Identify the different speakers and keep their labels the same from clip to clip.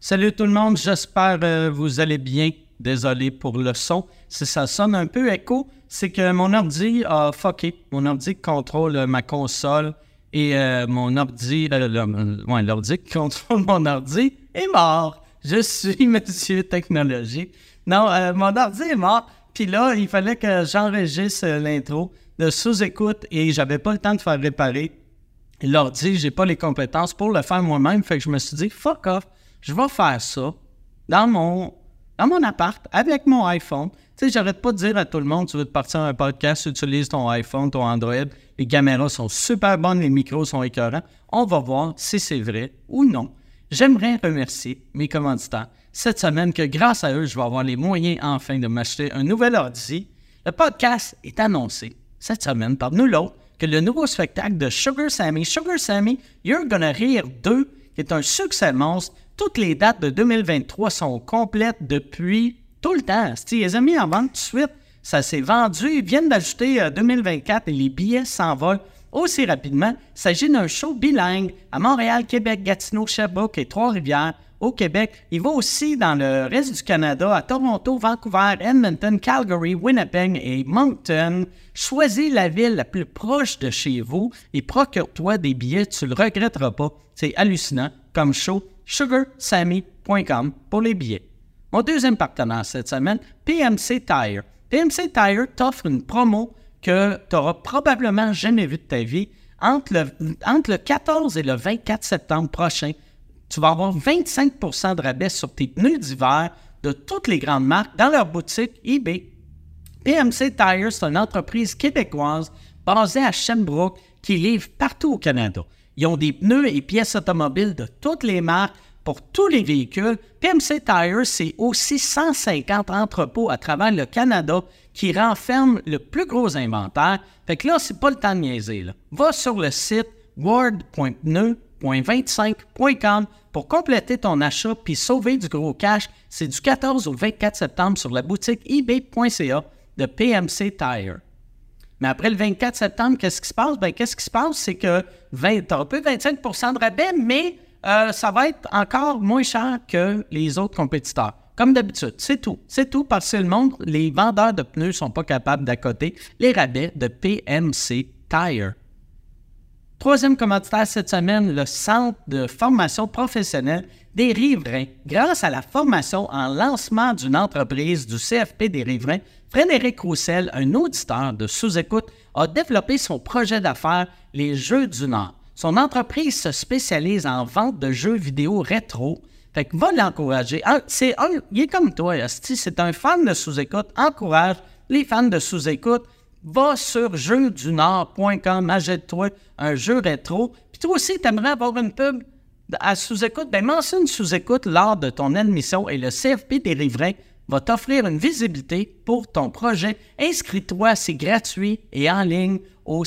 Speaker 1: Salut tout le monde, j'espère que vous allez bien. Désolé pour le son. Si ça sonne un peu écho, c'est que mon ordi a fucké. Mon ordi contrôle euh, ma console et euh, mon ordi, euh, le- le- ouais, l'ordi qui contrôle mon ordi est mort. Je suis monsieur technologie. Non, euh, mon ordi est mort. Puis là, il fallait que j'enregistre euh, l'intro de sous-écoute et j'avais pas le temps de faire réparer l'ordi, j'ai pas les compétences pour le faire moi-même. Fait que je me suis dit, fuck off, je vais faire ça dans mon, dans mon appart avec mon iPhone. Tu sais, j'arrête pas de dire à tout le monde, tu veux te partir un podcast, utilise ton iPhone, ton Android. Les caméras sont super bonnes, les micros sont écœurants. On va voir si c'est vrai ou non. J'aimerais remercier mes commanditants cette semaine que grâce à eux, je vais avoir les moyens enfin de m'acheter un nouvel ordi. Le podcast est annoncé cette semaine par nous l'autre que le nouveau spectacle de Sugar Sammy, Sugar Sammy, You're Gonna Rire 2, qui est un succès monstre. Toutes les dates de 2023 sont complètes depuis tout le temps. Si les amis en vente tout de suite, ça s'est vendu. Ils viennent d'ajouter euh, 2024 et les billets s'envolent aussi rapidement. Il s'agit d'un show bilingue à Montréal, Québec, Gatineau, Sherbrooke et Trois-Rivières au Québec. Il va aussi dans le reste du Canada, à Toronto, Vancouver, Edmonton, Calgary, Winnipeg et Moncton. Choisis la ville la plus proche de chez vous et procure-toi des billets, tu le regretteras pas. C'est hallucinant comme show. SugarSammy.com pour les billets. Mon deuxième partenaire cette semaine, PMC Tire. PMC Tire t'offre une promo que tu n'auras probablement jamais vue de ta vie. Entre le, entre le 14 et le 24 septembre prochain, tu vas avoir 25 de rabais sur tes pneus d'hiver de toutes les grandes marques dans leur boutique eBay. PMC Tires, c'est une entreprise québécoise basée à Sherbrooke qui livre partout au Canada. Ils ont des pneus et pièces automobiles de toutes les marques pour tous les véhicules. PMC Tires, c'est aussi 150 entrepôts à travers le Canada qui renferment le plus gros inventaire. Fait que là, c'est pas le temps de niaiser. là. Va sur le site ward.pneu.25.com pour compléter ton achat puis sauver du gros cash. C'est du 14 au 24 septembre sur la boutique ebay.ca de PMC Tire. Mais après le 24 septembre, qu'est-ce qui se passe? Ben, qu'est-ce qui se passe? C'est que 20, t'as un peu 25 de rabais, mais euh, ça va être encore moins cher que les autres compétiteurs. Comme d'habitude, c'est tout. C'est tout parce que le monde, les vendeurs de pneus ne sont pas capables d'accoter les rabais de PMC Tire. Troisième commanditaire cette semaine, le Centre de formation professionnelle des riverains. Grâce à la formation en lancement d'une entreprise du CFP des riverains, Frédéric Roussel, un auditeur de sous-écoute, a développé son projet d'affaires Les Jeux du Nord. Son entreprise se spécialise en vente de jeux vidéo rétro. Fait que va l'encourager. Ah, c'est un, il est comme toi, Asti, c'est un fan de sous-écoute. Encourage les fans de sous-écoute va sur jeudunord.com, achète-toi un jeu rétro. Puis toi aussi, t'aimerais avoir une pub à sous-écoute, ben mentionne sous-écoute lors de ton admission et le CFP des riverains va t'offrir une visibilité pour ton projet. Inscris-toi, c'est gratuit et en ligne au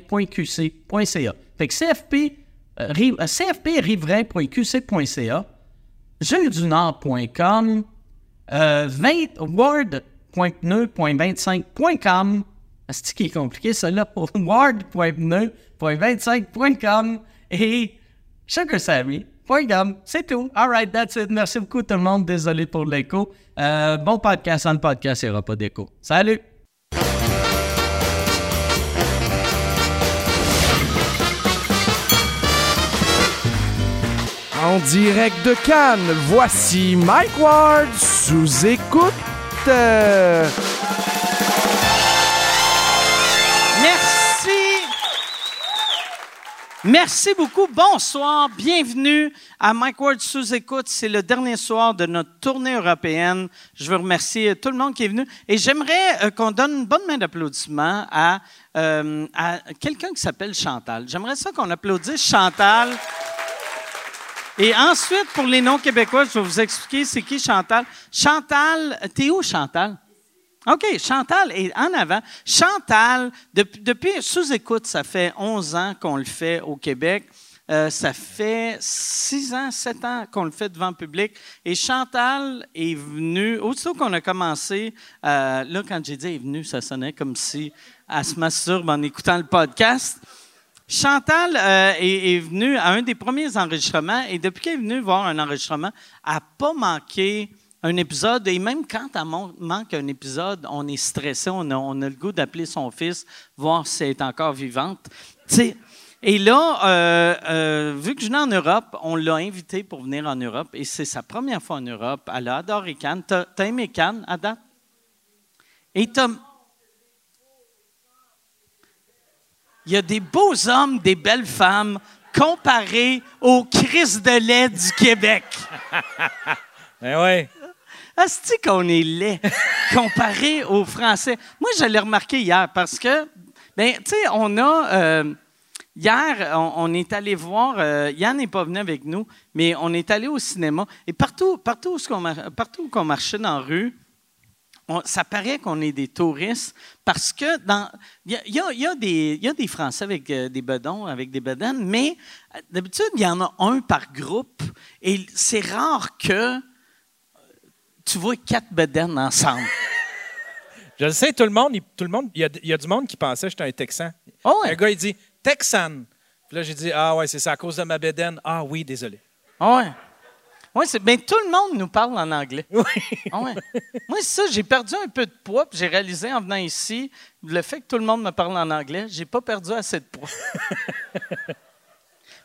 Speaker 1: cfpriverain.qc.ca. Fait que CFP, euh, ri- euh, cfpriverain.qc.ca, jeudunord.com, euh, 20 word.pneu.25.com. C'est qui est compliqué, celle-là, pour word.pneu.25.com et sugarsammy.com. C'est tout. All right, that's it. Merci beaucoup, tout le monde. Désolé pour l'écho. Euh, bon podcast. Sans le podcast, il n'y aura pas d'écho. Salut!
Speaker 2: En direct de Cannes, voici Mike Ward sous écoute. Euh,
Speaker 3: Merci. Merci beaucoup. Bonsoir. Bienvenue à Mike Ward sous écoute. C'est le dernier soir de notre tournée européenne. Je veux remercier tout le monde qui est venu. Et j'aimerais euh, qu'on donne une bonne main d'applaudissement à, euh, à quelqu'un qui s'appelle Chantal. J'aimerais ça qu'on applaudisse Chantal. Et ensuite, pour les non-québécois, je vais vous expliquer c'est qui Chantal. Chantal, t'es où Chantal? OK, Chantal est en avant. Chantal, depuis, depuis sous-écoute, ça fait 11 ans qu'on le fait au Québec. Euh, ça fait 6 ans, 7 ans qu'on le fait devant le public. Et Chantal est venue, aussitôt qu'on a commencé, euh, là, quand j'ai dit est venue, ça sonnait comme si elle se masturbe en écoutant le podcast. Chantal euh, est, est venue à un des premiers enregistrements et depuis qu'elle est venue voir un enregistrement, elle n'a pas manqué un épisode. Et même quand elle mon- manque un épisode, on est stressé, on a, on a le goût d'appeler son fils, voir si elle est encore vivante. Tu sais, et là, euh, euh, vu que je venais en Europe, on l'a invitée pour venir en Europe et c'est sa première fois en Europe. Elle a adoré Cannes. T'as t'as aimé Cannes à date? Et t'as- Il y a des beaux hommes, des belles femmes comparés aux crises de lait du Québec.
Speaker 4: Ben ouais.
Speaker 3: Asti qu'on est laid comparé aux Français. Moi, je l'ai remarqué hier parce que, ben, tu sais, on a. euh, hier, on, on est allé voir. euh, Yann n'est pas venu avec nous, mais on est allé au cinéma. Et partout, partout où ce qu'on mar- partout où qu'on marchait dans la rue, on- ça paraît qu'on est des touristes parce que dans il y a, il y a- il y a des il y a des Français avec euh, des bedons avec des bedaines, mais euh, d'habitude il y en a un par groupe et c'est rare que tu vois quatre bedaines ensemble.
Speaker 4: Je le sais, tout le monde, il, tout le monde, il y, a, il y a du monde qui pensait que j'étais un Texan.
Speaker 3: Oh ouais.
Speaker 4: Un gars, il dit Texan. Puis là, j'ai dit Ah ouais, c'est ça, à cause de ma bédaine. Ah oui, désolé.
Speaker 3: Ah ouais. Ouais, c'est ben, tout le monde nous parle en anglais.
Speaker 4: Oui.
Speaker 3: Ah ouais. Moi, c'est ça, j'ai perdu un peu de poids, puis j'ai réalisé en venant ici, le fait que tout le monde me parle en anglais, j'ai pas perdu assez de poids.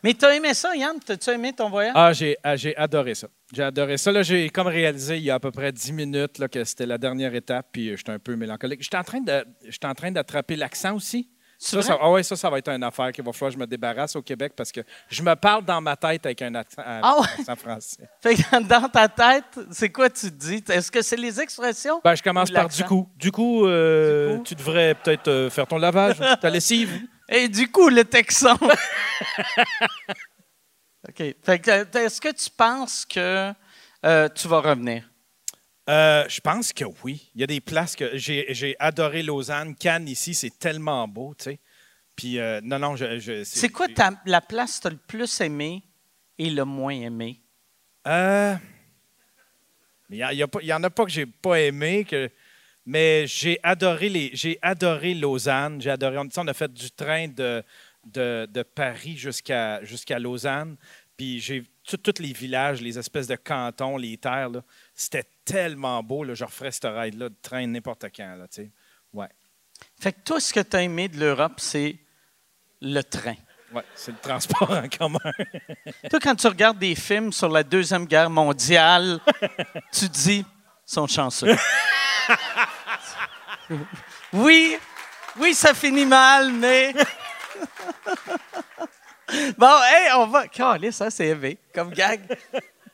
Speaker 3: Mais t'as aimé ça, Yann? T'as-tu aimé ton voyage?
Speaker 4: Ah, j'ai ah, j'ai adoré ça. J'ai adoré ça. Là, j'ai comme réalisé il y a à peu près 10 minutes là, que c'était la dernière étape, puis euh, j'étais un peu mélancolique. J'étais en train de- j'étais en train d'attraper l'accent aussi.
Speaker 3: C'est
Speaker 4: Ça,
Speaker 3: vrai?
Speaker 4: ça- ah ouais, ça, ça va être une affaire qu'il va falloir que je me débarrasse au Québec parce que je me parle dans ma tête avec un accent, un
Speaker 3: Ah ouais?
Speaker 4: accent français.
Speaker 3: Fait que dans ta tête, c'est quoi tu te dis? Est-ce que c'est les expressions?
Speaker 4: Ben, je commence
Speaker 3: Ou
Speaker 4: par
Speaker 3: l'accent.
Speaker 4: du coup. Du coup, euh,
Speaker 3: Du coup.
Speaker 4: tu devrais peut-être euh, faire ton lavage, ta lessive.
Speaker 3: Et Eh, du coup, le texan. OK. Fait que, euh, est-ce que tu penses que euh, tu vas revenir?
Speaker 4: Euh, je pense que oui. Il y a des places que j'ai j'ai adoré Lausanne, Cannes ici, c'est tellement beau, tu sais. Puis euh, non, non, je. je-
Speaker 3: C'est quoi ta- la place que tu as le plus aimé et le moins aimé?
Speaker 4: Euh, Il n'y en a pas que j'ai pas aimé, que, mais j'ai adoré, les, j'ai adoré Lausanne. J'ai adoré, on, tu sais, on a fait du train de, de, de Paris jusqu'à, jusqu'à Lausanne. Puis j'ai tout- tous les villages, les espèces de cantons, les terres. là. c'était tellement beau. Là, je referais ce ride-là de train n'importe quand. Là, tu sais. ouais,
Speaker 3: Fait que tout ce que tu as aimé de l'Europe, c'est le train.
Speaker 4: ouais, c'est le transport en commun.
Speaker 3: Toi, quand tu regardes des films sur la Deuxième Guerre mondiale, tu te dis, ils sont chanceux. oui, oui, ça finit mal, mais... bon, hey, on va... Calais, ça, c'est élevé comme gag.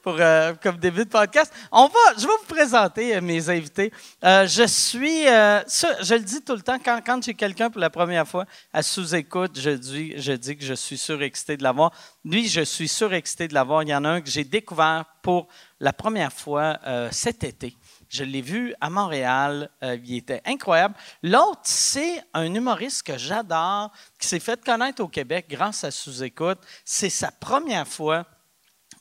Speaker 3: Pour, euh, comme début de podcast. On va, je vais vous présenter euh, mes invités. Euh, je suis, euh, ça, je le dis tout le temps, quand, quand j'ai quelqu'un pour la première fois à sous-écoute, je dis, je dis que je suis surexcité de l'avoir. Lui, je suis surexcité de l'avoir. Il y en a un que j'ai découvert pour la première fois euh, cet été. Je l'ai vu à Montréal. euh, il était incroyable. L'autre, c'est un humoriste que j'adore, qui s'est fait connaître au Québec grâce à sous-écoute. C'est sa première fois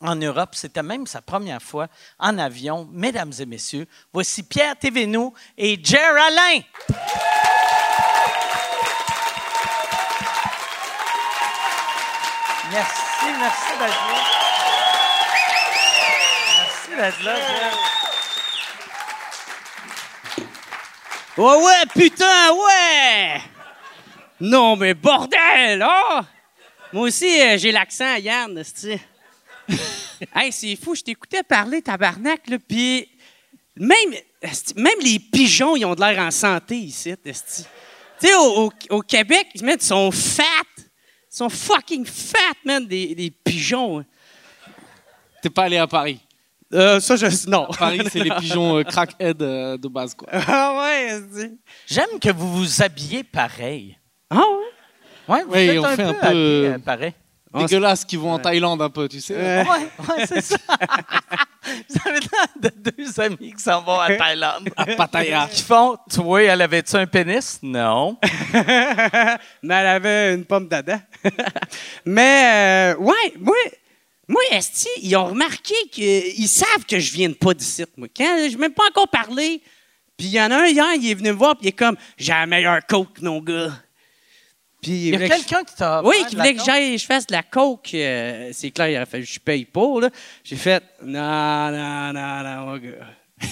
Speaker 3: en Europe. C'était même sa première fois en avion. Mesdames et messieurs, voici Pierre Tévenou et Jer Alain. Merci, merci d'être là. Merci d'être là, Jer.
Speaker 5: Ouais, Oh ouais, putain, ouais! Non, mais bordel, oh! Moi aussi, euh, j'ai l'accent, Yann, c'est Hey, c'est fou, je t'écoutais parler, tabarnak, là, puis même, esti, même les pigeons, ils ont de l'air en santé ici, esti. Tu sais, au, au- au Québec, man, ils sont fat! Ils sont fucking fat, man, des, des pigeons. hein.
Speaker 6: T'es pas allé à Paris.
Speaker 5: Euh, ça, je... Non.
Speaker 6: Paris, c'est les pigeons euh, crackhead euh, de base, quoi.
Speaker 5: Ah ouais, esti.
Speaker 3: J'aime que vous vous habillez pareil.
Speaker 5: Ah ouais?
Speaker 3: Ouais, vous
Speaker 6: Oui,
Speaker 3: êtes
Speaker 6: on
Speaker 3: un
Speaker 6: fait
Speaker 3: peu,
Speaker 6: un peu,
Speaker 3: habillés,
Speaker 6: euh,
Speaker 3: euh, pareil.
Speaker 5: Ah,
Speaker 6: Dégueulasse qui vont en Thaïlande un peu, tu sais.
Speaker 5: Euh,
Speaker 3: Ouais, ouais, c'est ça. Vous avez l'air de deux amis qui s'en vont à Thaïlande.
Speaker 6: À Pattaya.
Speaker 3: Qui font, toi, elle avait-tu un pénis? Non.
Speaker 5: mais elle avait une pomme d'Adam. mais, euh, ouais, moi, moi, Esti, ils ont remarqué qu'ils savent que je viens de pas d'ici. Moi, quand je même pas encore parlé, puis il y en a un hier, il est venu me voir, puis il est comme J'ai un meilleur coke, mon gars.
Speaker 7: Puis il est
Speaker 3: Il y a
Speaker 7: vrai que je-
Speaker 3: quelqu'un qui t'a.
Speaker 8: Oui,
Speaker 3: offert
Speaker 8: qui
Speaker 3: de la
Speaker 8: voulait que
Speaker 3: coke?
Speaker 8: j'aille, je fasse de la coke. euh, c'est clair, il aurait fallu que je paye pour. là. J'ai fait, non, non, non, non, mon gars.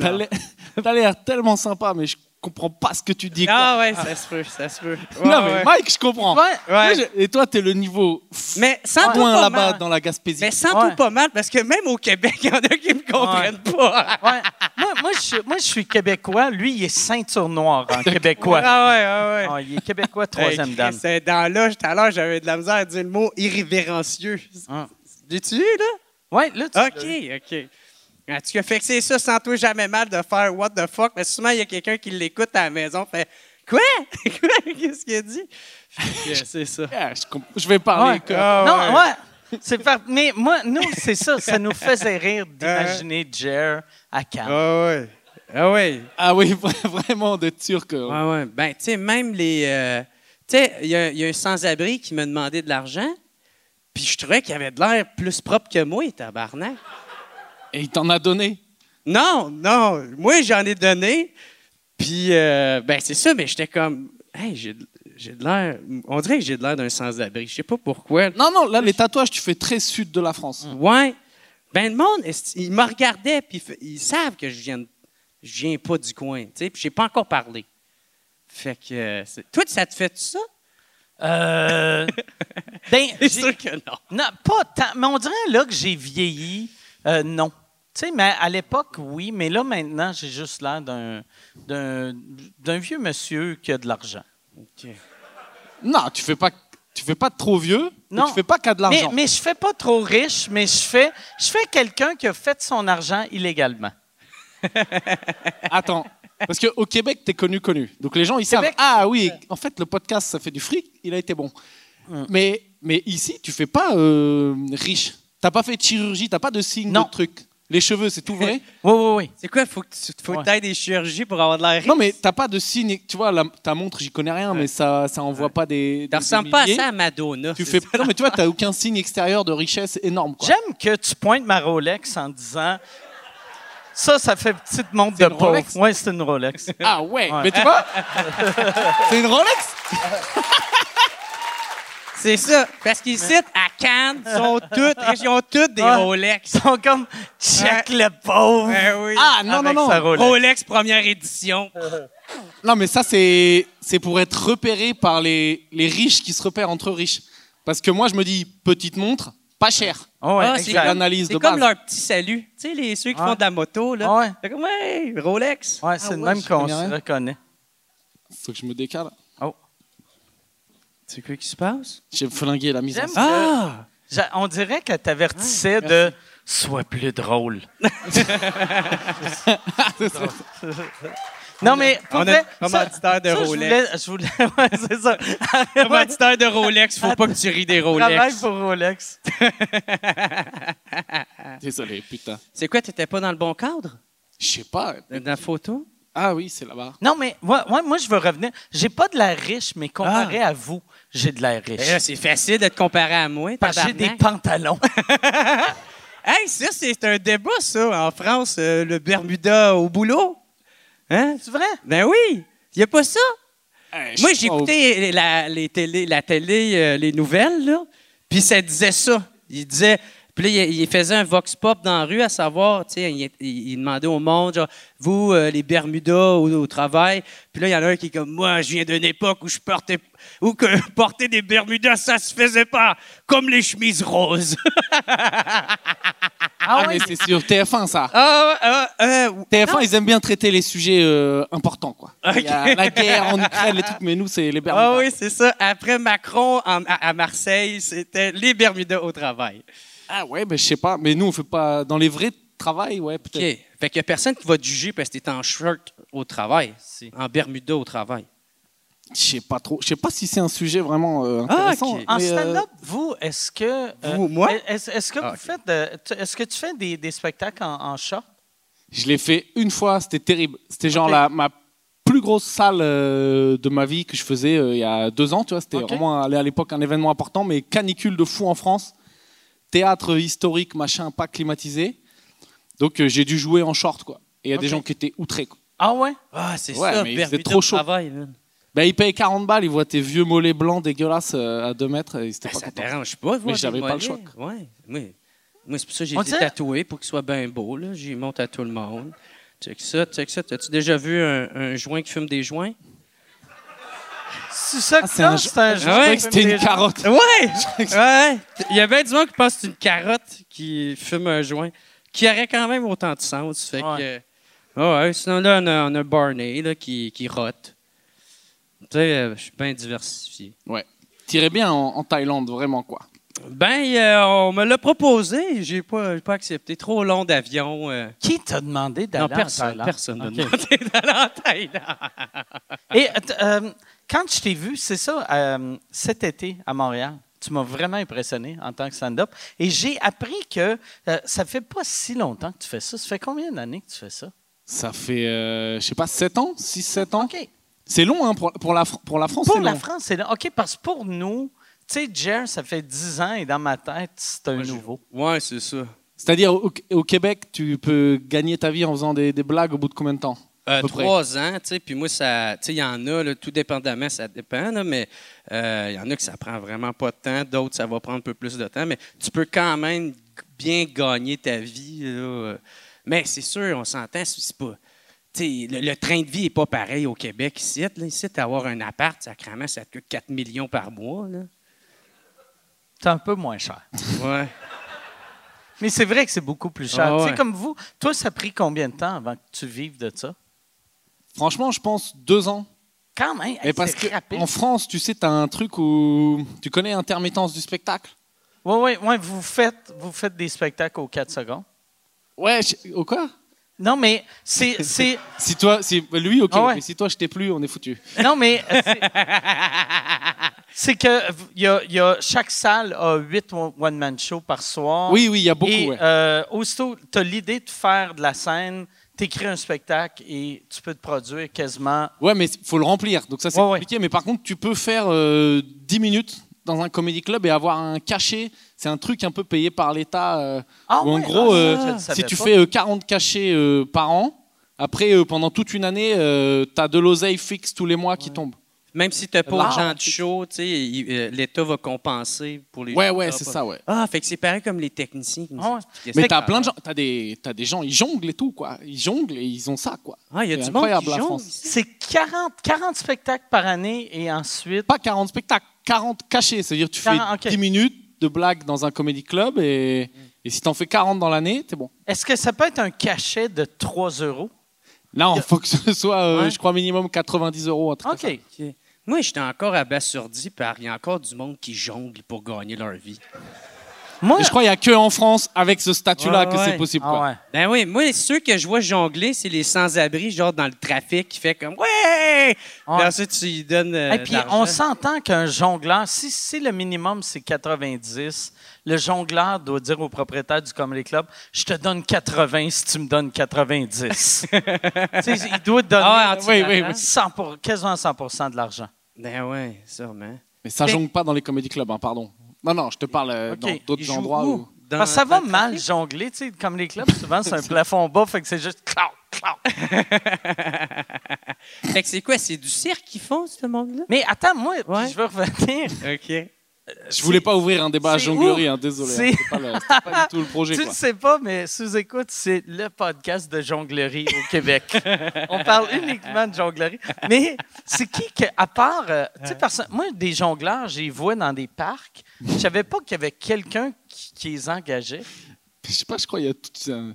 Speaker 6: T'as l'air- t'as l'air tellement sympa, mais je comprends pas ce que tu dis. quoi.
Speaker 8: Ah ouais, ça se peut, ça se peut.
Speaker 6: non, mais Mike, je comprends.
Speaker 3: Ouais,
Speaker 6: Moi, je- Et toi, t'es le niveau
Speaker 8: Mais sans tout
Speaker 6: loin
Speaker 8: pas
Speaker 6: là-bas
Speaker 8: mal.
Speaker 6: dans la Gaspésie.
Speaker 8: Mais sans
Speaker 3: Ouais.
Speaker 8: tout pas mal, parce que même au Québec, il y en a qui me comprennent pas.
Speaker 3: Ouais. Moi, moi, je, suis- moi, je suis québécois. Lui, il est ceinture noire en québécois.
Speaker 8: Ah ouais, ouais, ouais.
Speaker 3: Ah, il est québécois, troisième
Speaker 8: Hey,
Speaker 3: dame.
Speaker 8: Chris, euh, Dans l'âge, tout à l'heure, j'avais de la misère à dire le mot irrévérencieux.
Speaker 3: Ah.
Speaker 8: L'as-tu eu, là?
Speaker 3: Ouais, là, tu.
Speaker 8: OK, OK. En tout cas, fait que c'est ça, sens-toi jamais mal de faire what the fuck, mais souvent, il y a quelqu'un qui l'écoute à la maison, fait Quoi? Quoi? Qu'est-ce qu'il a dit? Fait que, C'est ça.
Speaker 6: Ah, je, comp- je vais parler.
Speaker 3: Ouais.
Speaker 6: comme-
Speaker 8: Ah
Speaker 3: non, ouais. C'est par- Mais moi, nous, c'est ça. Ça nous faisait rire d'imaginer Jer à Cannes.
Speaker 8: Ah ouais. Ah ouais.
Speaker 6: Ah oui, vraiment, des Turcs. euh,
Speaker 8: Ouais, ouais. Ben, tu sais, même les. euh, tu sais, il y, a- il y a un sans-abri qui me demandait de l'argent, puis je trouvais qu'il avait de l'air plus propre que moi, tabarnak.
Speaker 6: Et il t'en a donné.
Speaker 8: Non, non. Moi, j'en ai donné. Puis, euh, ben, c'est ça, mais j'étais comme, hey, j'ai de- j'ai de l'air. On dirait que j'ai de l'air d'un sans-abri. Je sais pas pourquoi.
Speaker 6: Non, non, là, les tatouages, tu fais très sud de la France.
Speaker 8: Ouais. Ben, le monde, est- ils me regardaient, puis ils fa- ils savent que je viens, de- je viens pas du coin, tu sais, puis j'ai pas encore parlé. Fait que. euh, c'est- Toi, ça te fait ça?
Speaker 3: Euh, ben,
Speaker 8: C'est
Speaker 3: j'ai-
Speaker 8: sûr que non.
Speaker 3: non, pas tant. Mais on dirait là que j'ai vieilli. Euh, non. Tu sais, mais à l'époque, oui. Mais là, maintenant, j'ai juste l'air d'un, d'un, d'un vieux monsieur qui a de l'argent.
Speaker 6: Non, tu fais pas, tu fais pas trop vieux. mais
Speaker 3: Non.
Speaker 6: Tu fais pas qu'à de
Speaker 3: Mais,
Speaker 6: l'argent.
Speaker 3: mais je fais pas trop riche, mais je fais, je fais quelqu'un qui a fait son argent illégalement.
Speaker 6: Attends. Parce qu'au Québec, t'es connu, connu. Donc les gens, ils savent.
Speaker 3: Québec,
Speaker 6: Ah oui, en fait, le podcast, ça fait du fric, il a été bon. Mais, mais ici, tu fais pas euh, riche. T'as pas fait de chirurgie, t'as pas de signe
Speaker 3: Non.
Speaker 6: de truc. Les cheveux, c'est tout vrai.
Speaker 3: Oui, oui, oui.
Speaker 8: C'est quoi? Faut que tu faut que
Speaker 3: Ouais.
Speaker 8: t'ailles des chirurgies pour avoir de l'air riche?
Speaker 6: non, mais t'as pas de signe. Tu vois, la- ta montre, j'y connais rien, mais ça, ça envoie pas des.
Speaker 8: Tu
Speaker 6: des-
Speaker 8: ressembles
Speaker 6: des
Speaker 8: pas à
Speaker 6: milliers.
Speaker 8: ça à Madonna.
Speaker 6: Tu
Speaker 8: c'est
Speaker 6: fais.
Speaker 8: ça.
Speaker 6: Non, mais tu vois, t'as aucun signe extérieur de richesse énorme. Quoi.
Speaker 3: J'aime que tu pointes ma Rolex en disant ça, ça fait petite montre
Speaker 6: C'est
Speaker 3: de
Speaker 6: une
Speaker 3: pauvre.
Speaker 6: Rolex?
Speaker 3: Oui, c'est une Rolex.
Speaker 6: Ah ouais,
Speaker 3: Ouais.
Speaker 6: mais tu vois, c'est une Rolex.
Speaker 8: C'est ça. Parce qu'ici, à Cannes, ils sont toutes, ils ont toutes des
Speaker 3: Ouais.
Speaker 8: Rolex.
Speaker 3: Ils sont comme check le pauvre.
Speaker 8: Ben oui.
Speaker 6: Ah non non
Speaker 3: avec
Speaker 6: non.
Speaker 3: sa Rolex.
Speaker 8: Rolex première édition.
Speaker 6: Non mais ça c'est c'est pour être repéré par les les riches qui se repèrent entre riches. Parce que moi je me dis petite montre, pas cher.
Speaker 3: Ah ouais,
Speaker 8: Ah,
Speaker 3: exact.
Speaker 8: c'est
Speaker 6: l'analyse
Speaker 8: C'est
Speaker 6: de
Speaker 8: comme
Speaker 6: base.
Speaker 8: leur petit salut. Tu sais, les, ceux qui
Speaker 3: Ouais.
Speaker 8: font de la moto, là.
Speaker 3: Ah ouais.
Speaker 8: Fait comme, ouais, Rolex.
Speaker 3: Ouais, c'est
Speaker 6: Ah
Speaker 3: le
Speaker 6: ouais,
Speaker 3: même
Speaker 6: je
Speaker 3: qu'on
Speaker 6: connais
Speaker 3: se
Speaker 6: rien.
Speaker 3: reconnaît.
Speaker 6: Faut que je me décale.
Speaker 8: Oh. C'est quoi qui se passe?
Speaker 6: J'ai flingué la mise. en
Speaker 3: J'aime
Speaker 6: scène.
Speaker 8: Ah!
Speaker 3: J'a- On dirait qu'elle t'avertissait de sois plus drôle. non, mais pour
Speaker 8: On a
Speaker 3: vrai,
Speaker 8: un
Speaker 3: ça-
Speaker 8: commanditaire de
Speaker 3: ça, je
Speaker 8: Rolex.
Speaker 3: voulais- je voulais- ouais, c'est ça. Moi, tu
Speaker 8: Commanditaire de Rolex, faut pas que tu ris des
Speaker 3: travailles
Speaker 8: Rolex.
Speaker 3: pour Rolex.
Speaker 6: Désolé putain.
Speaker 8: C'est quoi, t'étais pas dans le bon cadre?
Speaker 6: Je sais pas.
Speaker 8: Dans la photo?
Speaker 6: Ah oui c'est là-bas.
Speaker 3: Non, mais ouais, ouais, moi, je veux revenir. J'ai pas de l'air riche, mais comparé à vous, j'ai de l'air riche.
Speaker 8: Ah. Eh là, c'est facile de te comparer à moi,
Speaker 3: Parce que j'ai des
Speaker 8: tabarnak.
Speaker 3: pantalons.
Speaker 8: Hey, ça, c'est un débat, ça, en France, euh, le Bermuda au boulot. Hein?
Speaker 3: C'est vrai?
Speaker 8: Ben oui, il n'y a pas ça.
Speaker 6: Eh, je
Speaker 8: Moi, j'ai
Speaker 6: crois au-
Speaker 8: écouté la, les télé, la télé, euh, les nouvelles, là, puis ça disait ça. Il disait, puis là, il, il faisait un vox pop dans la rue, à savoir, tu sais, il, il- il demandait au monde, genre, vous, euh, les Bermudas au, au travail, puis là, il y en a un qui est comme, moi, je viens d'une époque où je portais, où que porter des Bermudas, ça se faisait pas, comme les chemises roses.
Speaker 6: Ah mais c'est sur TF1 ça.
Speaker 8: Ah, ah, ah,
Speaker 6: TF1 ils aiment bien traiter les sujets euh, importants quoi. Il y a la guerre en Ukraine les trucs mais nous c'est les Bermudas.
Speaker 8: Ah oui, c'est ça. Après Macron en- à, à Marseille, c'était les Bermudas au travail.
Speaker 6: Ah ouais mais je sais pas mais nous on fait pas dans les vrais travail ouais
Speaker 8: OK.
Speaker 6: peut-être.
Speaker 8: Fait qu'il n'y a personne qui va te juger parce que t'es en shirt au travail, en Bermuda au travail.
Speaker 6: Je sais pas trop. Je sais pas si c'est un sujet vraiment euh,
Speaker 8: Ah,
Speaker 6: intéressant.
Speaker 8: ok.
Speaker 3: En
Speaker 6: mais, euh,
Speaker 3: stand-up, vous, est-ce que. euh,
Speaker 8: Vous, moi?
Speaker 3: Est-ce est-ce que
Speaker 8: Ah,
Speaker 3: vous
Speaker 8: ok.
Speaker 3: faites. de- tu- Est-ce que tu fais des, des spectacles en, en short?
Speaker 6: Je l'ai fait une fois, c'était terrible. C'était genre la, ma plus grosse salle euh, de ma vie que je faisais euh, il y a deux ans, tu vois. C'était
Speaker 3: Ok.
Speaker 6: vraiment à l- à l'époque un événement important, mais canicule de fou en France. Théâtre historique, machin, pas climatisé. Donc euh, j'ai dû jouer en short, quoi. Et il y a des
Speaker 3: Ok.
Speaker 6: gens qui étaient outrés. quoi.
Speaker 3: Ah ouais?
Speaker 8: Ah, c'est
Speaker 6: Ouais,
Speaker 8: ça,
Speaker 6: mais il faisait
Speaker 8: Bermuda
Speaker 6: trop
Speaker 8: au
Speaker 6: chaud.
Speaker 8: travail. man.
Speaker 6: Ben, il paye 40 balles, il voit tes vieux mollets blancs dégueulasses euh, à 2 mètres. Et c'était
Speaker 8: Ben,
Speaker 6: pas
Speaker 8: ça
Speaker 6: content.
Speaker 8: dérange pas. de voir
Speaker 6: Mais
Speaker 8: des
Speaker 6: j'avais pas le
Speaker 8: mollets.
Speaker 6: choix.
Speaker 8: Ouais. Oui. Moi, c'est pour ça que j'ai
Speaker 3: On
Speaker 8: les ai
Speaker 3: dirait-
Speaker 8: tatoués pour qu'ils soient bien beaux. Là. J'y monte à tout le monde. Check ça, check ça. T'as-tu déjà vu un, un joint qui fume des joints?
Speaker 3: C'est ça que
Speaker 6: Ah, c'est
Speaker 3: ça,
Speaker 6: un
Speaker 3: c'est un
Speaker 8: Ah ouais,
Speaker 6: Je croyais que c'était une carotte.
Speaker 8: Ouais! ouais! Il y a bien du monde qui pense que c'est une carotte qui fume un joint, qui aurait quand même autant de sens. Fait que. Ah ouais, sinon là, on a, on a Barney là, qui, qui rote. Tu sais, euh, je suis bien diversifié.
Speaker 6: T'irais bien en, en Thaïlande, vraiment, quoi.
Speaker 8: Ben, euh, on me l'a proposé, j'ai pas, j'ai pas accepté. Trop long d'avion. euh.
Speaker 3: Qui t'a demandé d'aller
Speaker 8: Non,
Speaker 3: en
Speaker 8: personne.
Speaker 3: Thaïlande?
Speaker 8: Personne n'a
Speaker 3: Ok.
Speaker 8: demandé d'aller en Thaïlande.
Speaker 3: Et euh, t- euh, quand je t'ai vu, c'est ça, euh, cet été à Montréal, tu m'as vraiment impressionné en tant que stand-up. Et j'ai appris que euh, ça fait pas si longtemps que tu fais ça. Ça fait combien d'années que tu fais ça?
Speaker 6: Ça fait, euh, je sais pas, 7 ans 6-7 ans
Speaker 3: OK.
Speaker 6: C'est long, hein, pour, pour la, Fr- pour la France,
Speaker 3: Pour
Speaker 6: c'est
Speaker 3: la
Speaker 6: long.
Speaker 3: France, c'est là. OK, parce que pour nous, tu sais, Jer, ça fait 10 ans et dans ma tête, c'est un nouveau.
Speaker 8: Ouais, c'est ça.
Speaker 6: C'est-à-dire, au, au Québec, tu peux gagner ta vie en faisant des, des blagues au bout de combien de temps
Speaker 8: Euh,
Speaker 6: peu près.
Speaker 8: trois ans, tu sais, puis moi, ça, tu sais, il y en a, là, tout dépendamment, ça dépend, là, mais euh, il y en a que ça prend vraiment pas de temps, d'autres, ça va prendre un peu plus de temps, mais tu peux quand même bien gagner ta vie, là, euh. Mais c'est sûr, on s'entend, c'est c'est pas... tu sais, Le, le train de vie n'est pas pareil au Québec ici. Là, ici, avoir un appart, sacrément, ça te coûte 4 millions par mois. Là.
Speaker 3: C'est un peu moins cher.
Speaker 8: Ouais.
Speaker 3: Mais c'est vrai que c'est beaucoup plus cher.
Speaker 8: Ah
Speaker 3: Tu sais,
Speaker 8: ouais.
Speaker 3: comme vous, toi, ça a pris combien de temps avant que tu vives de ça?
Speaker 6: Franchement, je pense 2 ans.
Speaker 3: Quand même,
Speaker 6: Mais
Speaker 3: hey,
Speaker 6: parce
Speaker 3: Eh, c'est
Speaker 6: que
Speaker 3: rapide.
Speaker 6: en France, tu sais, tu as un truc où tu connais intermittence du spectacle.
Speaker 3: Oui, oui, oui, vous faites, vous faites des spectacles aux 4 secondes.
Speaker 6: Ouais, je- au quoi
Speaker 3: Non, mais c'est. c'est-
Speaker 6: Si toi, si lui, ok,
Speaker 3: Ah ouais.
Speaker 6: mais si toi, je t'ai plus, on est foutu.
Speaker 3: non, mais. euh, c'est- C'est que v- y a, y a- chaque salle a 8 one-man shows par soir.
Speaker 6: Oui, oui, il y a beaucoup.
Speaker 3: Et
Speaker 6: ouais.
Speaker 3: euh, aussitôt, tu as l'idée de faire de la scène, tu écris un spectacle et tu peux te produire quasiment.
Speaker 6: Ouais, mais il faut le remplir. Donc ça, c'est
Speaker 3: Ouais, ouais.
Speaker 6: compliqué. Mais par contre, tu peux faire euh, 10 minutes dans un comedy club et avoir un cachet. C'est un truc un peu payé par l'État. euh,
Speaker 3: Ah
Speaker 6: où en
Speaker 3: ouais,
Speaker 6: gros,
Speaker 3: ah,
Speaker 6: euh,
Speaker 3: ça, je le savais
Speaker 6: si tu
Speaker 3: pas.
Speaker 6: fais euh, 40 cachets euh, par an, après, euh, pendant toute une année, tu as de l'oseille fixe tous les mois qui tombe.
Speaker 8: Même si tu n'as pas
Speaker 6: Wow.
Speaker 8: autant de show, tu sais, il- euh, l'État va compenser pour les
Speaker 6: Ouais,
Speaker 8: gens
Speaker 6: ouais,
Speaker 8: qui
Speaker 6: c'est
Speaker 8: n'ont
Speaker 6: ça, ouais.
Speaker 8: pas- Ah, fait que c'est pareil comme les techniciens. qui nous
Speaker 3: Ah ouais.
Speaker 8: expliquaient
Speaker 6: Mais
Speaker 8: ça.
Speaker 6: t'as plein de gens, t'as des, t'as des gens, ils jonglent et tout, quoi. Ils jonglent et ils ont ça, quoi.
Speaker 8: Ah, il y a
Speaker 6: C'est
Speaker 8: du monde
Speaker 6: incroyable,
Speaker 8: qui
Speaker 6: la
Speaker 8: jongle
Speaker 6: France.
Speaker 8: ici.
Speaker 3: C'est 40, 40 spectacles par année et ensuite.
Speaker 6: Pas 40 spectacles, 40 cachets. C'est-à-dire tu fais
Speaker 3: 40, ok.
Speaker 6: 10 minutes de blagues dans un comedy club et,
Speaker 8: Mm.
Speaker 6: et si t'en fais 40 dans l'année, t'es bon.
Speaker 3: Est-ce que ça peut être un cachet de 3 euros?
Speaker 6: Non, il faut que ce soit, euh,
Speaker 8: Ouais.
Speaker 6: je crois, minimum 90 euros. un truc comme
Speaker 3: OK.
Speaker 8: Ok. Moi, j'étais encore abasourdi par il y a encore du monde qui jongle pour gagner leur vie.
Speaker 3: Moi,
Speaker 6: ça. Et je crois qu'il n'y a que en France, avec ce statut-là,
Speaker 8: Ouais,
Speaker 6: que
Speaker 8: ouais.
Speaker 6: c'est possible.
Speaker 3: Ah
Speaker 6: quoi.
Speaker 3: ouais.
Speaker 8: Ben oui, moi, ceux que je vois jongler, c'est les sans-abri, genre dans le trafic, qui fait comme Ouais! Puis
Speaker 3: Ouais.
Speaker 8: ensuite, tu lui donnes. euh,
Speaker 3: Et puis,
Speaker 8: de l'argent.
Speaker 3: on s'entend qu'un jongleur, si, si le minimum c'est 90, le jongleur doit dire au propriétaire du Comedy Club Je te donne 80 si tu me donnes 90. Tu sais, il doit donner
Speaker 8: Ah ouais,
Speaker 6: en dessous, oui, oui, oui.
Speaker 3: 100 pour- quasiment 100 de l'argent.
Speaker 8: Ben oui, sûrement.
Speaker 6: Mais ça
Speaker 3: Mais-
Speaker 6: jongle pas dans les comedy clubs, hein, pardon. Non, non, je te parle euh,
Speaker 3: Ok.
Speaker 6: dans d'autres
Speaker 8: Ils jouent
Speaker 6: endroits
Speaker 8: où? Ah,
Speaker 6: où.
Speaker 8: Dans-
Speaker 3: Parce que ça
Speaker 8: dans
Speaker 3: va
Speaker 8: le
Speaker 3: mal
Speaker 8: trafic?
Speaker 3: jongler. tu sais, Comme les clubs, souvent, c'est un plafond bas, fait que c'est juste clac, clac.
Speaker 8: Fait que c'est quoi? C'est du cirque qu'ils font, ce monde-là?
Speaker 3: Mais attends, moi, puis
Speaker 8: Ouais.
Speaker 3: je veux revenir.
Speaker 8: OK.
Speaker 6: Je voulais pas ouvrir un débat à
Speaker 3: Euh, c'est
Speaker 6: jonglerie,
Speaker 3: où?
Speaker 6: hein, désolé.
Speaker 3: C'est-
Speaker 6: hein, C'est pas, le- c'était pas du tout le projet.
Speaker 3: Tu
Speaker 6: quoi.
Speaker 3: ne sais pas, mais sous-écoute, c'est le podcast de jonglerie au Québec. On parle uniquement de jonglerie. Mais c'est qui que, à part, euh, tu sais, personne- moi, des jongleurs, j'y vois dans des parcs. Je savais pas qu'il y avait quelqu'un qui, qui les engageait.
Speaker 6: Je sais pas, je crois qu'il y a tout un,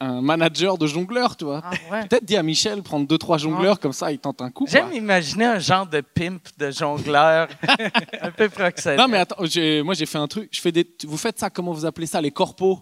Speaker 6: un manager de jongleurs, tu vois.
Speaker 3: Ah,
Speaker 6: Peut-être dit à Michel prendre deux trois jongleurs comme ça, il tente un coup. quoi.
Speaker 3: J'aime imaginer un genre de pimp de jongleur un peu proxénète.
Speaker 6: Non mais attends, j'ai- moi j'ai fait un truc. Je fais des. Vous faites ça Comment vous appelez ça Les corpos,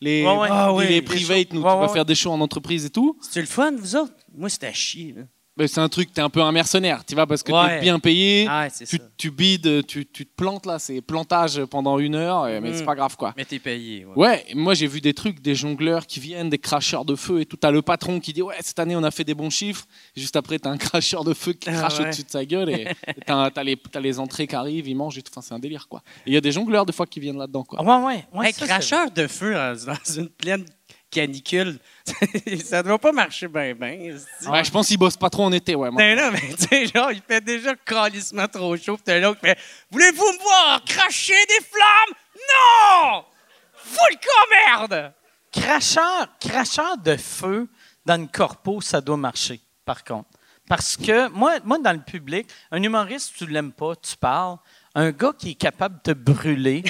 Speaker 6: les
Speaker 3: Ouais, ouais. Ah
Speaker 6: les
Speaker 3: ouais, les
Speaker 6: private, nous,
Speaker 3: Ouais,
Speaker 6: tu vas
Speaker 3: ouais.
Speaker 6: faire des shows en entreprise et tout.
Speaker 8: C'est le fun, vous autres? Moi, c'était à chier. là.
Speaker 6: Mais c'est un truc, t'es un peu un mercenaire, tu vas parce que
Speaker 8: Ouais.
Speaker 6: t'es bien payé.
Speaker 8: Ah, c'est
Speaker 6: Tu,
Speaker 8: ça.
Speaker 6: tu bides, tu, tu te plantes là, c'est plantage pendant une heure, et- mais c'est
Speaker 8: Mm.
Speaker 6: pas grave quoi.
Speaker 8: Mais t'es payé. ouais.
Speaker 6: Ouais, et moi j'ai vu des trucs, des jongleurs qui viennent, des cracheurs de feu et tout. T'as le patron qui dit ouais cette année on a fait des bons chiffres. Juste après t'as un cracheur de feu qui
Speaker 8: Ah
Speaker 6: crache
Speaker 8: ouais.
Speaker 6: au-dessus de sa gueule et et t'as t'as les, t'as les entrées qui arrivent, ils mangent et tout. Enfin c'est un délire
Speaker 8: Ah
Speaker 6: quoi. Et Il y a des jongleurs des fois qui viennent là-dedans quoi.
Speaker 3: Ouais, ouais, ouais,
Speaker 8: Hey,
Speaker 3: ça, c'est
Speaker 8: cracheur de feu euh, dans une plaine canicule, ça ne doit pas marcher bien, bien.
Speaker 6: Ouais, je pense qu'ils bossent pas trop en été, ouais. moi.
Speaker 8: T'es là, mais tu sais, genre, il fait déjà calissement trop chaud. Puis t'es là, qui fait Voulez-vous me voir cracher des flammes Non Fous le camp, merde
Speaker 3: Cracheur, cracheur de feu dans une corpo, ça doit marcher, par contre. Parce que moi, moi dans le public, un humoriste, tu l'aimes pas, tu parles. Un gars qui est capable de te brûler,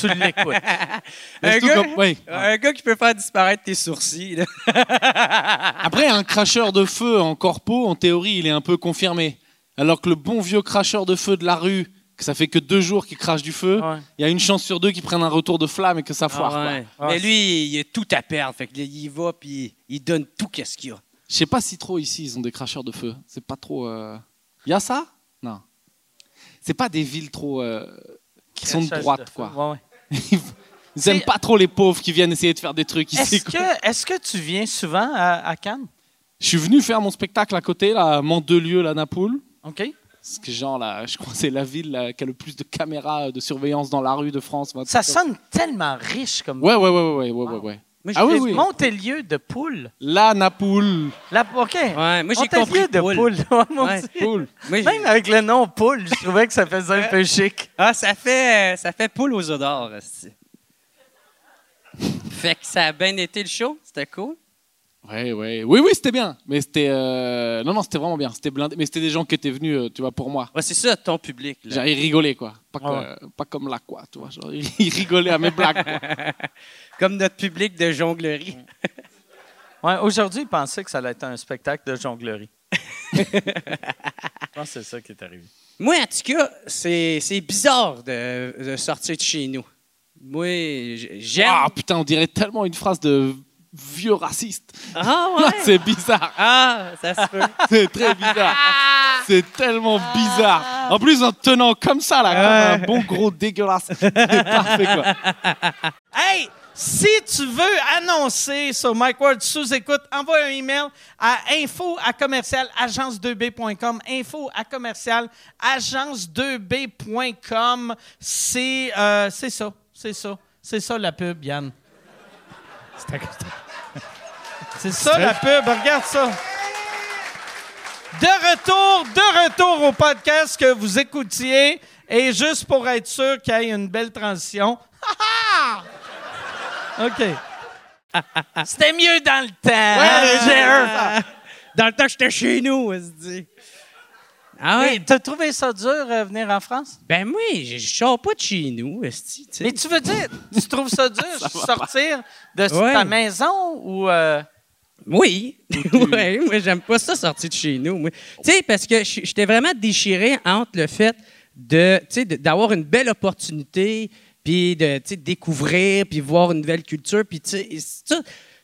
Speaker 3: tu l'écoutes.
Speaker 8: un,
Speaker 6: Mais surtout
Speaker 8: gars,
Speaker 6: comme- oui.
Speaker 8: un gars qui peut faire disparaître tes sourcils. là.
Speaker 6: Après, un cracheur de feu en corpo, en théorie, il est un peu confirmé. Alors que le bon vieux cracheur de feu de la rue, que ça fait que deux jours qu'il crache du feu, il
Speaker 8: Ah
Speaker 3: Ouais.
Speaker 6: y a une chance sur deux qu'il prenne un retour de flamme et que
Speaker 3: Ah
Speaker 6: ça foire. quoi.
Speaker 8: Mais lui, il a tout à perdre. Fait qu'il y va, puis il donne tout qu'est-ce qu'il y a.
Speaker 6: Je sais pas si trop ici ils ont des cracheurs de feu. C'est pas trop. euh, Y a ça Non. C'est pas des villes trop euh, qui sont de
Speaker 3: Crachage
Speaker 6: droite,
Speaker 3: feu.
Speaker 6: quoi.
Speaker 3: Ouais, ouais.
Speaker 6: Ils aiment pas trop les pauvres qui viennent essayer de faire des trucs ici.
Speaker 3: Est-ce
Speaker 6: quoi.
Speaker 3: que, est-ce que tu viens souvent à, à Cannes?
Speaker 6: Je suis venu faire mon spectacle à côté, là, à Mandelieu, la Napoule.
Speaker 3: OK?
Speaker 6: Parce que genre là, je crois que c'est la ville là, qui a le plus de caméras de surveillance dans la rue de France. maintenant.
Speaker 3: Ça sonne tellement riche comme
Speaker 6: Ouais ouais ouais ouais ouais ouais, ouais, ouais.
Speaker 8: Moi,
Speaker 6: Ah oui
Speaker 3: Et
Speaker 6: oui.
Speaker 3: Montelieu de poule.
Speaker 6: La Napoule.
Speaker 3: La, OK.
Speaker 8: Ouais, moi, j'ai
Speaker 3: Montelieu
Speaker 8: compris.
Speaker 3: de
Speaker 8: poule.
Speaker 3: poule. Ouais, moi
Speaker 8: Ouais.
Speaker 3: aussi.
Speaker 6: Cool.
Speaker 8: Moi, j'ai-
Speaker 3: Même avec le nom poule, je trouvais que ça faisait un peu chic.
Speaker 8: Ah, ça fait, ça fait poule aux odeurs. fait que ça a bien été le show. C'était cool.
Speaker 6: Ouais ouais. Oui oui, c'était bien. Mais c'était euh, non non, c'était vraiment bien. C'était blindé. Mais c'était des gens qui étaient venus, euh, tu vois, pour moi.
Speaker 8: Ouais, c'est ça, ton public. là.
Speaker 6: Genre, ils rigolaient, quoi. Pas, que- euh,
Speaker 3: Ah
Speaker 6: pas comme là, quoi. Tu vois, genre, ils rigolaient à mes blagues, quoi.
Speaker 8: Comme notre public de jonglerie.
Speaker 3: Ouais, aujourd'hui, il pensait que ça allait être un spectacle de jonglerie. je pense que c'est ça qui est arrivé.
Speaker 8: Moi, en tout cas, c'est c'est bizarre de, de sortir de chez nous. Moi, j- j'aime.
Speaker 6: Ah, putain, on dirait tellement une phrase de vieux raciste.
Speaker 8: Ah,
Speaker 6: Ah, C'est bizarre.
Speaker 8: Ah, ça se peut.
Speaker 6: C'est très bizarre. C'est tellement bizarre. En plus, en te tenant comme ça, là, comme un bon gros dégueulasse. C'est parfait, quoi.
Speaker 3: Hey, si tu veux annoncer sur Mike Ward sous écoute, envoie un email à info à commercial agence2b.com. Info à commercial agence2b.com. C'est euh, c'est ça, c'est ça. C'est ça la pub, Yann. C'est ça la pub, regarde ça. De retour, de retour au podcast que vous écoutiez. Et juste pour être sûr qu'il y ait une belle transition. Ha, ha! OK. C'était mieux dans le temps. hein, Gérard?
Speaker 8: Dans le temps que j'étais chez nous, on se dit. Ah
Speaker 3: Hey,
Speaker 8: ouais?
Speaker 3: T'as trouvé ça dur, euh, venir en France?
Speaker 8: Ben moi, je je sors pas de chez nous, esti, tu sais.
Speaker 3: Mais tu veux dire, tu trouves ça dur sortir de
Speaker 8: Ouais.
Speaker 3: ta maison ou... euh,
Speaker 8: Oui. ouais, moi, j'aime pas ça sortir de chez nous. moi. Tu sais, parce que je- j'étais vraiment déchiré entre le fait de, tu sais, de- d'avoir une belle opportunité, puis de, tu sais, découvrir, puis voir une nouvelle culture, puis tu sais, c'est ça.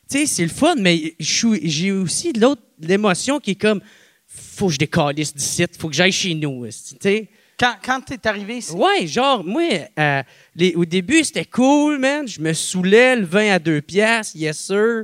Speaker 8: Tu sais, c'est le fun, mais je suis- j'ai aussi l'autre, l'émotion qui est comme, faut que je décalisse d'ici, faut que j'aille chez nous, esti, tu sais.
Speaker 3: Quand, quand t'es arrivé ici?
Speaker 8: Ouais, genre, moi, euh, les- au début, c'était cool, man. Je me saoulais, le vin à deux piastres, yes sir.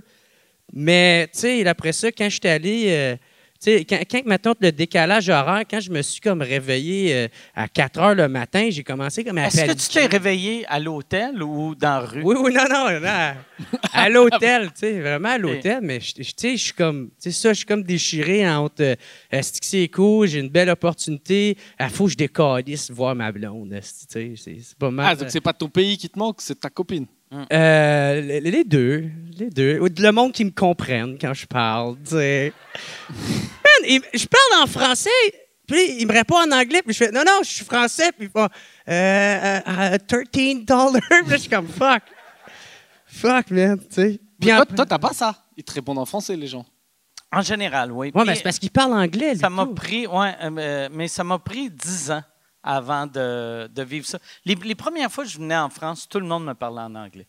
Speaker 8: Mais, tu sais, après ça, quand j'étais allé, euh, tu sais, quand, quand maintenant le décalage horaire, quand je me suis comme réveillé euh, à 4 heures le matin, j'ai commencé comme à
Speaker 3: Est-ce que tu
Speaker 8: paniquer.
Speaker 3: t'es réveillé à l'hôtel ou dans la rue?
Speaker 8: Oui, oui, non, non, non, à, à l'hôtel, tu sais, vraiment
Speaker 3: Hein.
Speaker 8: à l'hôtel, mais je- je- tu sais, je suis comme, tu sais, ça, je suis comme déchiré entre, euh, est-ce que c'est cool, j'ai une belle opportunité, il faut que je décalisse voir ma blonde, esti, tu sais, c'est- c'est pas mal.
Speaker 6: Ah, donc c'est pas ton pays qui te manque, c'est ta copine.
Speaker 8: Euh, les- les deux. Les deux. Ou de- Le monde qui me comprenne quand je parle. tu sais. Man, il- je parle en français, puis il me répond en anglais, puis je fais non, non, je suis français, puis il fait euh, euh, euh, 13 dollars. Puis là, je suis comme fuck. Fuck, man, tu sais. Puis en
Speaker 6: toi,
Speaker 8: plus-
Speaker 6: toi, t'as pas ça. Ils te répondent en français, les gens.
Speaker 3: En général, oui.
Speaker 8: Ouais,
Speaker 3: Puis-
Speaker 8: mais c'est parce qu'il parle anglais. lui,
Speaker 3: Ça m'a
Speaker 8: tout.
Speaker 3: pris, ouais, euh, euh, mais ça m'a pris dix ans avant de, de vivre ça. Les, les premières fois que je venais en France, tout le monde me parlait en anglais.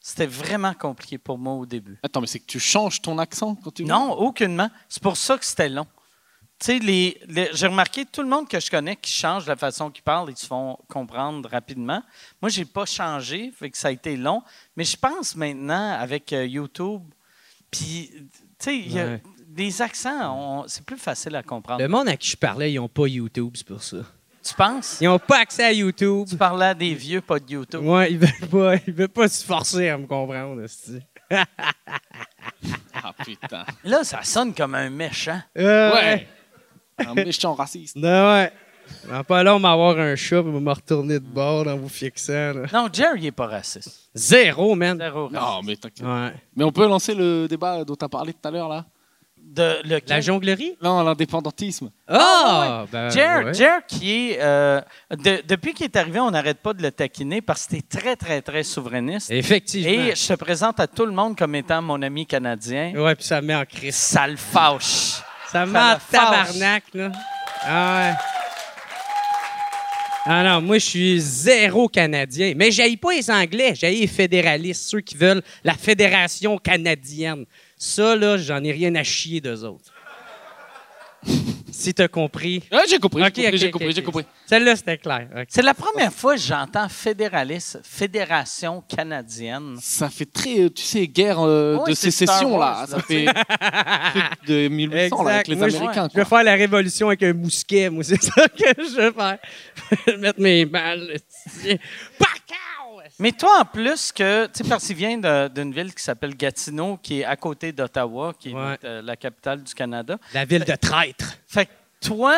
Speaker 3: C'était vraiment compliqué pour moi au début.
Speaker 6: Attends, mais c'est que tu changes ton accent quand tu
Speaker 3: Non, aucunement. C'est pour ça que c'était long. Tu sais, les- les- j'ai remarqué tout le monde que je connais qui change la façon qu'ils parlent, ils se font comprendre rapidement. Moi, j'ai pas changé, fait que ça a été long. Mais je pense maintenant avec euh, YouTube, puis tu sais, il y a-
Speaker 8: Ouais.
Speaker 3: les accents, on- c'est plus facile à comprendre.
Speaker 8: Le monde à qui je parlais, ils n'ont pas YouTube, c'est pour ça.
Speaker 3: Tu penses?
Speaker 8: Ils n'ont pas accès à YouTube.
Speaker 3: Tu parlais à des vieux, pas de YouTube.
Speaker 8: Ouais, ils veulent pas, ils veulent pas se forcer à me comprendre. esti.
Speaker 6: Ah putain.
Speaker 3: Là, ça sonne comme un méchant.
Speaker 8: Euh,
Speaker 6: Ouais. Un méchant raciste.
Speaker 8: Non, Ben ouais. Dans pas long, on va avoir un chat, puis on va me retourner de bord en vous fixant. là.
Speaker 3: Non, Jerry n'est pas raciste.
Speaker 8: Zéro, man.
Speaker 3: Zéro raciste.
Speaker 6: Non, mais t'inquiète.
Speaker 8: Ouais.
Speaker 6: Mais on peut lancer le débat dont t'as parlé tout à l'heure, là
Speaker 3: De, le-
Speaker 8: La jonglerie?
Speaker 6: Non, l'indépendantisme.
Speaker 8: Ah! ben,
Speaker 3: Jer,
Speaker 8: ouais.
Speaker 3: Jer qui est. euh, de- depuis qu'il est arrivé, on n'arrête pas de le taquiner parce que t'es très, très, très souverainiste.
Speaker 8: Effectivement.
Speaker 3: Et je te présente à tout le monde comme étant mon ami canadien.
Speaker 8: Ouais, puis ça me met en crise.
Speaker 3: Ça le fâche.
Speaker 8: Ça me met
Speaker 3: Ça
Speaker 8: en
Speaker 3: le fâche.
Speaker 8: tabarnak, là. Ah ouais. Ah non, moi, je suis zéro Canadien. Mais j'aille pas les Anglais, j'aille les fédéralistes, ceux qui veulent la fédération canadienne. Ça, là, j'en ai rien à chier d'eux autres. si t'as compris.
Speaker 6: Ouais, j'ai compris,
Speaker 8: Ok,
Speaker 6: j'ai compris,
Speaker 8: ok,
Speaker 6: j'ai
Speaker 8: ok,
Speaker 6: compris,
Speaker 8: ok.
Speaker 6: j'ai compris.
Speaker 8: Celle-là, c'était clair. Ok.
Speaker 3: C'est la première fois que j'entends fédéraliste, fédération canadienne.
Speaker 6: Ça fait très, tu sais, guerre euh,
Speaker 3: Ouais,
Speaker 6: de
Speaker 3: c'est Star
Speaker 6: sécession,
Speaker 3: Wars, là,
Speaker 6: là. Ça fait truc de 1800, là, avec les
Speaker 8: Moi, je-
Speaker 6: Américains,
Speaker 8: Je vais
Speaker 6: quoi.
Speaker 8: faire la révolution avec un mousquet, moi, c'est ça que je vais faire. Je vais mettre mes balles. Pacao!
Speaker 3: Mais toi, en plus, que, tu sais, parce qu'il vient de- d'une ville qui s'appelle Gatineau, qui est à côté d'Ottawa, qui est
Speaker 8: Ouais.
Speaker 3: euh, la capitale du Canada.
Speaker 8: La ville de traître.
Speaker 3: Fait que toi,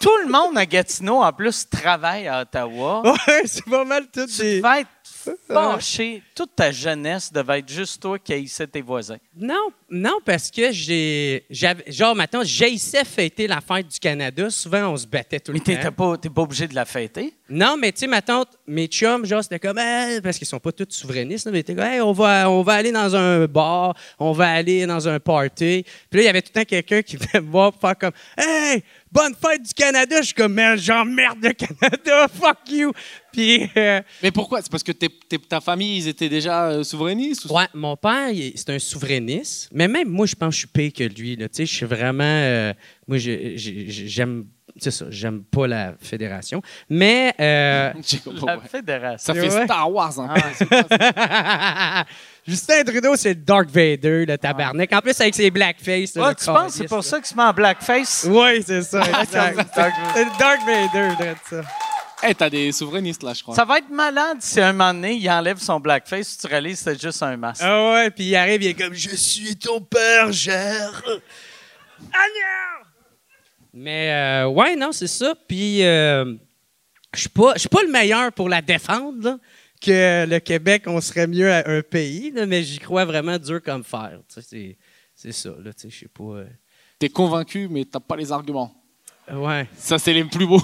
Speaker 3: tout le monde à Gatineau, en plus, travaille à Ottawa.
Speaker 8: Ouais, c'est pas mal tout.
Speaker 3: Tu
Speaker 8: des-
Speaker 3: devais être fâché. Toute ta jeunesse devait être juste toi qui haïssais tes voisins.
Speaker 8: Non, non, parce que j'ai. j'avais- Genre, maintenant, j'haïssais fêter la fête du Canada. Souvent, on se battait tout
Speaker 3: Mais
Speaker 8: le
Speaker 3: t'étais
Speaker 8: temps.
Speaker 3: pas, t'es pas obligé de la fêter.
Speaker 8: Non, mais tu sais, ma tante, mes chums, genre, c'était comme. Hey, parce qu'ils sont pas tous souverainistes, là, mais t'es comme, hey, on va, on va aller dans un bar, on va aller dans un party. Puis là, il y avait tout le temps quelqu'un qui venait me voir pour faire comme, hey, bonne fête du Canada. Je suis comme, mais genre, merde, le Canada, fuck you. Puis. euh,
Speaker 6: Mais pourquoi C'est parce que t'es- t'es- ta famille, ils étaient déjà euh, souverainistes ou-
Speaker 8: Ouais, mon père, il est- c'est un souverainiste. Mais même moi, je pense que je suis pire que lui. Là. Tu sais, Je suis vraiment. euh, moi, je- je- je- j'aime. C'est ça, j'aime pas la fédération. Mais. euh,
Speaker 6: J'ai compris,
Speaker 3: La
Speaker 6: ouais.
Speaker 3: fédération.
Speaker 6: Ça fait
Speaker 8: Ouais.
Speaker 6: Star Wars, hein.
Speaker 8: Justin Trudeau, c'est le Dark Vader, le tabarnak. En plus, avec ses blackface.
Speaker 3: Ouais, tu penses que c'est pour ça Ah, qu'il se met en blackface?
Speaker 8: Oui, c'est ça. exact. c'est le Dark Vader, je dirais ça.
Speaker 6: Eh, t'as des souverainistes, là, je crois.
Speaker 3: Ça va être malade si à un moment donné, il enlève son blackface, tu réalises que c'est juste un masque.
Speaker 8: Ah ouais, puis il arrive, il est comme Je suis ton père, Gère. Ah non! Mais euh, ouais, non, c'est ça. Puis euh, je suis pas, je suis pas le meilleur pour la défendre, là, que le Québec, on serait mieux à un pays, là, mais j'y crois vraiment dur comme fer. Tu sais, c'est- C'est ça, là, tu sais, je sais pas. euh,
Speaker 6: T'es convaincu, mais t'as pas les arguments.
Speaker 8: Ouais.
Speaker 6: Ça, c'est les plus beaux.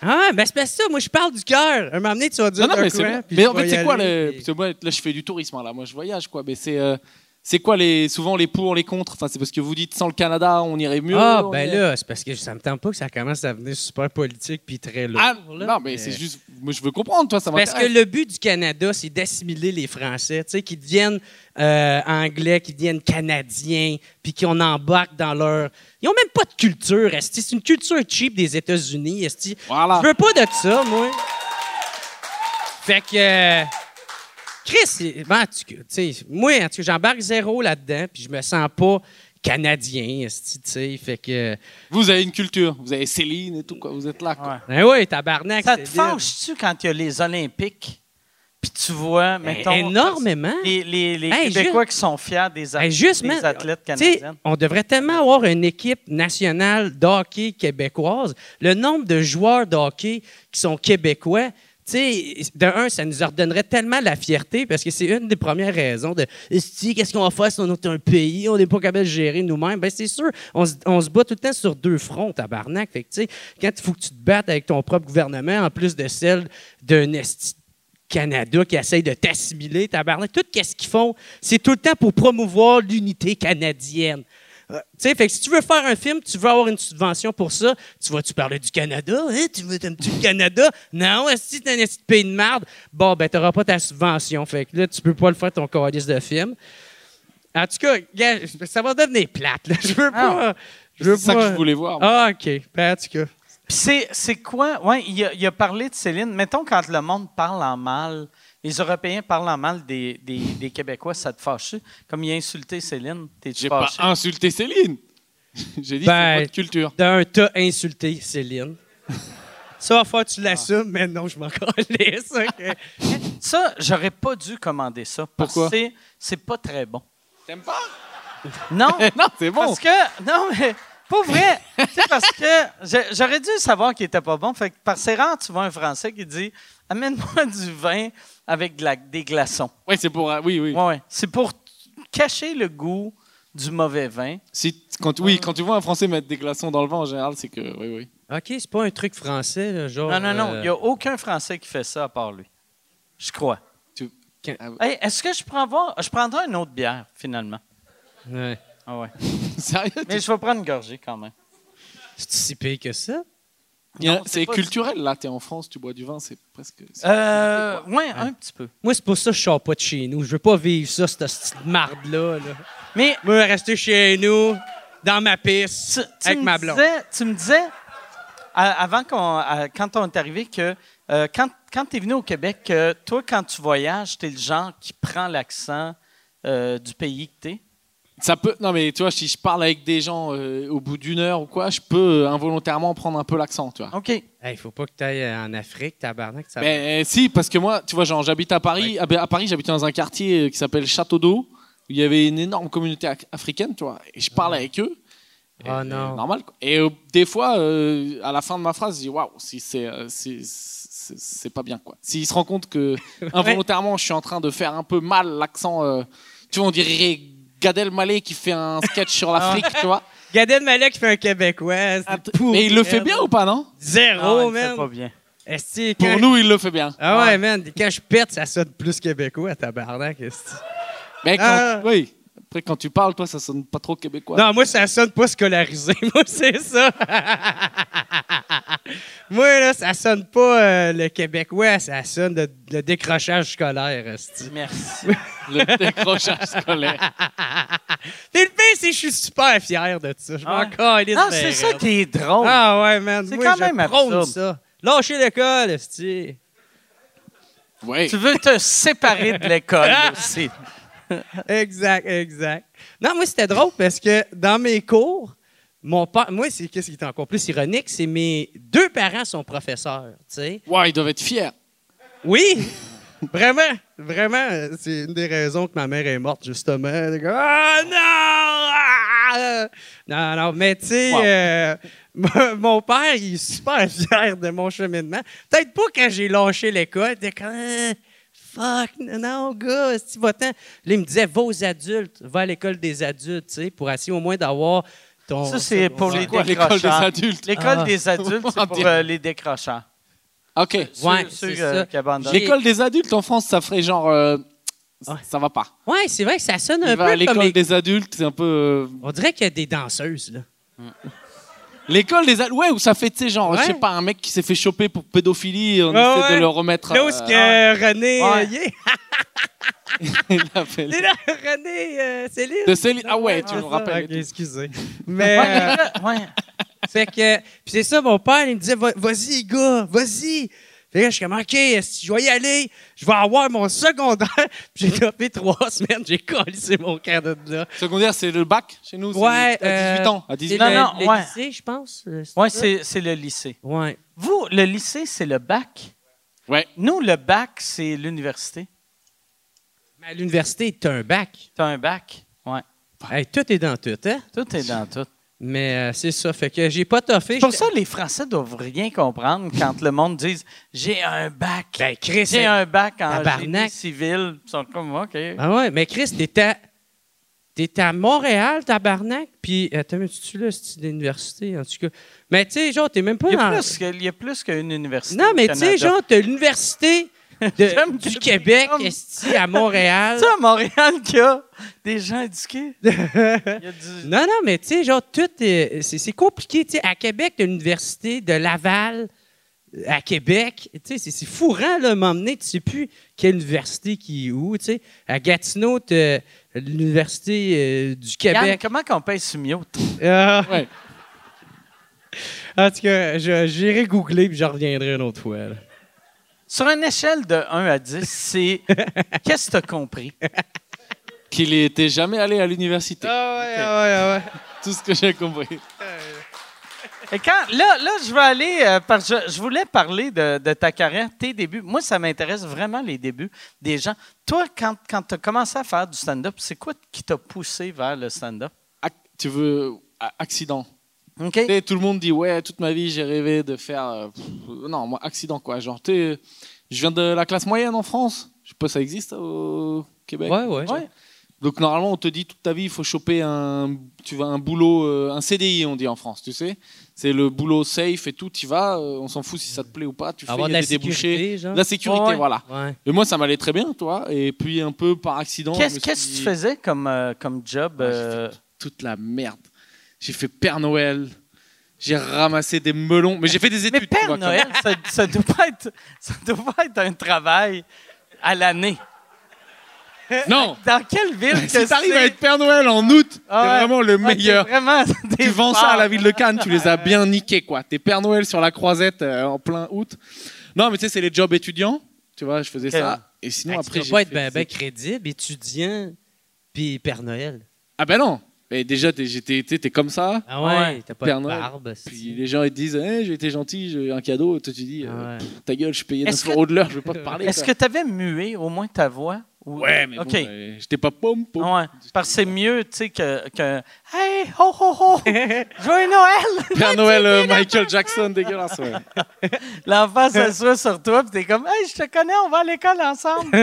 Speaker 8: Ah, ben c'est pas ça, moi je parle du cœur. Un moment donné, tu vas dire.
Speaker 6: Non, non,
Speaker 8: de
Speaker 6: mais c'est
Speaker 8: quoi,
Speaker 6: vrai.
Speaker 8: puis
Speaker 6: Mais
Speaker 8: je
Speaker 6: en
Speaker 8: vais
Speaker 6: fait,
Speaker 8: y
Speaker 6: c'est quoi
Speaker 8: aller,
Speaker 6: le.
Speaker 8: puis-
Speaker 6: Parce que moi, là, je fais du tourisme, hein, là. Moi, je voyage, quoi. Mais c'est. euh, C'est quoi les souvent les pour, les contre Enfin, c'est parce que vous dites sans le Canada, on irait mieux.
Speaker 8: Ah,
Speaker 6: on
Speaker 8: ben
Speaker 6: irait-
Speaker 8: là, c'est parce que ça me tente pas que ça commence à venir super politique puis très lourd.
Speaker 6: Ah,
Speaker 8: là,
Speaker 6: non, mais c'est juste. Moi, je veux comprendre, toi, ça
Speaker 8: Parce
Speaker 6: m'intéresse.
Speaker 8: que le but du Canada, c'est d'assimiler les Français, tu sais, qui deviennent euh, anglais, qui deviennent canadiens, puis qu'on embarque dans leur. Ils ont même pas de culture, esti. C'est une culture cheap des États-Unis, esti.
Speaker 6: Voilà.
Speaker 8: Je veux pas de ça, moi. Fait que. euh, Chris, il- ben, tu tu sais, moi, en tout cas, j'embarque zéro là-dedans, puis je me sens pas canadien, esti, tu sais. Fait que.
Speaker 6: Vous avez une culture, vous avez Céline et tout, quoi. Vous êtes là, quoi.
Speaker 3: Ouais.
Speaker 8: Ben oui, tabarnak.
Speaker 3: Ça te
Speaker 8: c'est bien.
Speaker 3: fâche-tu quand il y a les Olympiques? Puis tu vois, mettons.
Speaker 8: énormément.
Speaker 3: Les, les- les
Speaker 8: Hey,
Speaker 3: Ben, Québécois qui sont fiers des,
Speaker 8: Ben,
Speaker 3: athlètes-
Speaker 8: juste,
Speaker 3: des
Speaker 8: man,
Speaker 3: athlètes
Speaker 8: tu sais,
Speaker 3: canadiennes.
Speaker 8: On devrait tellement avoir une équipe nationale d'hockey québécoise. Le nombre de joueurs d'hockey qui sont québécois, tu sais, de un, ça nous ordonnerait tellement la fierté parce que c'est une des premières raisons de Esti, qu'est-ce qu'on va faire si on est un pays, on n'est pas capable de gérer nous-mêmes. Ben, c'est sûr, on se, on se bat tout le temps sur deux fronts, tabarnak. Fait que, tu sais, quand il faut que tu te battes avec ton propre gouvernement, en plus de celle d'un esti Canada qui essaye de t'assimiler, tabarnak. Tout ce qu'ils font, c'est tout le temps pour promouvoir l'unité canadienne. Euh, tu sais, fait que si tu veux faire un film, tu veux avoir une subvention pour ça, tu vas-tu parler du Canada? Hein? Tu veux un petit Canada? Non, si t'es un petit pays de merde, bon, ben, t'auras pas ta subvention. Fait que là, tu peux pas le faire ton coalice de film. En tout cas, gars, ça va devenir plate. là. Je veux pas. Je veux
Speaker 6: Ah. C'est ça que
Speaker 8: pas-
Speaker 6: je voulais voir.
Speaker 8: Ah, OK. Ben, en tout cas.
Speaker 3: Puis c'est, c'est quoi? Ouais, il a, il a parlé de Céline. Mettons, quand le monde parle en mal, les Européens parlent en mal des, des- des Québécois, ça te fâche. Comme il a insulté Céline, t'es-tu
Speaker 6: J'ai pas
Speaker 3: fâché?
Speaker 6: insulté Céline. J'ai dit
Speaker 8: Ben,
Speaker 6: c'est votre culture.
Speaker 8: D'un, t'as insulté
Speaker 3: Ah.
Speaker 8: Céline. Ça, va falloir que tu l'assumes, mais non, je m'en calisse. ok.
Speaker 3: Ça, j'aurais pas dû commander ça. parce
Speaker 6: Pourquoi?
Speaker 3: que c'est- C'est pas très bon.
Speaker 6: T'aimes pas?
Speaker 3: Non,
Speaker 6: non, c'est bon.
Speaker 3: parce que. Non, mais. Pour vrai, tu sais, parce que j'ai- j'aurais dû savoir qu'il était pas bon. Fait que par ses rangs, tu vois un Français qui dit Amène-moi du vin avec de la- des glaçons.
Speaker 6: Oui, c'est pour. euh, Oui, oui.
Speaker 3: Ouais, ouais. C'est pour cacher le goût du mauvais vin.
Speaker 6: Si, quand, oui, quand tu vois un Français mettre des glaçons dans le vent en général, c'est que. Oui, oui.
Speaker 8: OK, c'est pas un truc français, là, genre.
Speaker 3: Non, non, non.
Speaker 8: euh,
Speaker 3: Il n'y a aucun Français qui fait ça à part lui. Je crois.
Speaker 6: Ah, oui.
Speaker 3: Hey, Est-ce que je prends voir? Je prendrai une autre bière, finalement.
Speaker 8: ouais.
Speaker 3: Ah ouais.
Speaker 6: Sérieux?
Speaker 3: Mais je vais prendre une gorgée quand même.
Speaker 8: C'est si pire que ça?
Speaker 6: Il y a-
Speaker 3: non, c'est
Speaker 6: C'est
Speaker 3: pas-
Speaker 6: culturel, là. T'es en France, tu bois du vin, c'est presque. c'est-
Speaker 3: Euh, ouais,
Speaker 8: hein?
Speaker 3: un petit peu.
Speaker 8: Moi, c'est pour ça que je sors pas de chez nous. Je veux pas vivre ça, cette petite marde-là. Là.
Speaker 3: Mais
Speaker 8: Moi, rester chez nous, dans ma piste,
Speaker 3: tu, tu
Speaker 8: avec
Speaker 3: me
Speaker 8: ma blonde.
Speaker 3: disais, tu me disais, à- avant qu'on, à- quand on est arrivé, que euh, quand, quand tu es venu au Québec, que toi, quand tu voyages, tu es le genre qui prend l'accent euh, du pays que tu es.
Speaker 6: Ça peut. Non, mais tu vois, si je parle avec des gens euh, au bout d'une heure ou quoi, je peux euh, involontairement prendre un peu l'accent, tu vois.
Speaker 3: OK.
Speaker 8: Hey, faut pas que t'ailles euh, en Afrique, tabarnak. Ça...
Speaker 3: Ben,
Speaker 6: Mais euh, si, parce que moi, tu vois, genre, j'habite à Paris. Ah ben, À Paris, j'habitais dans un quartier euh, qui s'appelle Château d'Eau, où il y avait une énorme communauté ac- africaine, tu vois. Et je parlais avec eux. Et,
Speaker 8: Ah,
Speaker 6: euh,
Speaker 8: non.
Speaker 6: Normal. quoi. Et euh, des fois, euh, à la fin de ma phrase, je dis waouh, si c'est, euh, si- c'est c'est pas bien quoi. S'ils se rendent compte que involontairement, je suis en train de faire un peu mal l'accent. euh, tu vois, on dirait Gad Elmaleh qui fait un sketch sur l'Afrique, tu vois.
Speaker 8: Gad Elmaleh qui fait un Québécois. c'est pourri,
Speaker 6: Mais il le fait
Speaker 8: man.
Speaker 6: bien ou pas, non
Speaker 8: Zéro,
Speaker 3: Ah ouais, c'est pas
Speaker 8: Oh, man.
Speaker 3: bien.
Speaker 8: Est-ce que-
Speaker 6: Pour nous, il le fait bien.
Speaker 8: Ah ouais, man. Quand je pète, ça sonne plus Québécois, tabarnak. esti.
Speaker 6: Mais quand-
Speaker 8: Ah.
Speaker 6: oui. Après, quand tu parles, toi, ça sonne pas trop québécois.
Speaker 8: Non, moi, ça sonne pas scolarisé. Moi, c'est ça. moi, là, ça sonne pas euh, le Québécois. Ça sonne le, le décrochage scolaire, esti.
Speaker 3: Merci.
Speaker 6: Le décrochage scolaire.
Speaker 8: Puis le pire, c'est que je suis super fier de ça. Je
Speaker 3: Ah.
Speaker 8: m'en calisse
Speaker 3: Non,
Speaker 8: bien
Speaker 3: c'est ça
Speaker 8: raide.
Speaker 3: qui est drôle.
Speaker 8: Ah ouais, man.
Speaker 3: C'est
Speaker 8: moi,
Speaker 3: quand
Speaker 8: je
Speaker 3: même
Speaker 8: prône
Speaker 3: absurde.
Speaker 8: ça. Lâchez l'école, esti.
Speaker 6: Oui.
Speaker 3: Tu veux te séparer de l'école aussi.
Speaker 8: Exact, exact. Non, moi, c'était drôle parce que dans mes cours, mon père, moi, c'est qu'est-ce qui est encore plus ironique, c'est mes deux parents sont professeurs, tu sais.
Speaker 6: Ouais, ils doivent être fiers.
Speaker 8: Oui, vraiment, vraiment. euh, C'est une des raisons que ma mère est morte, justement. Elle est comme, Ah non! Ah! Non, non, mais tu sais,
Speaker 6: Wow.
Speaker 8: euh, mon- mon père, il est super fier de mon cheminement. Peut-être pas quand j'ai lâché l'école, il était comme, Ah, fuck, non, gars, si va-t'en. Là, il me disait, va aux adultes, va à l'école des adultes, tu sais, pour essayer au moins d'avoir ton.
Speaker 3: Ça, c'est pour les
Speaker 6: Quoi, l'école des
Speaker 3: décrocheurs.
Speaker 6: adultes.
Speaker 3: L'école
Speaker 8: Ah.
Speaker 3: des adultes, c'est pour euh, les décrocheurs.
Speaker 6: Ok.
Speaker 3: Ceux-
Speaker 8: Ouais,
Speaker 3: ceux
Speaker 8: c'est
Speaker 3: euh,
Speaker 8: ça.
Speaker 3: qui abandonnent.
Speaker 8: J'ai-
Speaker 6: L'école des adultes en France, ça ferait genre. euh,
Speaker 8: Ouais.
Speaker 6: Ça va pas.
Speaker 8: Ouais, c'est vrai que ça sonne un
Speaker 6: Il va à
Speaker 8: peu comme.
Speaker 6: l'école
Speaker 8: les-
Speaker 6: des adultes, c'est un peu. euh,
Speaker 8: On dirait qu'il y a des danseuses, là.
Speaker 6: L'école des adultes, ouais, où ça fait, tu sais, genre, je sais
Speaker 8: Ouais.
Speaker 6: pas, un mec qui s'est fait choper pour pédophilie, on
Speaker 8: Ah
Speaker 6: essaie de
Speaker 8: ouais.
Speaker 6: le remettre.
Speaker 8: Là
Speaker 6: euh,
Speaker 8: où ce que René.
Speaker 3: Ouais.
Speaker 8: euh, y est.
Speaker 6: il l'appelle.
Speaker 8: C'est là, René, euh, Céline.
Speaker 6: De Céline. Ah ouais, tu
Speaker 8: C'est
Speaker 6: me
Speaker 8: ça,
Speaker 6: rappelles.
Speaker 8: ok,
Speaker 6: et tout.
Speaker 8: excusez.
Speaker 3: Ouais,
Speaker 8: Mais, euh,
Speaker 3: là, ouais.
Speaker 8: fait que, puis c'est ça, mon père, il me disait, Va- vas-y, gars, vas-y. Fait que là, je suis comme, OK, si je vais y aller, je vais avoir mon secondaire. Puis j'ai tapé trois semaines, j'ai collé mon cadre de là.
Speaker 6: Secondaire, c'est le bac chez nous. c'est
Speaker 8: Ouais,
Speaker 6: À 18
Speaker 8: euh,
Speaker 6: ans. À 18
Speaker 8: C'est
Speaker 3: Non,
Speaker 6: ans.
Speaker 8: le-
Speaker 3: non,
Speaker 8: le
Speaker 3: ouais.
Speaker 8: lycée, je pense. euh,
Speaker 3: Ouais,
Speaker 8: ça?
Speaker 3: c'est c'est le lycée.
Speaker 8: Ouais.
Speaker 3: Vous, le lycée, c'est le bac.
Speaker 6: Ouais.
Speaker 3: Nous, le bac, c'est l'université.
Speaker 8: Mais à l'université, t'as un bac.
Speaker 3: Tu as un bac. Ouais.
Speaker 8: Hey, tout est dans tout, hein?
Speaker 3: Tout est dans tout.
Speaker 8: Mais euh, c'est ça, fait que j'ai pas toffé.
Speaker 3: C'est pour
Speaker 8: J'étais-
Speaker 3: ça les Français doivent rien comprendre quand le monde dit J'ai un bac.
Speaker 8: Ben, Chris,
Speaker 3: J'ai un bac en
Speaker 8: Tabarnak.
Speaker 3: génie civil. Ils sont comme OK.
Speaker 8: Ah ouais, mais Chris, t'étais à, t'étais à Montréal, tabarnak, puis attends, mais tu là, c'est l'université, en tout cas. Mais tu sais, genre, t'es même pas
Speaker 3: Il y a
Speaker 8: dans...
Speaker 3: plus que- il y a plus qu'une université.
Speaker 8: non,
Speaker 3: au
Speaker 8: mais tu sais,
Speaker 3: Canada.
Speaker 8: genre, t'as l'université de-
Speaker 3: J'aime
Speaker 8: du
Speaker 3: que-
Speaker 8: Québec,
Speaker 3: comme-
Speaker 8: esti, à Montréal.
Speaker 3: Tu sais, à Montréal, qu'il y a des gens éduqués. Il y a du-
Speaker 8: non, non, mais tu sais, genre, tout est... C'est, c'est compliqué, tu sais. À Québec, t'as l'université de Laval, euh, à Québec, tu sais, c'est, c'est fourrant, là, m'emmener, tu sais plus quelle université qui est où, tu sais. À Gatineau, t'as l'université euh, du Québec.
Speaker 3: Yann, comment qu'on paye Sumio?
Speaker 8: Ah.
Speaker 6: Ouais.
Speaker 8: En tout cas, je- j'irai googler puis je reviendrai une autre fois. là.
Speaker 3: Sur une échelle de 1 à 10, c'est qu'est-ce que tu as compris?
Speaker 6: Qu'il était jamais allé à l'université.
Speaker 8: Ah ouais, ah ouais, ah ouais.
Speaker 6: Tout ce que j'ai compris.
Speaker 3: Et quand, là, là, je vais aller. euh, par- je, je voulais parler de, de ta carrière, tes débuts. Moi, ça m'intéresse vraiment les débuts des gens. Toi, quand, quand tu as commencé à faire du stand-up, c'est quoi qui t'a poussé vers le stand-up?
Speaker 6: Ac- tu veux a- accident.
Speaker 3: OK?
Speaker 6: Tu sais, tout le monde dit ouais, toute ma vie j'ai rêvé de faire euh, pff, non, moi accident quoi, genre tu sais, je viens de la classe moyenne en France. Je sais pas ça existe euh, au Québec.
Speaker 8: Ouais, ouais.
Speaker 6: Ouais. Donc normalement, on te dit toute ta vie, il faut choper un, tu vas un boulot, euh, un CDI, on dit en France, tu sais. C'est le boulot safe et tout, tu vas, euh, on s'en fout si ça te plaît ou pas, tu fais
Speaker 8: Avoir
Speaker 6: il
Speaker 8: de
Speaker 6: y a
Speaker 8: la
Speaker 6: des débouchés.
Speaker 8: sécurité, genre.
Speaker 6: La sécurité,
Speaker 3: Ouais.
Speaker 6: voilà.
Speaker 8: Ouais.
Speaker 6: Et moi, ça m'allait très bien, toi. Et puis un peu par accident. je me
Speaker 3: Qu'est-ce
Speaker 6: suis
Speaker 3: qu'est-ce que tu
Speaker 6: dit-
Speaker 3: faisais comme, euh, comme job?
Speaker 6: Ouais, j'ai
Speaker 3: euh,
Speaker 6: fait Toute la merde. J'ai fait Père Noël. J'ai ramassé des melons, mais j'ai fait des
Speaker 3: Mais
Speaker 6: études. tu vois,
Speaker 3: Père
Speaker 6: quand
Speaker 3: Noël, ça, ça doit pas être, ça doit pas être un travail à l'année.
Speaker 6: même. Non.
Speaker 3: Dans quelle ville que
Speaker 6: Si t'arrives
Speaker 3: c'est?
Speaker 6: à être Père Noël en août,
Speaker 3: Ah
Speaker 6: t'es
Speaker 3: ouais.
Speaker 6: vraiment le
Speaker 3: Ah, t'es
Speaker 6: meilleur.
Speaker 3: vraiment
Speaker 6: tu
Speaker 3: des
Speaker 6: vends ça à
Speaker 3: phares.
Speaker 6: la ville de Cannes, tu les as bien niqués, quoi. T'es Père Noël sur la croisette euh, en plein août. Non, mais tu sais, c'est les jobs étudiants. Tu vois, je faisais
Speaker 3: Ok. Ah,
Speaker 6: ça. Et sinon,
Speaker 8: Hey,
Speaker 6: après,
Speaker 8: tu
Speaker 6: j'ai
Speaker 8: peux pas être
Speaker 6: fait
Speaker 8: ben,
Speaker 6: des
Speaker 8: ben
Speaker 6: études.
Speaker 8: crédible, étudiant, puis Père Noël.
Speaker 6: Ah ben non. Mais déjà, t'es- j'étais, t'es- t'es comme ça.
Speaker 8: Ah ouais,
Speaker 3: Ouais.
Speaker 8: t'as pas
Speaker 6: Père
Speaker 8: de
Speaker 6: Noël.
Speaker 8: barbe.
Speaker 6: Puis les gens ils te disent, Eh, j'ai été gentil, j'ai eu un cadeau. Toi, tu dis, euh,
Speaker 8: Ouais.
Speaker 6: Pff, ta gueule, je payais
Speaker 3: Ah Est-ce
Speaker 6: 9 euros de l'heure, je vais pas te parler.
Speaker 3: Est-ce que
Speaker 6: quoi.
Speaker 3: tu avais mué au moins ta voix? Ou-
Speaker 6: Ouais, mais bon,
Speaker 3: OK.
Speaker 6: euh, j'étais pas pom pom.
Speaker 3: Ouais, parce que c'est mieux, tu sais, que, que Hey, ho, ho, ho! Joyeux Noël!
Speaker 6: Père Noël, euh, Michael Jackson, dégueulasse. ouais.
Speaker 3: L'enfant s'assoit sur toi, puis t'es comme Hey, je te connais, on va à l'école ensemble.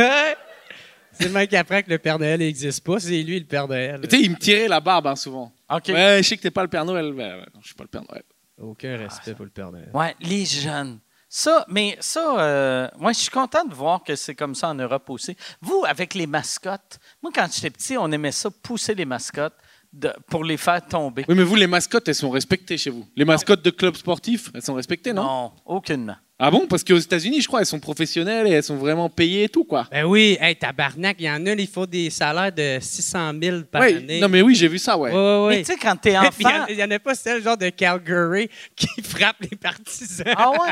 Speaker 8: C'est le mec qui apprend que le Père Noël n'existe pas, c'est lui le Père Noël.
Speaker 6: Tu sais, il me tirait la barbe hein, souvent.
Speaker 3: OK. Ouais.
Speaker 6: Ouais, je sais que t'es pas le Père Noël. Ben, ouais, non, je suis pas le Père Noël.
Speaker 8: Aucun respect pour le Père Noël.
Speaker 3: les jeunes. Ça, mais ça, euh, moi, je suis content de voir que c'est comme ça en Europe aussi. Vous, avec les mascottes, moi, quand j'étais petit, on aimait ça, pousser les mascottes de- pour les faire tomber.
Speaker 6: Oui, mais vous, les mascottes, elles sont respectées chez vous. Les mascottes de clubs sportifs, elles sont respectées, non,
Speaker 3: non, aucunement.
Speaker 6: Ah bon Parce qu'aux États-Unis, je crois, elles sont professionnelles et elles sont vraiment payées et tout, quoi.
Speaker 8: Ben oui, hey, tabarnak, il y en a, il faut des salaires de 600 000 par
Speaker 6: Ouais,
Speaker 8: année.
Speaker 6: non, mais oui, j'ai vu ça, ouais.
Speaker 8: Ouais, ouais,
Speaker 3: Mais
Speaker 8: ouais.
Speaker 3: tu sais, quand t'es
Speaker 8: Puis il y en-
Speaker 3: enfant.
Speaker 8: il n'y en, a pas celle genre de Calgary qui frappe les partisans.
Speaker 3: Ah ouais?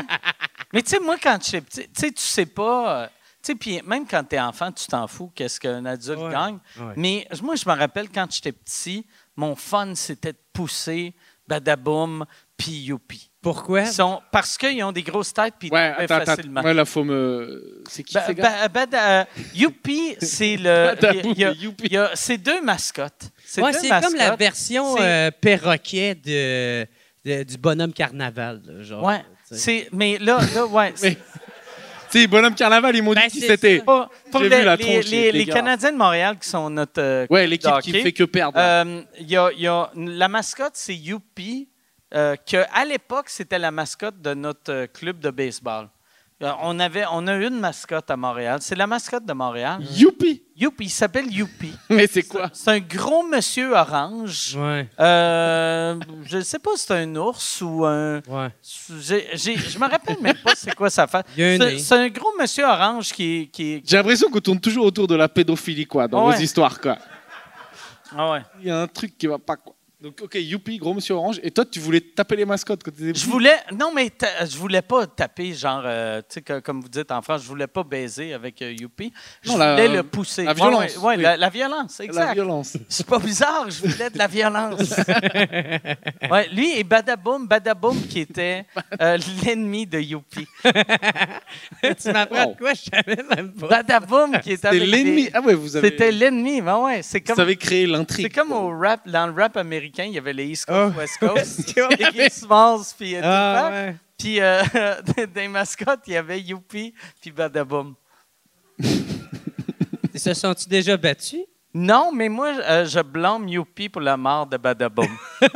Speaker 3: Mais tu sais, moi, quand j'étais petit, tu sais, tu sais pas. euh, Tu sais, puis même quand t'es enfant, tu t'en fous qu'est-ce qu'un adulte
Speaker 8: Ouais,
Speaker 3: gagne.
Speaker 8: ouais.
Speaker 3: Mais moi, je me rappelle quand j'étais petit, mon fun, c'était de pousser Badaboum puis Youpi.
Speaker 8: Pourquoi?
Speaker 3: Ils sont, parce qu'ils ont des grosses têtes puis ils
Speaker 6: Ouais,
Speaker 3: trouvaient
Speaker 6: attends, attends.
Speaker 3: facilement. Bah,
Speaker 6: Ouais, là, faut me. C'est qui
Speaker 3: Ba-
Speaker 6: ces gars
Speaker 3: ba- Bada- euh, Youpi, c'est le.
Speaker 6: Badaboum
Speaker 3: il y a-
Speaker 6: et Youpi.
Speaker 3: il y a- C'est deux mascottes. C'est
Speaker 8: Ouais,
Speaker 3: deux
Speaker 8: c'est comme la
Speaker 3: mascottes.
Speaker 8: version
Speaker 3: C'est-
Speaker 8: euh, perroquet de, de- du bonhomme carnaval. là, genre,
Speaker 3: Ouais.
Speaker 8: Oh, tu sais.
Speaker 3: c'est- Mais là, là ouais. c'est-
Speaker 6: Mais- Tu sais, bonhomme carnaval, ils m'ont
Speaker 8: Ben,
Speaker 6: dit qui
Speaker 8: c'est
Speaker 6: c'était.
Speaker 8: ça.
Speaker 3: Pour, pour
Speaker 6: J'ai
Speaker 3: les,
Speaker 6: vu la
Speaker 3: les-
Speaker 6: tronche,
Speaker 3: les-
Speaker 6: les
Speaker 3: les
Speaker 6: gars.
Speaker 3: Canadiens de Montréal qui sont notre. euh,
Speaker 6: Ouais, l'équipe qui
Speaker 3: Hockey.
Speaker 6: fait que perdre. là.
Speaker 3: euh, il y a- il y a- la mascotte, c'est Youpi, euh, que à l'époque, c'était la mascotte de notre euh, club de baseball. Euh, on, avait, on a une mascotte à Montréal. C'est la mascotte de Montréal.
Speaker 6: Youpi
Speaker 3: Youpi, il s'appelle Youpi.
Speaker 6: Mais c'est quoi
Speaker 3: C'est un gros monsieur orange.
Speaker 8: Ouais,
Speaker 3: Euh, je ne sais pas si c'est un ours ou un.
Speaker 8: ouais.
Speaker 3: j'ai- j'ai- je me rappelle même pas c'est quoi sa face.
Speaker 8: Il y a un
Speaker 3: C'est
Speaker 8: nez.
Speaker 3: c'est un gros monsieur orange qui. qui
Speaker 6: J'ai l'impression qu'on tourne toujours autour de la pédophilie, quoi, dans
Speaker 3: Ouais.
Speaker 6: vos histoires, quoi.
Speaker 3: Ah ouais.
Speaker 6: Il y a un truc qui va pas, quoi. Donc, ok, youpi, gros monsieur orange. Et toi, tu voulais taper les mascottes quand t'étais
Speaker 3: Je
Speaker 6: petit.
Speaker 3: voulais. Non, mais ta- je voulais pas taper, genre, euh, tu sais, que- comme vous dites en France, je voulais pas baiser avec euh, Youpi. Je
Speaker 6: Non, la-
Speaker 3: voulais le pousser.
Speaker 6: la
Speaker 3: Ouais,
Speaker 6: violence,
Speaker 3: ouais, ouais,
Speaker 6: oui.
Speaker 3: la, la violence,
Speaker 6: La
Speaker 3: exact.
Speaker 6: violence.
Speaker 3: C'est pas bizarre, je voulais de la violence. ouais, lui et Badaboum, Badaboum qui était euh, l'ennemi de Youpi.
Speaker 8: tu m'apprends
Speaker 6: Wow.
Speaker 8: de quoi? Je savais même pas.
Speaker 3: Badaboum qui était
Speaker 6: C'était
Speaker 3: avec des-
Speaker 6: l'ennemi. Ah ouais, vous avez.
Speaker 3: C'était l'ennemi, ben ouais. C'est
Speaker 6: Vous
Speaker 3: comme,
Speaker 6: avez créé
Speaker 3: c'est
Speaker 6: l'intrigue.
Speaker 3: comme
Speaker 6: quoi.
Speaker 3: au rap, dans le rap américain, il y avait les East Coast,
Speaker 8: Oh.
Speaker 3: West Coast, les Keith Smalls, puis euh,
Speaker 8: Ah,
Speaker 3: Tupac.
Speaker 8: ouais.
Speaker 3: Puis euh, des mascottes, il y avait Youpi puis Badaboum.
Speaker 8: Ils se sont-ils déjà battus?
Speaker 3: Non, mais moi, euh, je blâme Youpi pour la mort de Badaboum.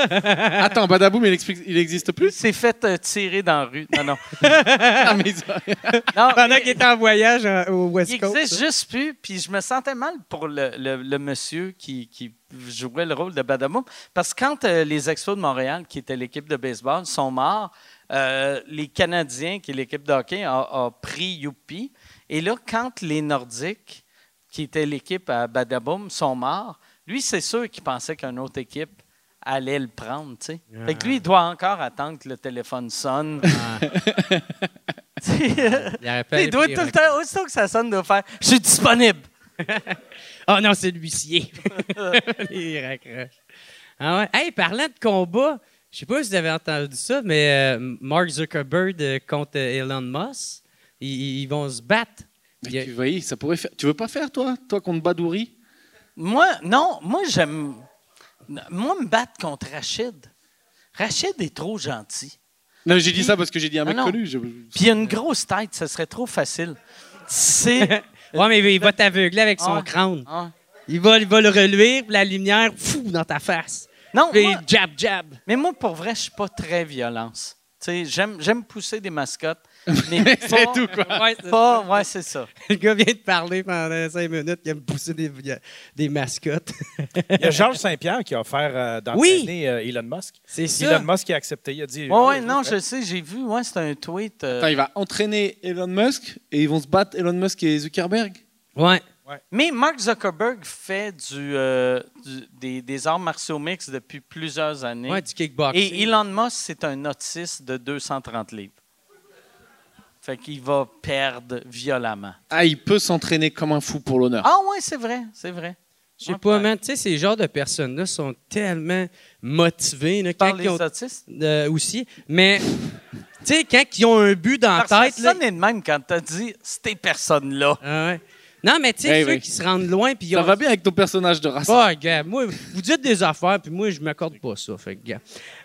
Speaker 6: Attends, Badaboum, il, explique- il existe
Speaker 3: il
Speaker 6: plus
Speaker 3: s'est fait euh, tirer dans la rue. Non, non.
Speaker 6: Ah, mais il-
Speaker 3: Non,
Speaker 8: Pendant
Speaker 3: mais
Speaker 8: qu'il était en voyage euh, au West
Speaker 3: il
Speaker 8: Coast.
Speaker 3: existe juste plus, puis je me sentais mal pour le, le- le monsieur qui, qui jouait le rôle de Badaboum. Parce que quand euh, les Expos de Montréal, qui était l'équipe de baseball, sont morts, euh, les Canadiens, qui est l'équipe de hockey, a, a pris Youpi. Et là, quand les Nordiques, qui était l'équipe à Badaboum, sont morts, lui, c'est sûr qu'il pensait qu'une autre équipe allait le prendre. tu sais. Fait que lui, il
Speaker 8: Ah.
Speaker 3: doit encore attendre que le téléphone sonne. Tu sais,
Speaker 8: hein. Ah, Il aurait
Speaker 3: il doit tout le temps, aussitôt que ça sonne, de faire Je suis disponible.
Speaker 8: Oh non, c'est l'huissier. Il raccroche. Ah ouais. Hey, parlant de combat, Je sais pas si vous avez entendu ça, mais euh, Mark Zuckerberg euh, contre Elon Musk, ils, ils vont se battre.
Speaker 6: Mais
Speaker 8: Il y a-
Speaker 6: tu, voyais, ça pourrait faire... tu veux pas faire, toi Toi contre Badouri
Speaker 3: Moi, non, moi, j'aime. Moi, me battre contre Rachid. Rachid est trop gentil.
Speaker 6: Non, j'ai dit ça parce que j'ai dit un
Speaker 3: Ah
Speaker 6: mec
Speaker 3: non.
Speaker 6: connu. je-
Speaker 3: Puis il a une grosse tête, ce serait trop facile. C'est.
Speaker 8: ouais, mais il va t'aveugler avec son
Speaker 3: Ah.
Speaker 8: crâne.
Speaker 3: Ah.
Speaker 8: Il va, il va le reluire, puis la lumière, fou, dans ta face.
Speaker 3: Non,
Speaker 8: Puis
Speaker 3: moi-
Speaker 8: jab, jab.
Speaker 3: mais moi, pour vrai, je suis pas très violence. Tu sais, J'aime j'aime pousser des mascottes. Mais
Speaker 6: C'est
Speaker 3: pas-
Speaker 6: tout, quoi.
Speaker 8: Ouais, c'est-
Speaker 3: Pas, ouais, c'est ça.
Speaker 8: le gars vient de parler pendant cinq minutes, il a me poussé des, des mascottes.
Speaker 4: Il y a Georges Saint-Pierre qui a offert euh,
Speaker 8: Oui.
Speaker 4: d'entraîner euh, Elon Musk.
Speaker 8: C'est ça.
Speaker 4: Elon Musk qui a accepté. Il a dit. oh,
Speaker 3: Ouais, ouais,
Speaker 4: oui,
Speaker 3: non,
Speaker 4: oui.
Speaker 3: je sais, j'ai vu, ouais, c'est un tweet. euh,
Speaker 6: Attends, il va entraîner Elon Musk et ils vont se battre Elon Musk et Zuckerberg
Speaker 8: Ouais.
Speaker 3: Mais Mark Zuckerberg fait du, euh, du- des, des arts martiaux mixtes depuis plusieurs années.
Speaker 8: Ouais, du kickboxing.
Speaker 3: Et Elon Musk, c'est un autiste de 230 livres. Fait qu'il va perdre violemment.
Speaker 6: Ah, il peut s'entraîner comme un fou pour l'honneur.
Speaker 3: Ah ouais, c'est vrai, c'est vrai.
Speaker 8: Je sais pas, man. Tu sais, ces genres de personnes-là sont tellement motivées. Là,
Speaker 3: Par
Speaker 8: quand
Speaker 3: les
Speaker 8: ils ont,
Speaker 3: autistes.
Speaker 8: euh, aussi. Mais, tu sais, quand ils ont un but dans la
Speaker 3: Parce
Speaker 8: tête.
Speaker 3: que
Speaker 8: Là,
Speaker 3: ça sonnait de même quand t'as dit « ces personnes-là
Speaker 8: Ah ouais. Non, mais tu sais,
Speaker 6: Eh
Speaker 8: ceux
Speaker 6: oui.
Speaker 8: qui se rendent loin, puis ils
Speaker 6: Ça
Speaker 8: ont.
Speaker 6: va bien avec ton personnage de
Speaker 3: Oh,
Speaker 6: race.
Speaker 8: Bah, gars, moi, vous dites des affaires, puis moi, je m'accorde pas ça. Fait que, gars.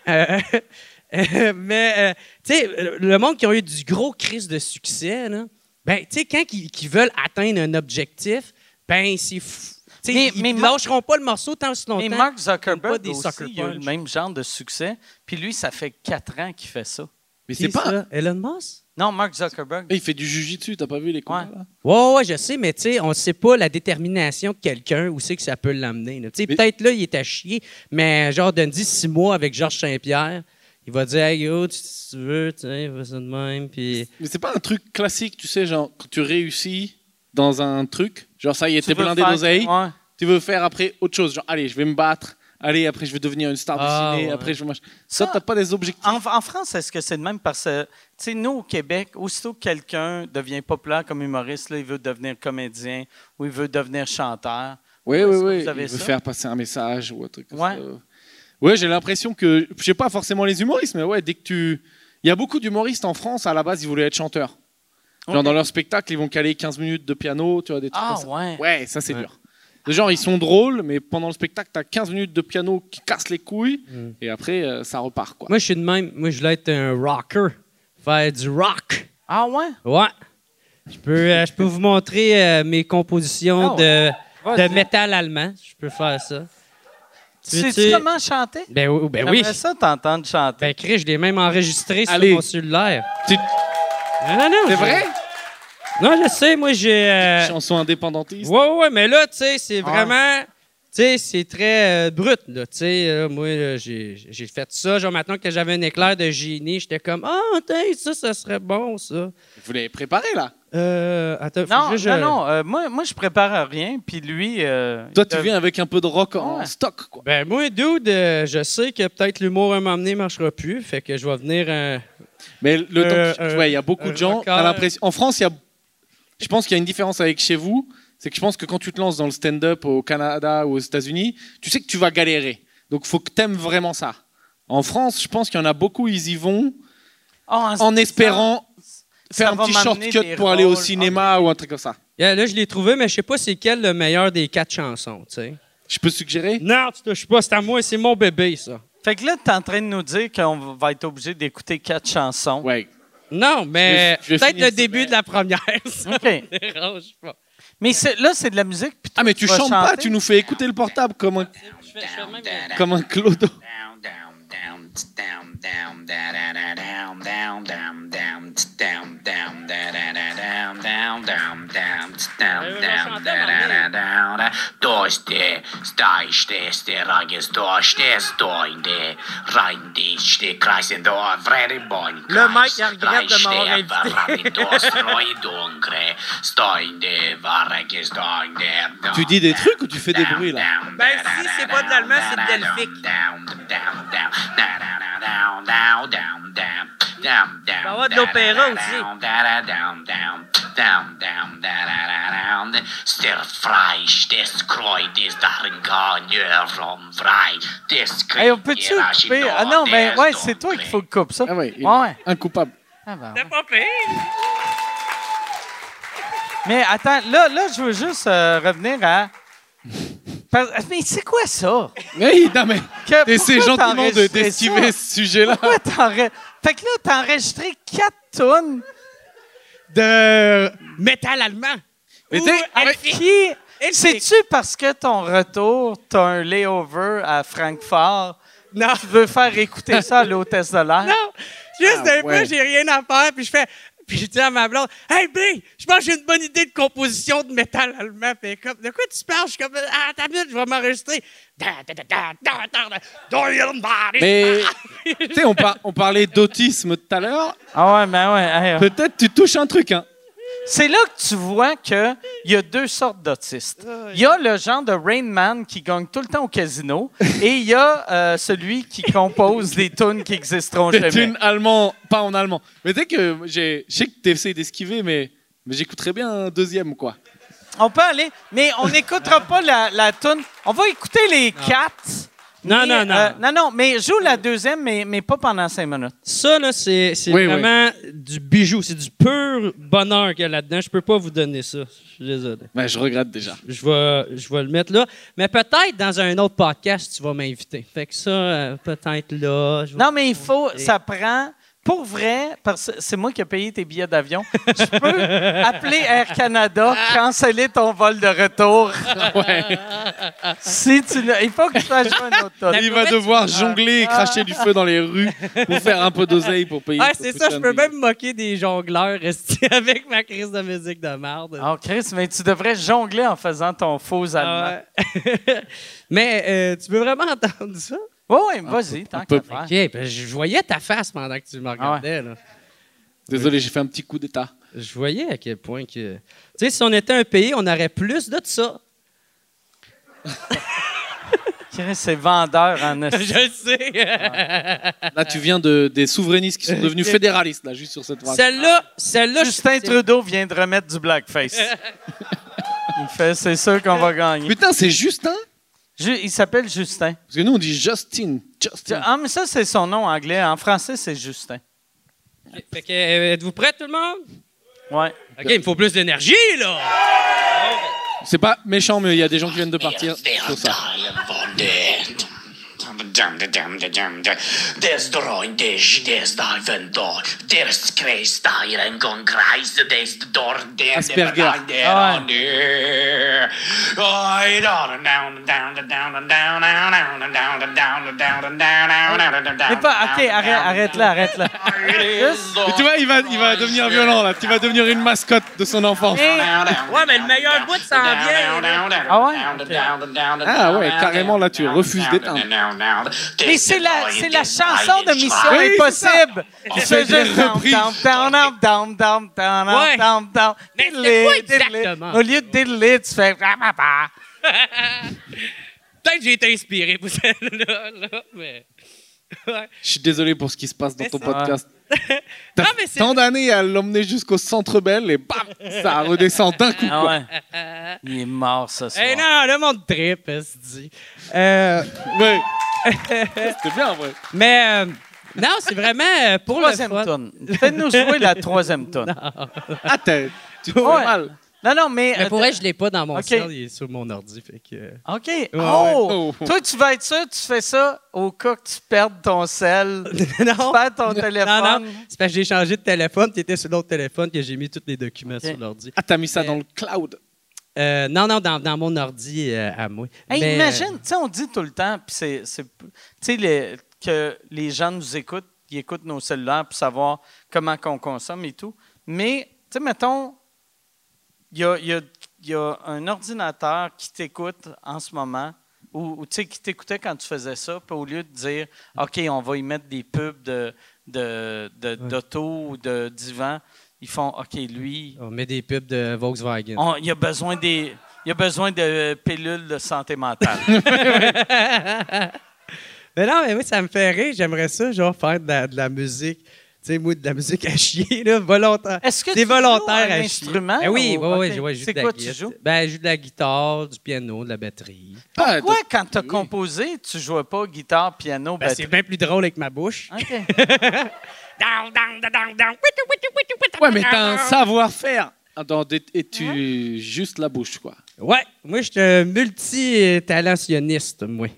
Speaker 8: Euh, euh, mais, euh, tu sais, le monde qui a eu du gros crise de succès, là, ben, tu sais, quand ils, qu'ils veulent atteindre un objectif, ben, c'est fou. Tu sais,
Speaker 3: Mais-
Speaker 8: ils
Speaker 3: mais
Speaker 8: ne
Speaker 3: Mar-
Speaker 8: lâcheront pas le morceau tant si ». longtemps.
Speaker 3: Mais Mark
Speaker 8: pas
Speaker 3: Zuckerberg
Speaker 8: des
Speaker 3: aussi,
Speaker 8: sucker
Speaker 3: il a eu le
Speaker 8: punch.
Speaker 3: même genre de succès. Puis lui, ça fait quatre ans qu'il fait ça.
Speaker 6: Mais
Speaker 8: Qui
Speaker 6: c'est pas.
Speaker 8: ça? Elon Musk?
Speaker 3: Non, Mark Zuckerberg,
Speaker 6: Il fait du jujitsu, t'as pas vu les combats
Speaker 3: Ouais.
Speaker 6: là
Speaker 8: Ouais, ouais, ouais, je sais, mais tu sais, on ne sait pas la détermination de quelqu'un, où c'est que ça peut l'amener. là. Tu sais,
Speaker 6: Mais-
Speaker 8: peut-être là, il est à chier, mais genre, dans 10 six mois avec Georges Saint-Pierre, il va dire, hey, yo, tu- tu veux, tu sais, fais ça de même, puis.
Speaker 6: Mais c'est pas un truc classique, tu sais, genre, quand tu réussis dans un truc, genre ça y est,
Speaker 3: Tu
Speaker 6: t'es
Speaker 3: veux
Speaker 6: blindé
Speaker 3: faire-
Speaker 6: d'oseille,
Speaker 3: Ouais.
Speaker 6: tu veux faire après autre chose, genre, allez, je vais me battre, allez, après je vais devenir une star du
Speaker 8: Ah,
Speaker 6: ciné,
Speaker 8: ouais.
Speaker 6: après je vais. mach- Ça,
Speaker 3: Ça-
Speaker 6: t'as pas des objectifs.
Speaker 3: En, en France, est-ce que c'est le même? Parce que, tu sais, nous, au Québec, aussitôt que quelqu'un devient populaire comme humoriste, là, il veut devenir comédien ou il veut devenir chanteur.
Speaker 6: Oui,
Speaker 3: Est-ce
Speaker 6: oui,
Speaker 3: que
Speaker 6: oui.
Speaker 3: vous
Speaker 6: Il
Speaker 3: avez
Speaker 6: veut
Speaker 3: ça?
Speaker 6: faire passer un message ou un truc comme
Speaker 3: Ouais.
Speaker 6: ça. Ouais, j'ai l'impression que. Je sais pas forcément les humoristes, mais ouais, dès que tu. Il y a beaucoup d'humoristes en France, à la base, ils voulaient être chanteurs. Genre,
Speaker 3: Ok.
Speaker 6: dans leur spectacle, ils vont caler 15 minutes de piano, tu vois, des trucs
Speaker 3: Ah,
Speaker 6: comme ça.
Speaker 3: ouais.
Speaker 6: Ouais, ça c'est
Speaker 8: Ouais.
Speaker 6: dur. Les gens, ils sont drôles, mais pendant le spectacle, t'as 15 minutes de piano qui casse les couilles,
Speaker 8: Mm.
Speaker 6: et après, euh, ça repart, quoi.
Speaker 8: Moi, je suis de même. Moi, je voulais être un rocker. Faire du rock.
Speaker 3: Ah, ouais?
Speaker 8: Ouais. Je peux, euh, je peux vous montrer euh, mes compositions
Speaker 3: Ah
Speaker 8: de,
Speaker 3: Vas-y.
Speaker 8: de métal allemand. Je peux faire ça.
Speaker 3: Tu
Speaker 8: veux-
Speaker 3: sais-tu comment chanter?
Speaker 8: Ben, oui, ben oui.
Speaker 3: J'aimerais ça t'entendre chanter.
Speaker 8: Ben, Chris, je l'ai même enregistré sur
Speaker 6: Allez.
Speaker 8: mon cellulaire.
Speaker 6: Tu-
Speaker 8: Non, non, non.
Speaker 6: C'est
Speaker 8: je-
Speaker 6: vrai
Speaker 8: Non, je sais, moi, j'ai. euh,
Speaker 6: Chanson indépendantiste.
Speaker 8: Ouais, ouais, mais là, tu sais, c'est vraiment. Tu sais, c'est très euh, brut, là. Tu sais, là, moi, là, j'ai j'ai fait ça. Genre, maintenant que j'avais un éclair de génie, j'étais comme, ah, t'sais, ça, ça serait bon, ça.
Speaker 6: Vous l'avez préparé, là
Speaker 8: Euh, attends, faut
Speaker 3: Non,
Speaker 8: que je-
Speaker 3: non, non. euh, moi, moi, je prépare à rien, puis lui... euh,
Speaker 6: Toi,
Speaker 3: il
Speaker 6: tu
Speaker 3: dev-
Speaker 6: viens avec un peu de rock en
Speaker 3: Ouais.
Speaker 6: stock, quoi.
Speaker 8: Ben, moi, dude, euh, je sais que peut-être l'humour à m'emmener marchera plus, fait que je vais venir. euh,
Speaker 6: Mais le temps
Speaker 8: Euh,
Speaker 6: que- ouais, il y a beaucoup
Speaker 8: euh,
Speaker 6: de gens.
Speaker 8: record.
Speaker 3: ah,
Speaker 6: t'as l'impression- En France, il y a. Je pense qu'il y a une différence avec chez vous, c'est que je pense que quand tu te lances dans le stand-up au Canada ou aux États-Unis, tu sais que tu vas galérer. Donc, faut que t'aimes vraiment ça. En France, je pense qu'il y en a beaucoup, ils y vont
Speaker 3: Ah,
Speaker 6: en espérant
Speaker 3: ça
Speaker 6: faire un
Speaker 3: va
Speaker 6: petit
Speaker 3: m'amener
Speaker 6: shortcut
Speaker 3: des
Speaker 6: pour aller au
Speaker 3: rôles. hein.
Speaker 6: cinéma ou un truc comme ça.
Speaker 8: yeah, là, je l'ai trouvé, mais je sais pas c'est quel le meilleur des quatre chansons, tu sais.
Speaker 6: Je peux suggérer
Speaker 8: Non, tu touches pas, c'est à moi, c'est mon bébé, ça.
Speaker 3: Fait que là, t'es en train de nous dire qu'on va être obligé d'écouter quatre chansons.
Speaker 6: Ouais.
Speaker 8: Non, mais
Speaker 6: Je vais- je vais
Speaker 8: peut-être
Speaker 6: finir
Speaker 8: le
Speaker 6: ça.
Speaker 8: début de la première,
Speaker 3: OK.
Speaker 8: ça me dérange pas.
Speaker 3: Mais c'est- là, c'est de la musique, puis
Speaker 6: Ah, mais tu
Speaker 3: vas
Speaker 6: chantes pas,
Speaker 3: chanter?
Speaker 6: tu nous fais écouter le portable comme un, comme un clodo.
Speaker 9: down, down, down, tss, down, down, da, da, da, down, down, down, down, tss, down, down, da, da, da, down, down, down, down, tss, down, down, da, da, da, down, da. Durch die, stei, stehst, der Rages, durch, stehst, durch die, rein, die, steh, kreis, in der, vrede, boin,
Speaker 8: Le mec,
Speaker 9: kreis,
Speaker 8: il regrette de
Speaker 9: rein,
Speaker 8: m'avoir
Speaker 9: steh,
Speaker 8: invité.
Speaker 9: verrabi, durch, roi, dungre, stei, die, varrages, durch, der,
Speaker 6: Tu dis des trucs ou tu fais des bruits, là
Speaker 9: ben si c'est pas de l'allemand, c'est de l'elfique. Il va y avoir de l'opéra aussi. down, down, da, da, da, down. Stir fry, destroy, des Daringanier from fry. Des
Speaker 3: Hey, on peut-tu le couper? Ah non, mais ouais, c'est toi qu'il faut que coupe ça.
Speaker 6: Ah oui, il-
Speaker 3: Ouais, ouais.
Speaker 6: un coupable.
Speaker 3: Ah ben, ouais. Mais attends, là, là, je veux juste euh, revenir à. Par- Mais c'est quoi ça?
Speaker 6: Oui, non, mais
Speaker 3: Que-
Speaker 6: c'est
Speaker 3: pourquoi
Speaker 6: gentiment de-
Speaker 3: t'enregistrais
Speaker 6: d'esquiver
Speaker 3: ça?
Speaker 6: ce sujet-là.
Speaker 3: Pourquoi t'enre- Fait que là, t'as enregistré quatre tonnes
Speaker 10: De métal allemand.
Speaker 6: Mais
Speaker 10: Ou
Speaker 6: t'es- arrête.
Speaker 3: qui. C'est-tu parce que ton retour, t'as un layover à Francfort?
Speaker 10: Non.
Speaker 3: Tu veux faire écouter ça à l'hôtesse de l'air?
Speaker 10: Non! Juste
Speaker 6: Ah,
Speaker 10: un
Speaker 6: ouais.
Speaker 10: peu, j'ai rien à faire, puis je fais. Puis je dis à ma blonde, Hey, B, je pense que j'ai une bonne idée de composition de métal allemand. Puis elle est comme, de quoi tu parles? Je suis comme, ah, ta minute, je vais m'enregistrer. Da, da, da, da, da, da, da. Do your body.
Speaker 6: Mais
Speaker 10: Ah!
Speaker 6: tu sais, on, par- on parlait d'autisme tout à l'heure.
Speaker 3: Ah ouais, ben ouais. hey, euh,
Speaker 6: Peut-être tu touches un truc, hein.
Speaker 3: C'est là que tu vois qu'il y a deux sortes d'autistes. Il y a le genre de Rain Man qui gagne tout le temps au casino et il y a euh, celui qui compose des tunes qui existeront
Speaker 6: C'est
Speaker 3: jamais.
Speaker 6: une allemand, pas en allemand. Mais dès que j'ai, je sais que t'essayes d'esquiver, mais, mais j'écouterais bien un deuxième, quoi.
Speaker 3: On peut aller, mais on n'écoutera pas la, la tune. On va écouter les quatre.
Speaker 8: Non,
Speaker 3: mais,
Speaker 8: non, non.
Speaker 3: euh, non, non, mais joue la deuxième, mais, mais pas pendant cinq minutes.
Speaker 8: Ça, là, c'est c'est
Speaker 6: Oui, oui.
Speaker 8: vraiment du bijou. C'est du pur bonheur qu'il y a là-dedans. Je peux pas vous donner ça. Je suis désolé.
Speaker 6: Mais je regrette déjà.
Speaker 8: Je vais, je vais le mettre là. Mais peut-être dans un autre podcast, tu vas m'inviter. Fait que ça, euh, peut-être là. je vais-
Speaker 3: Non, mais il faut, ça prend. Pour vrai, parce que c'est moi qui ai payé tes billets d'avion, je peux appeler Air Canada, canceller ton vol de retour.
Speaker 6: Ouais.
Speaker 3: Si tu ne- il faut que tu fasses jouer un autre tonne.
Speaker 6: Il va devoir jongler et cracher du feu dans les rues pour faire un peu d'oseille pour payer.
Speaker 8: Ah,
Speaker 6: ce
Speaker 8: c'est ça, je
Speaker 6: putain
Speaker 8: peux
Speaker 6: de-
Speaker 8: même me moquer des jongleurs restés avec ma crise de musique de merde.
Speaker 3: Oh, Chris, mais tu devrais jongler en faisant ton faux allemand.
Speaker 8: Ah ouais. mais euh, tu veux vraiment entendre ça?
Speaker 3: Oui, oui, vas-y, tant
Speaker 6: peu.
Speaker 3: qu'à faire.
Speaker 8: OK, parce que je voyais ta face pendant que tu
Speaker 3: Ah,
Speaker 8: me regardais. là.
Speaker 6: Désolé, j'ai fait un petit coup d'état.
Speaker 8: Je voyais à quel point que... Tu sais, si on était un pays, on aurait plus de ça.
Speaker 3: Chris, c'est vendeur en esti.
Speaker 8: je le
Speaker 3: Ah,
Speaker 8: sais.
Speaker 6: Là, tu viens de, des souverainistes qui sont devenus fédéralistes, là, juste sur cette phrase.
Speaker 8: celle-là, celle-là... je-
Speaker 3: Justin Trudeau vient de remettre du blackface. Il fait, c'est sûr qu'on va gagner.
Speaker 6: Putain, c'est hein. Justin
Speaker 3: Ju- il s'appelle Justin.
Speaker 6: Parce que nous, on dit Justin. Justin.
Speaker 3: Ah, mais ça, c'est son nom anglais. En français, c'est Justin.
Speaker 8: Fait que, euh, êtes-vous prêts, tout le monde?
Speaker 3: Ouais.
Speaker 8: OK, il me faut plus d'énergie, là!
Speaker 6: C'est pas méchant, mais il y a des gens qui viennent de partir sur ça.
Speaker 9: Destroy dich, des Diven Dog, der Skreis Dyren Gong Kreis, des Dor, der
Speaker 6: Asperger.
Speaker 9: Ah ouais.
Speaker 3: Mais pas, OK, arrête, arrête là, arrête là.
Speaker 6: Mais tu vois, il va, il va devenir violent, là. Tu vas devenir une mascotte de son enfance.
Speaker 9: Ouais, mais le meilleur bout, ça en vient.
Speaker 3: Ah ouais?
Speaker 6: Ah ouais, carrément, là, tu refuses d'éteindre.
Speaker 3: Mais c'est la, c'est la chanson de Mission
Speaker 6: Oui, c'est ça.
Speaker 3: Impossible.
Speaker 6: Il fait des reprises.
Speaker 8: Ouais. Mais c'est quoi exactement?
Speaker 3: Au lieu de diddly, tu fais...
Speaker 8: Peut-être que j'ai été inspiré pour celle-là, là, mais... Ouais.
Speaker 6: Je suis désolé pour ce qui se passe dans
Speaker 8: Mais
Speaker 6: ton
Speaker 8: c'est-
Speaker 6: podcast.
Speaker 8: Non,
Speaker 6: T'as
Speaker 8: mais c'est...
Speaker 6: tant d'années à l'emmener jusqu'au centre belle et bam, ça redescend d'un coup.
Speaker 3: Ah
Speaker 6: quoi.
Speaker 3: ouais. Il est mort ce soir.
Speaker 8: Eh non, le monde trip, se dit.
Speaker 6: Ouais. C'était bien, ouais.
Speaker 8: Mais... euh, non, c'est vraiment euh, pour le
Speaker 3: Troisième
Speaker 8: fun.
Speaker 3: tonne. Fais-nous jouer la troisième tonne.
Speaker 6: Ah, t'as- tu te fais
Speaker 3: Ouais.
Speaker 6: mal.
Speaker 3: Non, non, mais...
Speaker 8: Mais pour vrai, je l'ai pas dans mon
Speaker 3: Ok.
Speaker 8: ciel, il est sur mon ordi, fait que... euh,
Speaker 3: OK.
Speaker 6: ouais.
Speaker 3: oh!
Speaker 6: Oh.
Speaker 3: Toi, tu vas être sûr, que tu fais ça au cas que tu perdes ton sel.
Speaker 8: non.
Speaker 3: perds ton
Speaker 8: Non,
Speaker 3: téléphone.
Speaker 8: non. C'est parce que j'ai changé de téléphone, t'étais sur l'autre téléphone que j'ai mis tous les documents
Speaker 3: Ok.
Speaker 8: sur l'ordi.
Speaker 6: Ah, t'as mis ça dans le cloud.
Speaker 8: Euh, non, non, dans, dans mon ordi euh, à moi.
Speaker 3: Hey,
Speaker 8: Mais, euh,
Speaker 3: imagine, tu sais, on dit tout le temps, puis c'est, c'est- tu sais, les- que les gens nous écoutent, ils écoutent nos cellulaires pour savoir comment qu'on consomme et tout. Mais, tu sais, mettons, il y a, il y a- il y a un ordinateur qui t'écoute en ce moment, ou, ou, tu sais, qui t'écoutait quand tu faisais ça, puis au lieu de dire, OK, on va y mettre des pubs de, de, de- d'auto ou de divan, ils font, OK, lui,
Speaker 8: euh, On met des pubs de Volkswagen.
Speaker 3: on- il a besoin des... Il a besoin de euh, pilules de santé mentale.
Speaker 8: mais non, mais oui, ça me fait rire. J'aimerais ça, genre, faire de la, de la musique sais, moi, de la musique à chier, là, volontaire.
Speaker 3: Est-ce que
Speaker 8: Des
Speaker 3: tu joues
Speaker 8: volontaires
Speaker 3: un
Speaker 8: à chier.
Speaker 3: instrument?
Speaker 8: Ben oui,
Speaker 3: ou-
Speaker 8: oui, oui,
Speaker 3: ok.
Speaker 8: je- ouais, je joue
Speaker 3: C'est
Speaker 8: de la
Speaker 3: quoi tu
Speaker 8: guitare.
Speaker 3: joues?
Speaker 8: Ben, je joue de la guitare, du piano, de la batterie.
Speaker 3: Pourquoi, quand tu as composé, tu ne jouais pas guitare, piano,
Speaker 8: Ben,
Speaker 3: batterie?
Speaker 8: c'est bien plus drôle avec ma bouche.
Speaker 3: Ok.
Speaker 6: Ouais, mais t'as un savoir-faire. Ah, dans des- Et tu juste la bouche, quoi.
Speaker 8: Ouais, moi, je suis un multi-talentionniste, moi.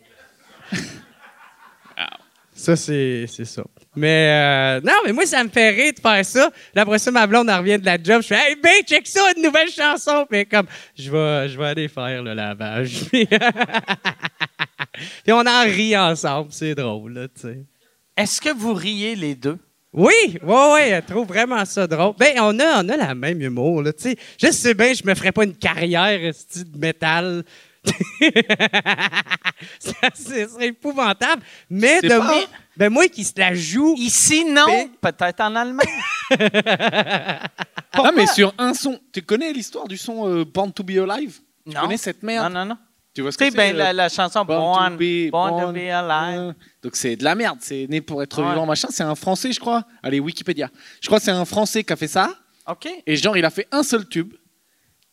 Speaker 8: Ah. ça, c'est c'est ça. Mais euh, non, mais moi, ça me fait rire de faire ça. Là, après ça, ma blonde, elle revient de la job. Je fais « Hey, ben, check ça, une nouvelle chanson! » Puis elle est comme « Je vais je vais aller faire le lavage. » Puis on en rit ensemble. C'est drôle, là, tu sais.
Speaker 3: Est-ce que vous riez les deux?
Speaker 8: Oui, oui, oui, elle trouve vraiment ça drôle. Ben, on a, on a la même humour, là, tu sais. Je sais bien, je me ferais pas une carrière esti, de métal. ça, ce serait épouvantable. Mais de
Speaker 6: pas-
Speaker 8: moi, ben, moi qui se la joue,
Speaker 3: Ici, non. Peut-être en Allemagne.
Speaker 6: Ah, mais sur un son. Tu connais l'histoire du son euh, Born to be Alive Tu
Speaker 3: Non.
Speaker 6: connais cette
Speaker 3: Non,
Speaker 6: merde
Speaker 3: non, non.
Speaker 6: Tu vois ce
Speaker 3: Tu
Speaker 6: que
Speaker 3: sais,
Speaker 6: c'est
Speaker 3: ben,
Speaker 6: euh,
Speaker 3: la, la chanson Born, Born, to be Alive.
Speaker 6: Euh, Donc c'est de la merde, c'est né pour être
Speaker 3: Ouais.
Speaker 6: vivant, machin. C'est un Français, je crois. Allez, Wikipédia. Je crois que c'est un Français qui a fait ça.
Speaker 3: OK.
Speaker 6: Et genre, il a fait un seul tube.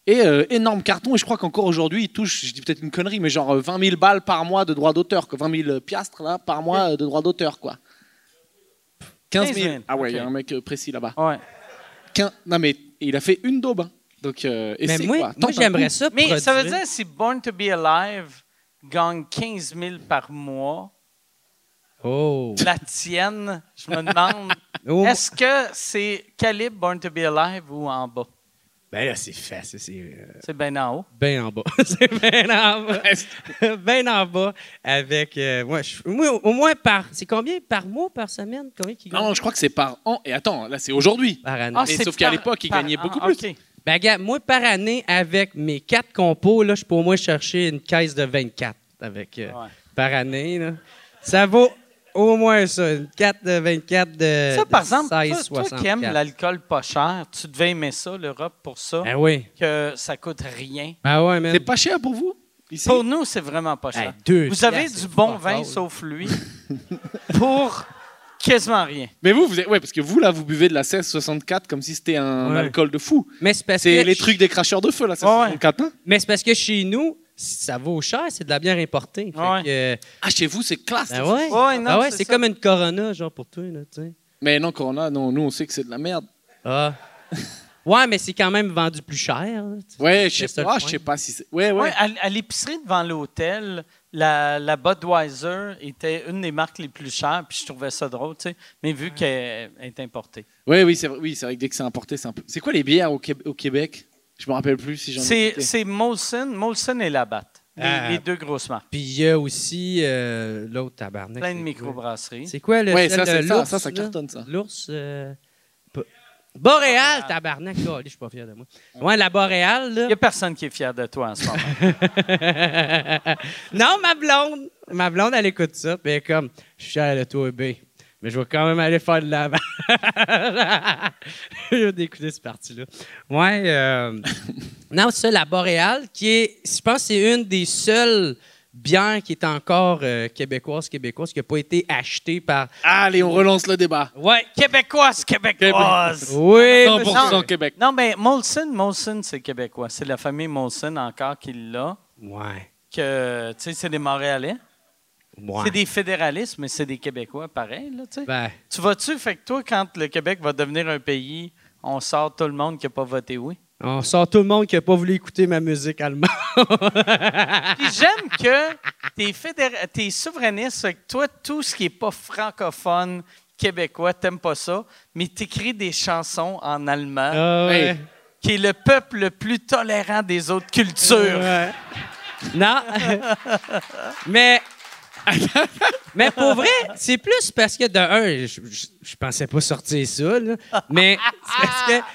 Speaker 6: Et euh, énorme carton. Et je crois qu'encore aujourd'hui, il touche, je dis peut-être une connerie, mais genre euh, 20 000 balles par mois de droits d'auteur. quoi. 20 000 piastres là, par mois euh, de droits d'auteur, quoi.
Speaker 3: 15
Speaker 6: 15 000.
Speaker 3: 000,
Speaker 6: Ah ouais,
Speaker 3: ok.
Speaker 6: il y a un mec euh, précis là-bas.
Speaker 3: Ouais.
Speaker 6: Quin- Non mais il a fait une daube. hein. Donc, euh,
Speaker 8: mais
Speaker 6: essaie,
Speaker 8: ben, moi,
Speaker 6: quoi.
Speaker 8: moi
Speaker 6: Tente un
Speaker 8: j'aimerais
Speaker 6: coup.
Speaker 8: ça
Speaker 3: Mais ça veut
Speaker 8: produire.
Speaker 3: dire si Born to be Alive gagne 15 000 par mois,
Speaker 8: Oh.
Speaker 3: la tienne, je me demande,
Speaker 8: Oh.
Speaker 3: est-ce que c'est calibre Born to be Alive ou en bas?
Speaker 8: Ben là, c'est facile, c'est euh,
Speaker 3: C'est bien en haut.
Speaker 8: ben en bas. c'est ben en bas. ben en bas avec... euh, moi, je- moi, au moins par... C'est combien? Par mois, par semaine? Combien qui
Speaker 6: Non, je crois que c'est par an. Et attends, là c'est aujourd'hui.
Speaker 8: Par année.
Speaker 3: Ah,
Speaker 6: Mais
Speaker 3: c'est
Speaker 6: sauf qu'à
Speaker 3: par-
Speaker 6: l'époque, il
Speaker 3: par-
Speaker 6: gagnait
Speaker 3: ah,
Speaker 6: beaucoup
Speaker 3: ok.
Speaker 8: Ben, regarde, moi, par année, avec mes quatre compos, là, je peux au moins chercher une caisse de 24 avec, euh,
Speaker 3: Ouais.
Speaker 8: par année. là. Ça vaut au moins ça, une carte de 24 de,
Speaker 3: Ça, par
Speaker 8: de
Speaker 3: exemple, toi-
Speaker 8: 16,
Speaker 3: toi, qui aimes
Speaker 8: 64.
Speaker 3: l'alcool pas cher, tu devais aimer ça, l'Europe, pour ça,
Speaker 8: Ben oui.
Speaker 3: que ça coûte rien.
Speaker 8: Ben ouais, man.
Speaker 6: C'est pas cher pour vous ici
Speaker 3: Pour nous, c'est vraiment pas cher.
Speaker 8: Hey, deux
Speaker 3: vous avez
Speaker 8: piastres,
Speaker 3: du
Speaker 8: c'est
Speaker 3: bon
Speaker 8: pas
Speaker 3: vin,
Speaker 8: fort, là.
Speaker 3: sauf lui, pour quasiment rien.
Speaker 6: Mais vous, vous êtes... ouais, parce que vous, là, vous buvez de la 1664 comme si c'était un
Speaker 8: Ouais.
Speaker 6: alcool de fou.
Speaker 8: Mais c'est parce
Speaker 6: C'est
Speaker 8: que-
Speaker 6: les trucs des cracheurs de feu, la 1664. hein
Speaker 8: Mais c'est parce que chez nous, ça vaut cher, c'est de la bière importée. Fait
Speaker 3: Ouais.
Speaker 8: que, euh,
Speaker 6: Ah, chez vous, c'est classe.
Speaker 8: ben ouais.
Speaker 3: Ouais, non,
Speaker 8: Ben ouais,
Speaker 3: c'est
Speaker 8: c'est
Speaker 3: ça.
Speaker 8: comme une Corona, genre, pour toi, là, tu sais.
Speaker 6: Mais non, Corona, non, nous, on sait que c'est de la merde.
Speaker 8: Ah. ouais, mais c'est quand même vendu plus cher. là, tu sais.
Speaker 6: Ouais, je
Speaker 8: C'est
Speaker 6: sais
Speaker 8: ça le
Speaker 6: pas, je
Speaker 8: point.
Speaker 6: sais pas si c'est. Ouais, ouais.
Speaker 3: Ouais, à, l- à l'épicerie devant l'hôtel, la, la Budweiser était une des marques les plus chères, puis je trouvais ça drôle, tu sais, mais vu qu'elle est importée.
Speaker 6: Ouais, oui, c'est vrai, oui, c'est vrai que dès que c'est importé, c'est un peu. C'est quoi les bières au, Qué- au Québec Je me rappelle plus si j'en ai.
Speaker 3: C'est
Speaker 6: goûté.
Speaker 3: c'est Molson, Molson et Labatt, les,
Speaker 8: Ah.
Speaker 3: les deux grosses marques.
Speaker 8: Puis il y a aussi euh, l'autre tabarnak.
Speaker 3: Plein de
Speaker 8: c'est quoi?
Speaker 3: microbrasseries.
Speaker 8: C'est quoi le
Speaker 6: Ouais,
Speaker 8: celle
Speaker 6: ça, c'est
Speaker 8: de
Speaker 6: ça,
Speaker 8: l'ours,
Speaker 6: ça, ça
Speaker 8: là?
Speaker 6: cartonne, ça.
Speaker 8: L'ours. euh, bo- Boréal, tabarnak. Oh, allez, je suis pas fier de moi. Ouais, la Boréale,
Speaker 3: Il
Speaker 8: là.
Speaker 3: n'y a personne qui est fier de toi en ce moment.
Speaker 8: non, ma blonde. Ma blonde, elle écoute ça. Puis elle est comme, je suis fier de toi, B. Mais je vais quand même aller faire de lavage. je vais d'écouter cette partie-là. Ouais. euh, non, c'est ça, la Boréale, qui est, je pense, que c'est une des seules bières qui est encore euh, québécoise, québécoise, qui n'a pas été achetée par.
Speaker 6: Allez, on relance le débat.
Speaker 8: Ouais,
Speaker 3: Québécoise,
Speaker 6: Oh,
Speaker 3: Québécoise!
Speaker 8: Oui,
Speaker 6: 100%
Speaker 8: monsieur.
Speaker 6: Québec.
Speaker 3: Non, mais Molson, Molson, c'est québécois. C'est la famille Molson encore qui l'a.
Speaker 8: Ouais.
Speaker 3: Que, tu sais, c'est des Montréalais.
Speaker 8: ouais.
Speaker 3: C'est des fédéralistes, mais c'est des Québécois pareil, là, tu sais.
Speaker 8: Ben,
Speaker 3: Tu vas-tu? Fait que toi, quand le Québec va devenir un pays, on sort tout le monde qui n'a pas voté oui.
Speaker 8: on sort tout le monde qui n'a pas voulu écouter ma musique allemande.
Speaker 3: Puis j'aime que t'es, fédér- t'es souverainiste, fait que toi, tout ce qui n'est pas francophone, québécois, t'aimes pas ça, mais t'écris des chansons en allemand,
Speaker 8: Ah ouais.
Speaker 6: Hey.
Speaker 3: qui est le peuple le plus tolérant des autres cultures.
Speaker 8: Ouais. Non. Mais. Mais pour vrai, c'est plus parce que de un, je, je, je pensais pas sortir ça, là. mais c'est parce que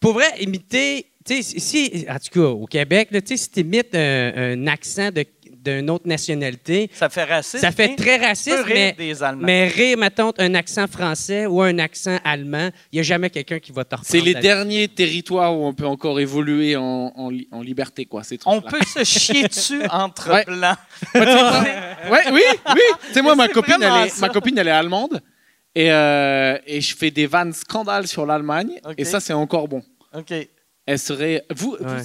Speaker 8: pour vrai, imiter, tu sais, si- si, en tout cas au Québec, là, tu sais, si tu imites un, un accent de- d'une autre nationalité,
Speaker 3: Ça fait raciste.
Speaker 8: Ça fait
Speaker 3: mais
Speaker 8: très
Speaker 3: tu
Speaker 8: raciste,
Speaker 3: peux rire
Speaker 8: mais,
Speaker 3: des Allemands.
Speaker 8: mais rire, mettons, un accent français ou un accent allemand, il n'y a jamais quelqu'un qui va te reprendre.
Speaker 6: C'est les
Speaker 8: la-
Speaker 6: derniers territoires où on peut encore évoluer en, en li- en liberté, quoi. Ces
Speaker 3: On
Speaker 6: trucs-là.
Speaker 3: peut se chier dessus entre
Speaker 6: Ouais.
Speaker 3: blancs.
Speaker 6: Ouais, tu sais quoi? Ouais, oui, oui. C'est moi,
Speaker 3: Mais
Speaker 6: ma
Speaker 3: c'est
Speaker 6: copine,
Speaker 3: vraiment
Speaker 6: elle est,
Speaker 3: ça.
Speaker 6: ma copine, elle est allemande. Et, euh, et je fais des vannes scandales sur l'Allemagne.
Speaker 3: Ok.
Speaker 6: Et ça, c'est encore bon.
Speaker 3: OK.
Speaker 6: Elle serait. Vous. vous-
Speaker 8: Ouais.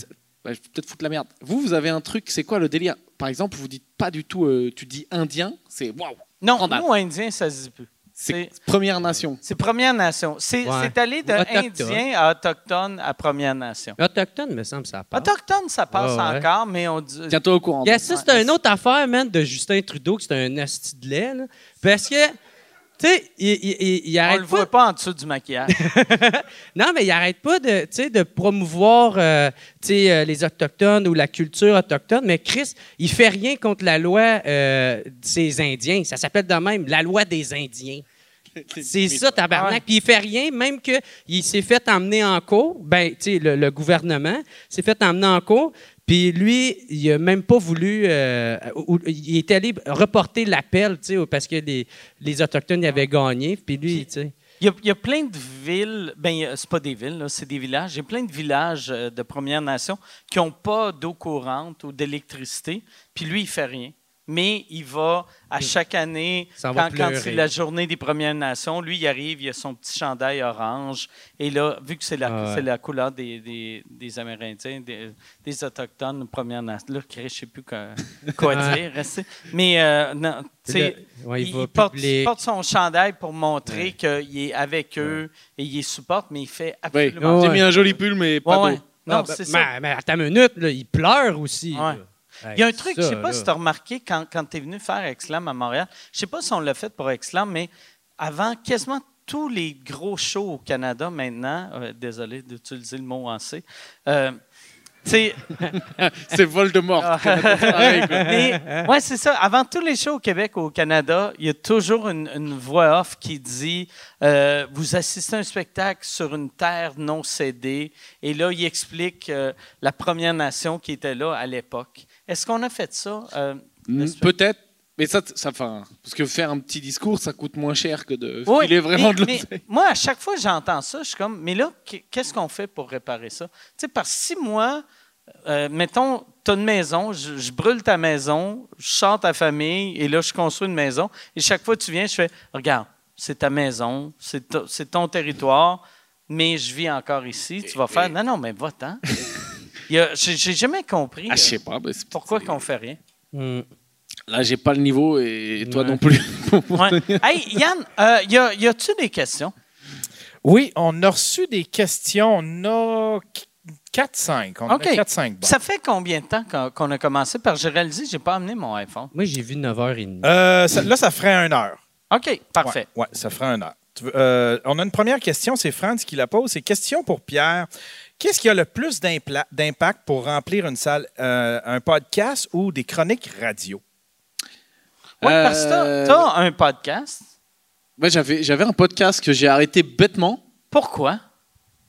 Speaker 6: bah, je vais peut-être foutre la merde. Vous, vous avez un truc, c'est quoi le délire Par exemple, vous dites pas du tout, euh, tu dis indien, c'est waouh,
Speaker 3: Non,
Speaker 6: Scandale.
Speaker 3: nous, Indiens, ça se dit plus.
Speaker 6: c'est
Speaker 3: C'est-
Speaker 6: Première Nation.
Speaker 3: C'est Première Nation. C'est
Speaker 8: Ouais.
Speaker 3: c'est allé de
Speaker 8: Autochtone.
Speaker 3: Indien à Autochtone à Première Nation.
Speaker 8: Autochtone, me semble, ça parle.
Speaker 3: Autochtone, ça passe
Speaker 8: Ouais, ouais.
Speaker 3: encore, mais on dit.
Speaker 6: Tiens-toi au courant.
Speaker 8: Yes, ça, c'est une autre affaire, man, de Justin Trudeau, que c'est un asti de lait, là. Parce que, tu sais, il, il, il- il
Speaker 3: On
Speaker 8: arrête
Speaker 3: le
Speaker 8: pas.
Speaker 3: voit pas en dessous du maquillage.
Speaker 8: Non, mais il arrête pas de, tu sais, de promouvoir euh, tu sais, euh, les Autochtones ou la culture autochtone. Mais Chris, il fait rien contre la loi euh, des Indiens. Ça s'appelle de même la loi des Indiens. C'est ça,
Speaker 3: Ouais.
Speaker 8: tabarnak. Puis il fait rien, même qu'il s'est fait emmener en cours. Ben, tu sais, le, le gouvernement s'est fait emmener en cours. Puis lui, il a même pas voulu. euh, ou- ou- il est allé reporter l'appel, tu sais, parce que les, les Autochtones y avaient gagné. Puis lui, tu sais.
Speaker 3: Il y, a, il y a plein de villes, ben il y a- c'est pas des villes, là, c'est des villages. Il y a plein de villages euh, de Première Nation qui n'ont pas d'eau courante ou d'électricité. Puis lui, il fait rien. Mais il va à chaque année,
Speaker 8: Hmm. Ça
Speaker 3: quand,
Speaker 8: va
Speaker 3: quand
Speaker 8: pleurer.
Speaker 3: c'est la journée des Premières Nations, lui, il arrive, il a son petit chandail orange. Et là, vu que c'est la,
Speaker 8: Ah ouais.
Speaker 3: c'est la couleur des, des- des Amérindiens, des, des Autochtones, Premières Nations, là, Chris, je ne sais plus quoi, quoi
Speaker 8: Ouais.
Speaker 3: dire. restez. Mais euh, non, tu sais,
Speaker 8: Là, ouais, il,
Speaker 3: il,
Speaker 8: va
Speaker 3: il porte,
Speaker 8: publier-
Speaker 3: il porte son chandail pour montrer qu'il est avec eux et il les supporte, mais il fait
Speaker 6: Oui,
Speaker 3: absolument
Speaker 6: j'ai
Speaker 8: ouais.
Speaker 6: mis un joli pull, mais
Speaker 3: Ouais,
Speaker 6: pas
Speaker 3: Ah ouais.
Speaker 6: d'eau.
Speaker 3: Non,
Speaker 8: Ah, ben,
Speaker 3: c'est
Speaker 8: mais,
Speaker 3: ça.
Speaker 8: mais attends une minute, là, il pleure aussi.
Speaker 3: Ouais.
Speaker 8: là.
Speaker 3: Il y a un
Speaker 8: Hey,
Speaker 3: truc,
Speaker 8: ça,
Speaker 3: je sais pas
Speaker 8: là.
Speaker 3: si tu as remarqué quand, quand tu es venu faire Exlam à Montréal, je sais pas si on l'a fait pour Exlam, mais avant quasiment tous les gros shows au Canada maintenant, euh, désolé d'utiliser le mot en C, euh, tu sais,
Speaker 6: C'est Voldemort.
Speaker 3: Ah.
Speaker 6: Pareil, quoi.
Speaker 3: Mais, ouais, c'est ça. Avant tous les shows au Québec ou au Canada, il y a toujours une, une voix off qui dit euh, Vous assistez à un spectacle sur une terre non cédée. Et là, il explique euh, la Première Nation qui était là à l'époque. Est-ce qu'on a fait ça euh, le
Speaker 6: Hmm,
Speaker 3: spectacle?
Speaker 6: Peut-être. Mais ça, ça, enfin, parce que faire un petit discours, ça coûte moins cher que de
Speaker 3: Oui,
Speaker 6: filer vraiment
Speaker 3: mais-
Speaker 6: de
Speaker 3: mais
Speaker 6: l'autre.
Speaker 3: Moi, à chaque fois que j'entends ça, je suis comme, mais là, qu- qu'est-ce qu'on fait pour réparer ça? Tu sais, parce que si moi, euh, mettons, tu as une maison, je, je brûle ta maison, je sors ta famille, et là, je construis une maison, et chaque fois que tu viens, je fais, regarde, c'est ta maison, c'est to- c'est ton territoire, mais je vis encore ici. Tu vas faire, non, non, mais va-t'en. Il y a- J'ai j'ai jamais compris
Speaker 6: Ah, je sais
Speaker 3: euh,
Speaker 6: pas. mais c'est-
Speaker 3: pourquoi qu'on fait rien.
Speaker 8: Mm.
Speaker 6: Là, j'ai pas le niveau et toi
Speaker 8: Ouais.
Speaker 6: non plus.
Speaker 3: Ouais. Hey, Yann, euh, y a- y a-tu des questions?
Speaker 4: Oui, on a reçu des questions. On a 4-5. On
Speaker 3: OK.
Speaker 4: a 4-5.
Speaker 3: Ça fait combien de temps qu'on- qu'on a commencé? Parce que j'ai réalisé que je n'ai pas amené mon iPhone.
Speaker 8: Moi, j'ai vu 9h30.
Speaker 4: Euh, ça- là, ça ferait une heure.
Speaker 3: OK, parfait.
Speaker 4: Ouais, ouais, ça ferait un heure. Tu veux- euh, on a une première question, c'est Franz qui la pose. C'est question pour Pierre. Qu'est-ce qui a le plus d'impla- d'impact pour remplir une salle, euh, un podcast ou des chroniques radio?
Speaker 3: Oui, parce que tu
Speaker 6: Euh,
Speaker 3: as un podcast.
Speaker 6: ouais, j'avais, j'avais un podcast que j'ai arrêté bêtement
Speaker 3: Pourquoi?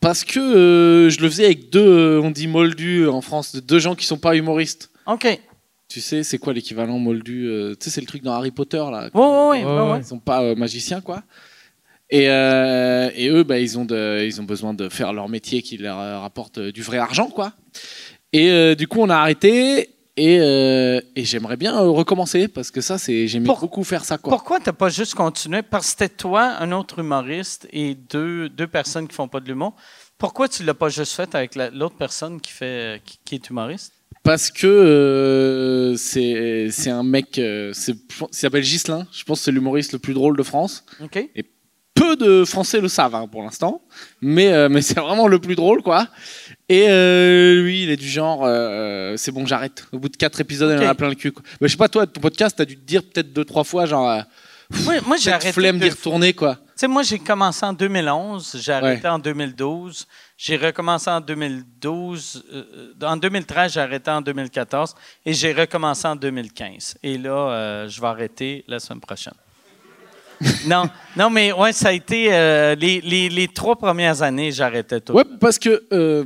Speaker 6: parce que euh, je le faisais avec deux, euh, on dit moldus en France, de deux gens qui sont pas humoristes.
Speaker 3: OK. Oui,
Speaker 6: Tu sais, c'est quoi l'équivalent moldu euh, Tu sais, c'est le truc dans Harry Potter là.
Speaker 3: oui, oui.
Speaker 8: Ouais, ouais.
Speaker 6: Ils sont pas euh, magiciens quoi. Et, euh, et eux, bah, ils, ont de- ils ont besoin de faire leur métier qui leur euh, rapporte euh, du vrai argent quoi. Et euh, du coup, on a arrêté. Et, euh, et j'aimerais bien euh, recommencer parce que ça, c'est j'aimais
Speaker 3: Pour-
Speaker 6: beaucoup faire ça quoi.
Speaker 3: Pourquoi tu n'as pas juste continué? Parce que c'était toi, un autre humoriste et deux, deux personnes qui font pas de l'humour. Pourquoi tu ne l'as pas juste fait avec la- l'autre personne qui, fait, qui, qui est humoriste?
Speaker 6: Parce que euh, c'est c'est un mec, euh, c'est- il s'appelle Ghislain, je pense que c'est l'humoriste le plus drôle de France.
Speaker 3: OK?
Speaker 6: Peu de Français le savent hein, pour l'instant, mais, euh, mais c'est vraiment le plus drôle, quoi. Et euh, lui, il est du genre, euh, c'est bon, j'arrête. Au bout de quatre épisodes, il en a
Speaker 3: Ok.
Speaker 6: plein le cul. Quoi. Mais je sais pas, toi, ton podcast, t'as dû te dire peut-être deux, trois fois, genre, euh,
Speaker 3: Moi, moi j'ai
Speaker 6: peut-être
Speaker 3: arrêté
Speaker 6: flemme d'y
Speaker 3: deux
Speaker 6: retourner, quoi.
Speaker 3: Tu sais, moi, j'ai commencé en 2011, j'ai arrêté en 2012, j'ai recommencé en 2012, euh, euh, en 2013, j'ai arrêté en 2014 et j'ai recommencé en 2015. Et là, euh, je vais arrêter la semaine prochaine. non, non, mais ouais, ça a été euh, les, les- les trois premières années, j'arrêtais tout.
Speaker 6: Ouais, parce que. euh,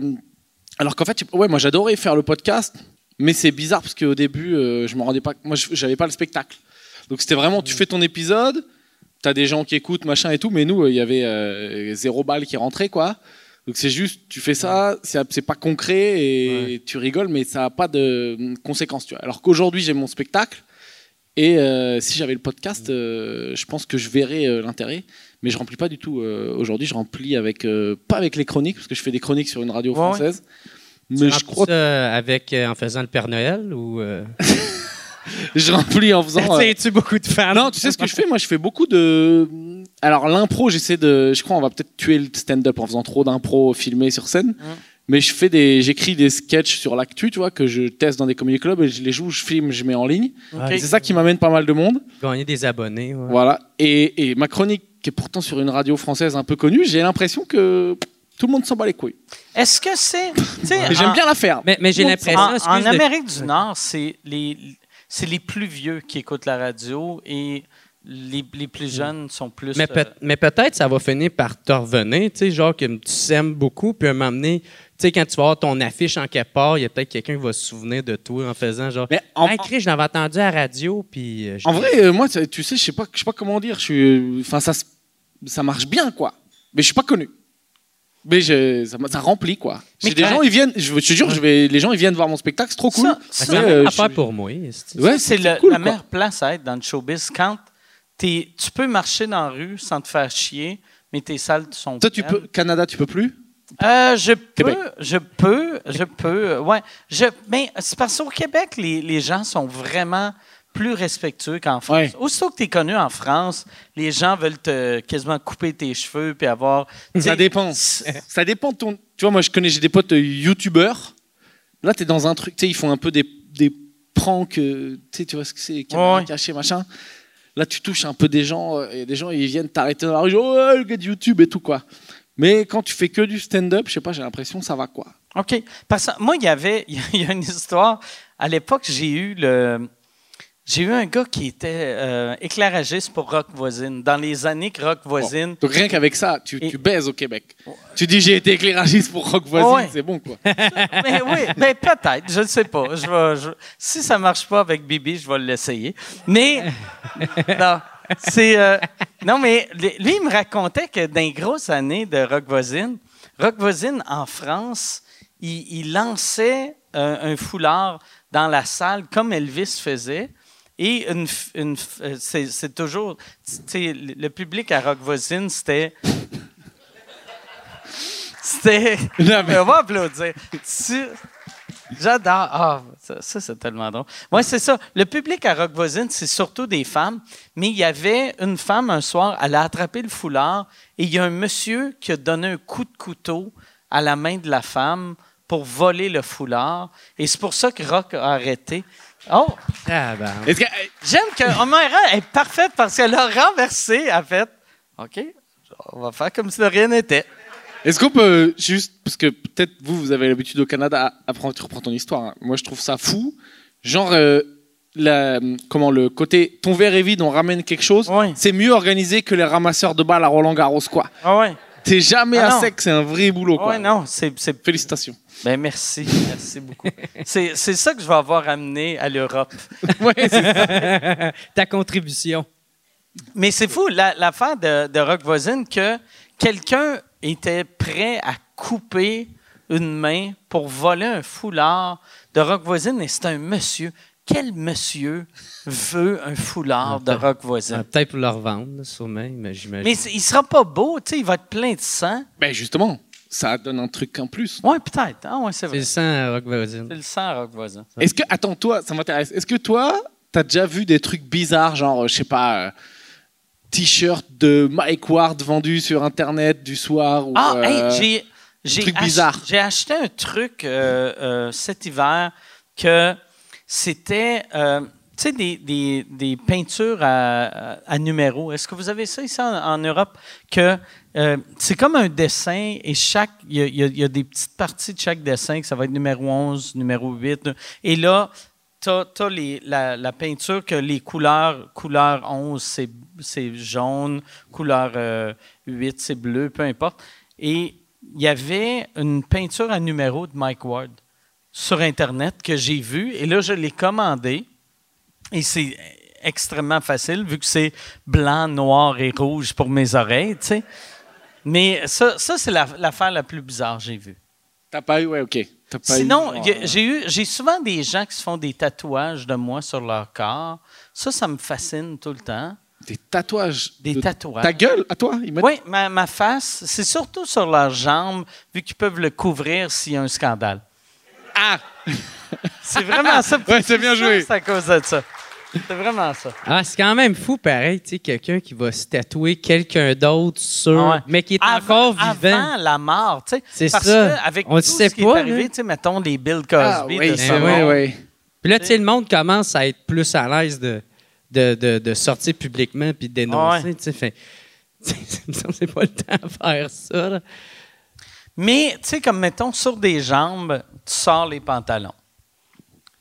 Speaker 6: alors qu'en fait, ouais, moi j'adorais faire le podcast, mais c'est bizarre parce qu'au début, euh, je me rendais pas. Moi, je- j'avais pas le spectacle. Donc c'était vraiment, tu fais ton épisode, t'as des gens qui écoutent, machin et tout, mais nous, euh, il y avait euh, zéro balle qui rentrait, quoi. Donc c'est juste, tu fais ça, c'est c'est pas concret et tu rigoles, mais ça n'a pas de euh, conséquences, tu vois. Alors qu'aujourd'hui, j'ai mon spectacle. Et euh, si j'avais le podcast, euh, je pense que je verrais euh, l'intérêt. Mais je remplis pas du tout euh, aujourd'hui. Je remplis avec euh, pas avec les chroniques parce que je fais des chroniques sur une radio
Speaker 2: Ouais,
Speaker 6: française. Mais
Speaker 8: Tu
Speaker 6: je
Speaker 8: remplis
Speaker 6: crois
Speaker 8: ça avec, euh, en faisant le Père Noël ou. Euh...
Speaker 6: je remplis en faisant. euh,
Speaker 8: tu beaucoup de fans?
Speaker 6: Non, tu sais ce que je fais Moi, je fais beaucoup de. Alors, l'impro, j'essaie de. Je crois on va peut-être tuer le stand-up en faisant trop d'impro filmé sur scène. Mais je fais des, j'écris des sketchs sur l'actu, tu vois, que je teste dans des comedy clubs et je les joue, je filme, je mets en ligne.
Speaker 8: Ah,
Speaker 6: Et
Speaker 8: ils
Speaker 6: C'est ça qui m'amène pas mal de monde.
Speaker 8: ont Gagné des abonnés. ouais.
Speaker 6: Voilà. Et, et ma chronique, qui est pourtant sur une radio française un peu connue, j'ai l'impression que tout le monde s'en bat les couilles.
Speaker 3: Est-ce que c'est. tu sais,
Speaker 6: Et j'aime
Speaker 3: en-
Speaker 6: bien la faire.
Speaker 8: Mais, mais j'ai l'impression.
Speaker 3: En,
Speaker 8: excuse
Speaker 3: en
Speaker 8: de-
Speaker 3: Amérique du Nord, c'est les, c'est les plus vieux qui écoutent la radio et les, les plus jeunes sont plus.
Speaker 8: Mais, peut-
Speaker 3: euh,
Speaker 8: mais peut-être ça va finir par te revenir, tu sais, genre que tu sèmes beaucoup, puis à un moment donné, tu sais, quand tu vas avoir ton affiche en quelque part, il y a peut-être quelqu'un qui va se souvenir de toi en faisant genre.
Speaker 6: Mais en,
Speaker 8: hey, Chris, je l'avais entendu à la radio, puis. euh, je-
Speaker 6: en vrai, euh, moi, ça- tu sais, je sais pas, je sais pas comment dire. Je suis, enfin, ça, se- ça marche bien, quoi. Mais je suis pas connu. Mais je- ça, ça remplit, quoi.
Speaker 8: Mais
Speaker 6: J'ai des
Speaker 8: quand-
Speaker 6: gens, ils viennent. Je, je te jure, je vais, les gens, ils viennent voir mon spectacle, c'est trop cool.
Speaker 3: Ça,
Speaker 8: Ah,
Speaker 3: ça,
Speaker 8: C'est
Speaker 6: Mais,
Speaker 8: un
Speaker 6: euh,
Speaker 8: affaire
Speaker 6: je-
Speaker 8: pour moi. c'est-
Speaker 6: Ouais,
Speaker 3: c'est
Speaker 6: c'est
Speaker 3: le-
Speaker 6: cool,
Speaker 3: la
Speaker 6: quoi.
Speaker 3: meilleure place à être dans le showbiz quand t'es- tu peux marcher dans la rue sans te faire chier, mais tes salles sont.
Speaker 6: Toi, tu
Speaker 3: pleines.
Speaker 6: peux. Canada, tu peux plus.
Speaker 3: Euh, je peux,
Speaker 6: Québec.
Speaker 3: je peux, je peux. euh, Ouais, je, mais c'est parce qu'au Québec, les, les gens sont vraiment plus respectueux qu'en France.
Speaker 6: Ouais.
Speaker 3: Aussitôt que tu es connu en France, les gens veulent te quasiment couper tes cheveux puis avoir. tu sais,
Speaker 6: Ça dépend.
Speaker 3: c'est-
Speaker 6: Ça dépend de ton. Tu vois, moi, je connais, j'ai des potes euh, youtubeurs. Là, t'es dans un truc, tu sais, ils font un peu des, des pranks, euh, tu sais, tu vois ce que c'est, caméra
Speaker 3: Ouais.
Speaker 6: cachée, machin. Là, tu touches un peu des gens, euh, et des gens, ils viennent t'arrêter dans la rue, genre, ouais, le gars de YouTube et tout, quoi. Mais quand tu fais que du stand-up, je sais pas, j'ai l'impression que ça va, quoi.
Speaker 3: OK. Parce que moi, il y avait il y a une histoire. À l'époque, j'ai eu le. J'ai eu un gars qui était euh, éclairagiste pour Rock Voisine, dans les années que Rock Voisine.
Speaker 6: Donc, rien qu'avec ça, tu,
Speaker 3: Et-
Speaker 6: tu baises au Québec. Tu dis, j'ai été éclairagiste pour Rock Voisine,
Speaker 3: Ouais.
Speaker 6: c'est bon, quoi.
Speaker 3: Mais oui, mais peut-être, je ne sais pas. Je vais- je- si ça ne marche pas avec Bibi, je vais l'essayer. Mais non, c'est, euh, non, mais lui, lui, il me racontait que dans les grosses années de Rock Voisine, Rock Voisine en France, il, il lançait euh, un foulard dans la salle comme Elvis faisait. Et une, f- une f- euh, c'est, c'est toujours. tu sais, le le public à Rock Voisine, c'était. C'était.
Speaker 6: Non, mais-
Speaker 3: Mais on va applaudir. Tu- J'adore. Ah, ça, ça, c'est tellement drôle. Moi, c'est ça. Le public à Rock Voisine, c'est surtout des femmes. Mais il y avait une femme un soir, elle a attrapé le foulard et il y a un monsieur qui a donné un coup de couteau à la main de la femme pour voler le foulard. Et c'est pour ça que Rock a arrêté. Oh,
Speaker 8: Ah, ben,
Speaker 6: Est-ce que- eh,
Speaker 3: j'aime que Omera est parfaite parce qu'elle a renversé, en fait. OK, on va faire comme si de rien n'était.
Speaker 6: Est-ce qu'on peut juste, parce que peut-être vous, vous avez l'habitude au Canada, apprendre, tu reprends ton histoire. hein. Moi, je trouve ça fou. Genre, euh, la, comment le côté ton verre est vide, on ramène quelque chose.
Speaker 3: Ouais.
Speaker 6: C'est mieux organisé que les ramasseurs de balles à Roland Garros, quoi.
Speaker 3: Ah ouais.
Speaker 6: T'es jamais
Speaker 3: Ah
Speaker 6: à
Speaker 3: non.
Speaker 6: sec, c'est un vrai boulot, quoi.
Speaker 3: Ouais, non, c'est c'est
Speaker 6: Félicitations.
Speaker 3: Ben merci, merci beaucoup. C'est c'est ça que je vais avoir amené à l'Europe.
Speaker 8: ta contribution.
Speaker 3: Mais c'est fou, la- l'affaire de, de Rock Voisine, que quelqu'un était prêt à couper une main pour voler un foulard de Rock Voisine et c'est un monsieur. Quel monsieur veut un foulard de Rock
Speaker 8: Ah,
Speaker 3: Voisine?
Speaker 8: Peut-être pour le revendre, là, sûrement, mais j'imagine.
Speaker 3: Mais c'est- il sera pas beau, tu sais, il va être plein de sang.
Speaker 6: Ben justement, ça donne un truc en plus.
Speaker 3: Ouais, peut-être. Ah ouais, c'est
Speaker 8: C'est
Speaker 3: vrai.
Speaker 8: le sang à Rock Voisine.
Speaker 3: C'est le sang à Rock Voisine.
Speaker 6: Est-ce que, attends, toi, ça m'intéresse. Est-ce que toi, t'as déjà vu des trucs bizarres, genre, euh, je sais pas, euh, t-shirt de Mike Ward vendu sur Internet du soir ou,
Speaker 3: Ah, hey,
Speaker 6: euh,
Speaker 3: j'ai- j'ai
Speaker 6: truc
Speaker 3: ach-
Speaker 6: bizarre.
Speaker 3: J'ai acheté un truc euh, euh, cet hiver que c'était, euh, tu sais, des, des- des peintures à, à numéros. Est-ce que vous avez ça ici en, en Europe? Que euh, c'est comme un dessin et chaque, il y, a- il y a- il y a des petites parties de chaque dessin que ça va être numéro 11, numéro 8. Et là, tu as, la, la peinture que les couleurs, couleur 11, c'est- c'est jaune, couleur euh, 8, c'est bleu, peu importe. Et il y avait une peinture à numéro de Mike Ward sur Internet que j'ai vue. Et là, je l'ai commandée. Et c'est extrêmement facile vu que c'est blanc, noir et rouge pour mes oreilles, tu sais. Mais ça, ça c'est la- l'affaire la plus bizarre que j'ai vue.
Speaker 6: T'as pas eu, ouais, ok. T'as pas eu,
Speaker 3: Sinon,
Speaker 6: genre,
Speaker 3: y a-
Speaker 6: euh,
Speaker 3: j'ai eu, j'ai souvent des gens qui se font des tatouages de moi sur leur corps. Ça, ça me fascine tout le temps.
Speaker 6: Des tatouages.
Speaker 3: Des
Speaker 6: de-
Speaker 3: tatouages.
Speaker 6: Ta gueule à toi? Ils mettent-
Speaker 3: Oui, ma, ma face, c'est surtout sur leurs jambes, vu qu'ils peuvent le couvrir s'il y a un scandale.
Speaker 6: Ah!
Speaker 3: C'est vraiment ça.
Speaker 6: Ouais, c'est bien joué.
Speaker 3: C'est à cause de ça. C'est vraiment ça.
Speaker 8: Ah, c'est quand même fou, pareil, tu sais, quelqu'un qui va se tatouer quelqu'un d'autre sur,
Speaker 3: Ah ouais.
Speaker 8: mais qui est
Speaker 3: Avant-
Speaker 8: encore vivant.
Speaker 3: Avant la mort, tu sais.
Speaker 8: C'est
Speaker 3: Parce
Speaker 8: ça.
Speaker 3: que avec
Speaker 8: On le
Speaker 3: tout
Speaker 8: sait
Speaker 3: ce qui
Speaker 8: pas,
Speaker 3: est arrivé,
Speaker 8: là.
Speaker 3: tu sais, mettons les Bill Cosby
Speaker 6: Ah, oui,
Speaker 3: de ce
Speaker 6: oui,
Speaker 3: monde.
Speaker 6: oui.
Speaker 8: Puis là, tu sais, le monde commence à être plus à l'aise de, de, de, de sortir publiquement puis de dénoncer,
Speaker 3: Ouais.
Speaker 8: tu sais. Fait, tu sais, il me semble que c'est pas le temps à faire ça, là.
Speaker 3: Mais, tu sais, comme mettons sur des jambes, tu sors les pantalons.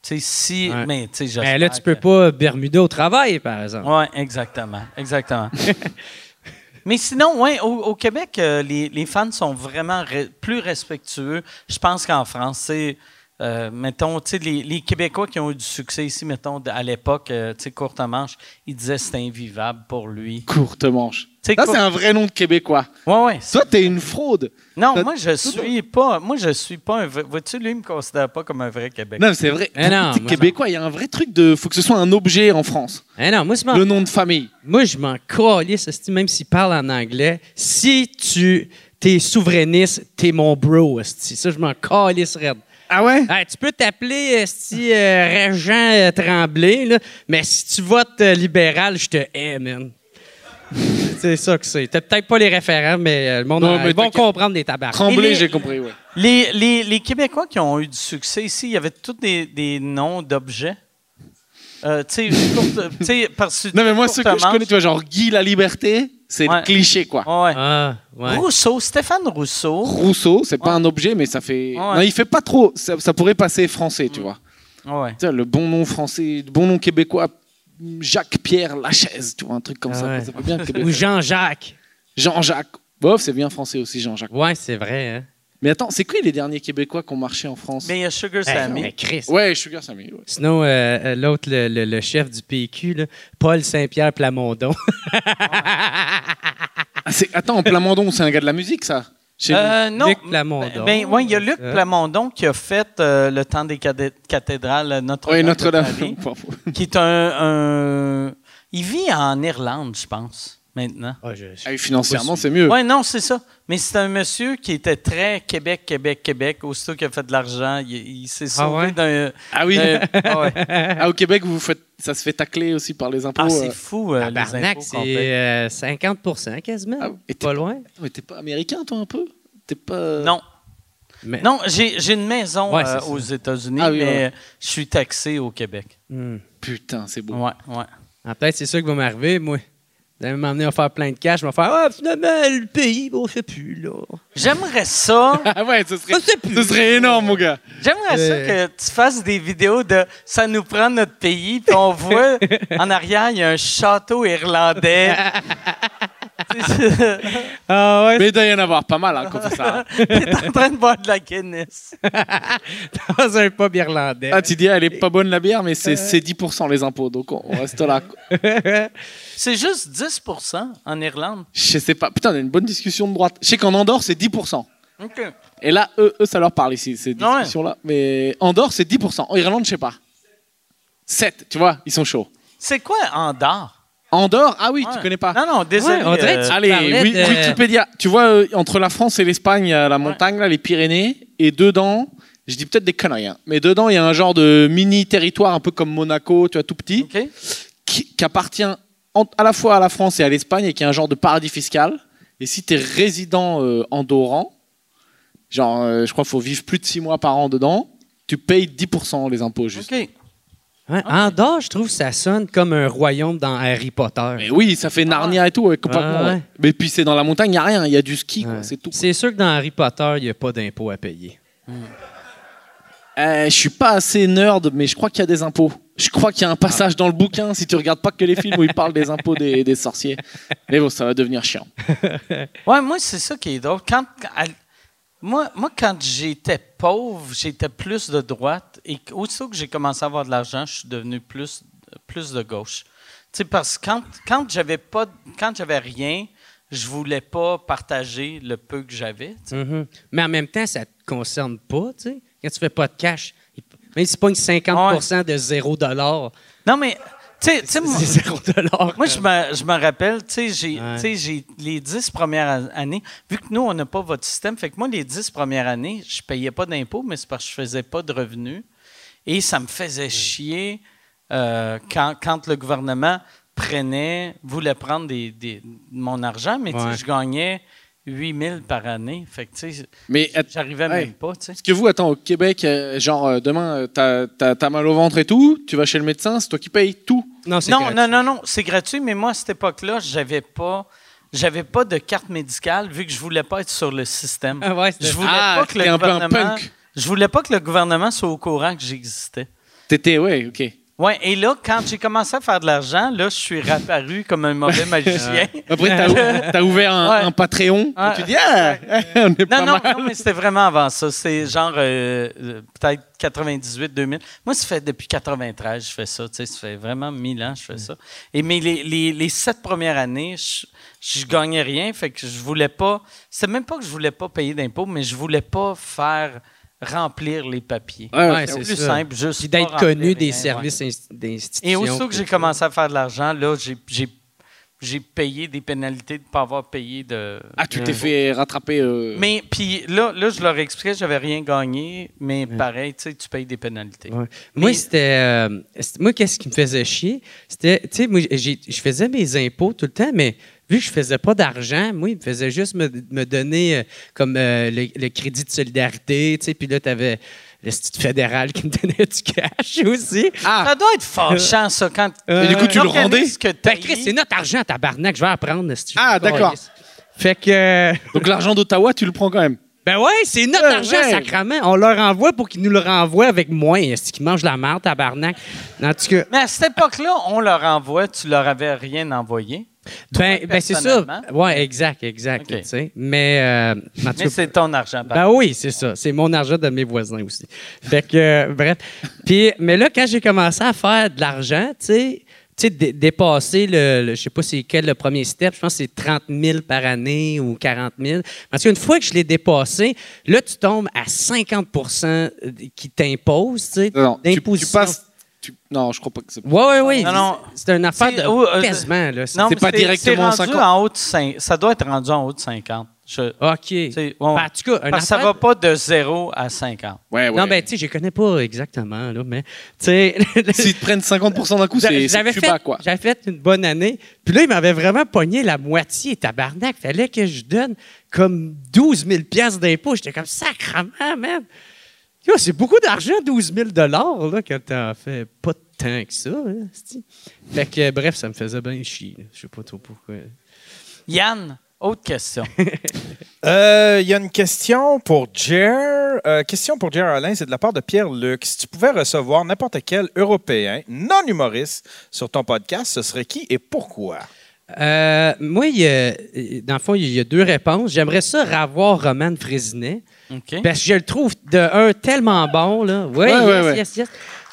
Speaker 3: Tu sais, si.
Speaker 8: Ouais.
Speaker 3: Mais, tu sais, j'espère
Speaker 8: Mais là, tu peux
Speaker 3: que-
Speaker 8: pas Bermuda au travail, par exemple.
Speaker 3: Oui, exactement. Exactement. Mais sinon, ouais, au, au Québec, euh, les, les fans sont vraiment re- plus respectueux. Je pense qu'en France, c'est. euh, mettons, tu sais, les, les Québécois qui ont eu du succès ici, mettons, de- à l'époque, euh, tu sais, courte manche, ils disaient que c'était invivable pour lui.
Speaker 6: Courte manche.
Speaker 3: Tu sais,
Speaker 6: Ça,
Speaker 3: cour-
Speaker 6: c'est un vrai nom de Québécois.
Speaker 3: Ouais, ouais.
Speaker 6: Toi, t'es une fraude.
Speaker 3: Non,
Speaker 6: t'as-
Speaker 3: moi, je suis pas. Moi, je suis pas un. vrai- Vois-tu, lui, il me considère pas comme un vrai Québécois.
Speaker 6: Non, mais c'est vrai.
Speaker 8: Eh non,
Speaker 6: T'es
Speaker 8: moi,
Speaker 6: Québécois, il y a un vrai truc de. Faut que ce soit un objet en France.
Speaker 8: Eh non, moi, je m'en-
Speaker 6: Le nom de famille.
Speaker 8: moi, je m'en calisse, esti, même s'il parle en anglais. Si tu es souverainiste, t'es mon bro, esti. Ça, je m'en calisse raide.
Speaker 6: Ah ouais?
Speaker 8: Hey, tu peux t'appeler esti, euh, Régent euh, Tremblay, là, mais si tu votes euh, libéral, je te hais, man. c'est ça que c'est. T'as peut-être pas les référents, mais euh, le monde
Speaker 6: Non,
Speaker 8: en-
Speaker 6: mais
Speaker 8: ils vont
Speaker 6: t'inquiète.
Speaker 8: comprendre des tabacs.
Speaker 6: Tremblay,
Speaker 3: les-
Speaker 6: j'ai compris, ouais.
Speaker 3: Les, les- les Québécois qui ont eu du succès ici, il y avait tous des, des noms d'objets. Euh, tu sais, courte- tu sais, parce que.
Speaker 6: Non, mais moi, ceux que je
Speaker 3: courte
Speaker 6: connais, tu vois, genre Guy la Liberté, c'est
Speaker 3: Ouais.
Speaker 6: le cliché, quoi.
Speaker 3: manche. Ouais.
Speaker 8: Ah, ouais.
Speaker 3: Rousseau, Stéphane Rousseau.
Speaker 6: Rousseau, c'est pas un objet, mais ça fait.
Speaker 3: Ouais.
Speaker 6: Non, il fait pas trop. Ça, ça pourrait passer français, tu vois.
Speaker 3: Ouais.
Speaker 6: Tu sais, le bon nom français, le bon nom québécois, Jacques-Pierre Lachaise, tu vois, un truc comme
Speaker 8: Ah
Speaker 6: ça.
Speaker 8: ouais.
Speaker 6: Ça peut bien être
Speaker 8: Ou
Speaker 6: québécois.
Speaker 8: Jean-Jacques.
Speaker 6: Jean-Jacques. Bof, c'est bien français aussi, Jean-Jacques.
Speaker 8: Ouais, c'est vrai. Hein?
Speaker 6: Mais attends, c'est quoi les derniers Québécois qui ont marché en France
Speaker 3: Mais il y a Sugar
Speaker 8: Hey,
Speaker 3: Sammy.
Speaker 8: mais Chris.
Speaker 6: Ouais, Sugar Sammy. ouais.
Speaker 8: Sinon, euh, euh, l'autre, le, le- le chef du PQ, là, Paul Saint-Pierre Plamondon.
Speaker 6: Ah, c'est- attends, Plamondon, c'est un gars de la musique, ça Chez nous.
Speaker 3: Euh, non.
Speaker 8: Luc Plamondon.
Speaker 3: Ben, ouais, il y a Luc
Speaker 8: Euh.
Speaker 3: Plamondon qui a fait euh, le temps des cadé- cathédrales euh, Notre-Dame.
Speaker 6: Ouais,
Speaker 3: de
Speaker 6: Notre-Dame.
Speaker 3: Paris,
Speaker 6: Pas faux.
Speaker 3: qui est un, un- Il vit en Irlande, je pense, maintenant.
Speaker 6: Ah oui, financièrement, c'est mieux.
Speaker 3: Oui, non, c'est ça. Mais c'est un monsieur qui était très Québec, Québec, Québec. Aussitôt qu'il a fait de l'argent, il, il s'est
Speaker 8: Ah
Speaker 3: sauvé
Speaker 8: ouais?
Speaker 3: d'un.
Speaker 6: Ah oui.
Speaker 3: d'un- Ah ouais.
Speaker 6: Ah, au Québec, vous faites, ça se fait tacler aussi par les impôts.
Speaker 3: Ah,
Speaker 6: euh.
Speaker 3: c'est fou, euh, les
Speaker 8: Tabarnak,
Speaker 3: impôts
Speaker 8: c'est
Speaker 3: qu'on paye.
Speaker 8: euh, 50 quasiment.
Speaker 6: Ah, et t'es-
Speaker 8: pas loin.
Speaker 6: Mais t'es pas américain, toi, un peu T'es pas.
Speaker 3: Non,
Speaker 8: Mais-
Speaker 3: non j'ai j'ai une maison
Speaker 8: Ouais, c'est
Speaker 3: euh,
Speaker 8: ça.
Speaker 3: aux États-Unis,
Speaker 6: Ah oui,
Speaker 3: mais
Speaker 6: ouais.
Speaker 3: je suis taxé au Québec.
Speaker 8: Hmm.
Speaker 6: Putain, c'est beau.
Speaker 3: Ouais, ouais.
Speaker 8: Ah, peut-être c'est ça qui va m'arriver, moi. Vous allez m'emmener à faire plein de cash, je vais faire Ah, finalement, le pays, bon, je sais plus, là.
Speaker 3: J'aimerais ça.
Speaker 6: Ah ouais, ce serait,
Speaker 8: Je sais plus.
Speaker 6: ce serait énorme, mon gars.
Speaker 3: J'aimerais ça que
Speaker 8: Euh.
Speaker 3: tu fasses des vidéos de ça nous prend notre pays, puis on voit en arrière, il y a un château irlandais. Tu sais,
Speaker 8: Ah ouais,
Speaker 6: Mais il doit y en avoir pas mal, hein, qu'on fait ça.
Speaker 3: T'es en train de boire de la Guinness.
Speaker 8: c'est dans un pub irlandais.
Speaker 6: Ah, tu dis, elle est pas bonne la bière, mais c'est c'est 10% les impôts, donc on on reste là. quoi.
Speaker 3: C'est juste 10 en Irlande.
Speaker 6: Je sais pas. Putain, on a une bonne discussion de droite. Je sais qu'en Andorre, c'est 10%.
Speaker 3: OK.
Speaker 6: Et là, eux, eux, ça leur parle ici, ces
Speaker 3: Ah ouais.
Speaker 6: discussions-là. Mais Andorre, c'est 10%. En Irlande, je sais pas. 7, tu vois, ils sont chauds.
Speaker 3: C'est quoi Andorre?
Speaker 6: Andorre, ah oui, tu
Speaker 3: Ouais.
Speaker 6: connais pas.
Speaker 3: Non, non, désolé.
Speaker 8: Ouais, on dirait que
Speaker 3: euh,
Speaker 8: tu
Speaker 6: Allez,
Speaker 8: parlais
Speaker 6: Wi-
Speaker 8: de-
Speaker 6: Wikipédia. Tu vois, euh, entre la France et l'Espagne, il y a la montagne, là, les Pyrénées, et dedans, je dis peut-être des conneries, hein, mais dedans, il y a un genre de mini territoire, un peu comme Monaco, tu vois, tout petit,
Speaker 3: OK.
Speaker 6: qui, qui appartient en- à la fois à la France et à l'Espagne, et qui est un genre de paradis fiscal. Et si tu es résident euh, andorran, genre, euh, je crois qu'il faut vivre plus de 6 mois par an dedans, tu payes 10% les impôts, juste.
Speaker 3: OK.
Speaker 8: Ouais, Andorre, je trouve que ça sonne comme un royaume dans Harry Potter.
Speaker 6: Mais oui, ça fait Narnia et tout, ouais, complètement.
Speaker 8: Ah ouais.
Speaker 6: ouais. Mais puis c'est dans la montagne, il n'y a rien, il y a du ski, quoi,
Speaker 8: Ouais.
Speaker 6: c'est tout.
Speaker 8: C'est sûr que dans Harry Potter, il n'y a pas d'impôts à payer.
Speaker 6: Euh, je suis pas assez nerd, mais je crois qu'il y a des impôts. Je crois qu'il y a un passage
Speaker 8: Ah.
Speaker 6: dans le bouquin, si tu regardes pas que les films où ils parlent des impôts des, des sorciers. Mais bon, ça va devenir chiant.
Speaker 3: Ouais, moi, c'est ça qui est drôle. Quand, à- moi, moi, quand j'étais pauvre, j'étais plus de droite. Et aussitôt que j'ai commencé à avoir de l'argent, je suis devenu plus, plus de gauche. Tu sais, parce que quand, quand j'avais pas, quand j'avais rien, je voulais pas partager le peu que j'avais. tu sais.
Speaker 8: Mhm. Mais en même temps, ça ne te concerne pas, tu sais. Quand tu fais pas de cash, il- même si c'est pas une 50 de 0
Speaker 3: Non, mais sais, tu sais, moi-
Speaker 8: C'est zéro dollar. Euh,
Speaker 3: Moi, je me, je me rappelle, tu sais, j'ai-
Speaker 8: Ouais.
Speaker 3: tu sais, j'ai les dix premières an- années, vu que nous, on n'a pas votre système, fait que moi, les dix premières années, je payais pas d'impôts, mais c'est parce que je faisais pas de revenus. Et ça me faisait chier euh, quand, quand le gouvernement prenait, voulait prendre des, des- mon argent, mais tu sais,
Speaker 8: Ouais.
Speaker 3: je gagnais 8 000 par année. Fait que, tu sais,
Speaker 6: Mais att-
Speaker 3: j'arrivais
Speaker 6: Ouais.
Speaker 3: même pas, tu sais.
Speaker 6: Est-ce que vous, attends, au Québec, euh, genre, euh, demain, euh, t'as- t'as t'as mal au ventre et tout, tu vas chez le médecin, c'est toi qui payes tout.
Speaker 8: Non, c'est
Speaker 3: Non,
Speaker 8: correct.
Speaker 3: non, non, non, c'est gratuit, mais moi, à cette époque-là, j'avais pas. J'avais pas de carte médicale vu que je voulais pas être sur le système.
Speaker 8: Ah ouais, c'est-
Speaker 3: je voulais
Speaker 6: Ah,
Speaker 3: pas que le
Speaker 6: t'es un peu un
Speaker 3: gouvernement.
Speaker 6: punk.
Speaker 3: Je voulais pas que le gouvernement soit au courant que j'existais.
Speaker 6: T'étais, ouais, ok.
Speaker 3: Ouais, et là, quand j'ai commencé à faire de l'argent, là, je suis réapparu comme un mauvais magicien.
Speaker 6: Après, t'as ou- t'as ouvert un,
Speaker 3: Ouais.
Speaker 6: un Patreon,
Speaker 3: Ouais.
Speaker 6: et tu dis, ah, on est pas
Speaker 3: Non, non,
Speaker 6: mal.
Speaker 3: non, mais c'était vraiment avant ça. C'est genre euh, euh, peut-être 98, 2000. Moi, ça fait depuis 93 je fais ça. Tu sais, ça fait vraiment 1000 ans que je fais
Speaker 8: Mm.
Speaker 3: ça. Et mais les, les, les sept premières années, je, je gagnais rien. Fait que je voulais pas. C'est même pas que je voulais pas payer d'impôts, mais je voulais pas faire remplir les papiers.
Speaker 6: Ouais,
Speaker 8: Ouais,
Speaker 6: ouais.
Speaker 8: c'est
Speaker 3: plus
Speaker 8: ça.
Speaker 3: simple, juste.
Speaker 8: Puis
Speaker 3: pas
Speaker 8: d'être
Speaker 3: remplir
Speaker 8: connu des
Speaker 3: rien, ouais.
Speaker 8: services ins- d'institutions.
Speaker 3: Et aussitôt que j'ai commencé à faire de l'argent, là, j'ai- j'ai j'ai payé des pénalités de ne pas avoir payé de.
Speaker 6: Ah, tu t'es fait rattraper. euh,
Speaker 3: Mais puis là, là, je leur expliquais, j'avais rien gagné, mais pareil, tu sais, tu payes des pénalités.
Speaker 8: Ouais. Moi,
Speaker 3: Mais-
Speaker 8: c'était. euh, c'est- moi, qu'est-ce qui me faisait chier? C'était. Tu sais, moi, j'ai- je faisais mes impôts tout le temps, mais vu que je faisais pas d'argent, moi, ils me faisaient juste me, me donner euh, comme euh, le, le crédit de solidarité, tu sais, puis là, tu avais le Institut fédéral qui me donnait du cash aussi.
Speaker 3: Ça doit être fâchant, ça, quand.
Speaker 8: Et du coup,
Speaker 6: tu le
Speaker 3: T'organises
Speaker 6: rendais?
Speaker 3: ce euh, que
Speaker 8: Ben,
Speaker 3: t'as
Speaker 8: Chris,
Speaker 3: eu.
Speaker 8: c'est notre argent, tabarnak, je vais apprendre.
Speaker 6: Ah, d'accord.
Speaker 8: Fait que. euh,
Speaker 6: Donc, l'argent d'Ottawa, tu le prends quand même.
Speaker 8: Ben ouais, c'est notre
Speaker 6: Ouais,
Speaker 8: argent,
Speaker 6: ouais.
Speaker 8: sacrament. On leur envoie pour qu'ils nous le renvoient avec moins. Est-ce qu'ils mangent la merde, tabarnak? En tout cas,
Speaker 3: Mais à cette époque-là, on leur envoie, tu leur avais rien envoyé.
Speaker 8: ben, ben c'est ça.
Speaker 3: personnellement?
Speaker 8: Ouais, exact, exact.
Speaker 3: Ok.
Speaker 8: tu sais. Mais, euh, en tout
Speaker 3: Mais
Speaker 8: cas,
Speaker 3: c'est ton argent. par-
Speaker 8: ben oui, c'est ça. C'est mon argent de mes voisins aussi. Fait que, euh, bref. Puis, mais là, quand j'ai commencé à faire de l'argent, tu sais, tu sais, dé- dépasser le, le- je sais pas c'est quel le premier step, je pense que c'est 30 000 par année ou 40 000. Parce qu'une fois que je l'ai dépassé, là, tu tombes à 50 qui t'imposent, tu sais,
Speaker 6: Non, non, tu, tu
Speaker 8: d'imposition.
Speaker 6: passes. tu- Non, je crois pas que c'est.
Speaker 8: Oui, oui, oui.
Speaker 3: Non, non.
Speaker 8: C'est une affaire
Speaker 3: C'est- oh,
Speaker 8: de
Speaker 3: euh,
Speaker 8: pèsement, là. C'est-
Speaker 3: Non,
Speaker 6: c'est
Speaker 3: mais
Speaker 6: pas directement
Speaker 3: c'est rendu
Speaker 6: 50.
Speaker 3: en haut de cin- Ça doit être rendu en haut de 50. Je-
Speaker 8: OK.
Speaker 3: c'est- ouais,
Speaker 8: Ben,
Speaker 3: ouais.
Speaker 8: en tout cas, une
Speaker 3: Parce que ça
Speaker 8: affaire-
Speaker 3: va pas de 0 à 50.
Speaker 6: Ouais, ouais.
Speaker 8: Non, ben, tu sais, je les connais pas exactement, là, mais, tu sais...
Speaker 6: S'ils te prennent 50% d'un coup, c'est
Speaker 8: J'avais
Speaker 6: c'est
Speaker 8: j'avais
Speaker 6: Cuba,
Speaker 8: fait,
Speaker 6: quoi.
Speaker 8: j'avais fait une bonne année. Puis là, il m'avait vraiment pogné la moitié. Tabarnak, fallait que je donne comme 12 000 piastres d'impôts. J'étais comme, sacrement, man. Yo, c'est beaucoup d'argent, 12 000 dollars, là, quand t'en fais pas tant que ça. là, c'ti. fait que, euh, bref, ça me faisait bien chier. là. Je sais pas trop pourquoi.
Speaker 3: Yann, autre question.
Speaker 4: Euh, Il y a une question pour Jer. Euh, question pour Jer Alain, c'est de la part de Pierre-Luc. Si tu pouvais recevoir n'importe quel Européen non humoriste sur ton podcast, ce serait qui et pourquoi?
Speaker 8: Euh, moi, il y a- dans le fond, il y a deux réponses. J'aimerais ça revoir Roman Frésinet.
Speaker 3: OK.
Speaker 8: Parce que Ben, je le trouve de un tellement bon, là. Oui,
Speaker 6: Ouais,
Speaker 8: yes,
Speaker 6: ouais, ouais.
Speaker 8: yes, yes.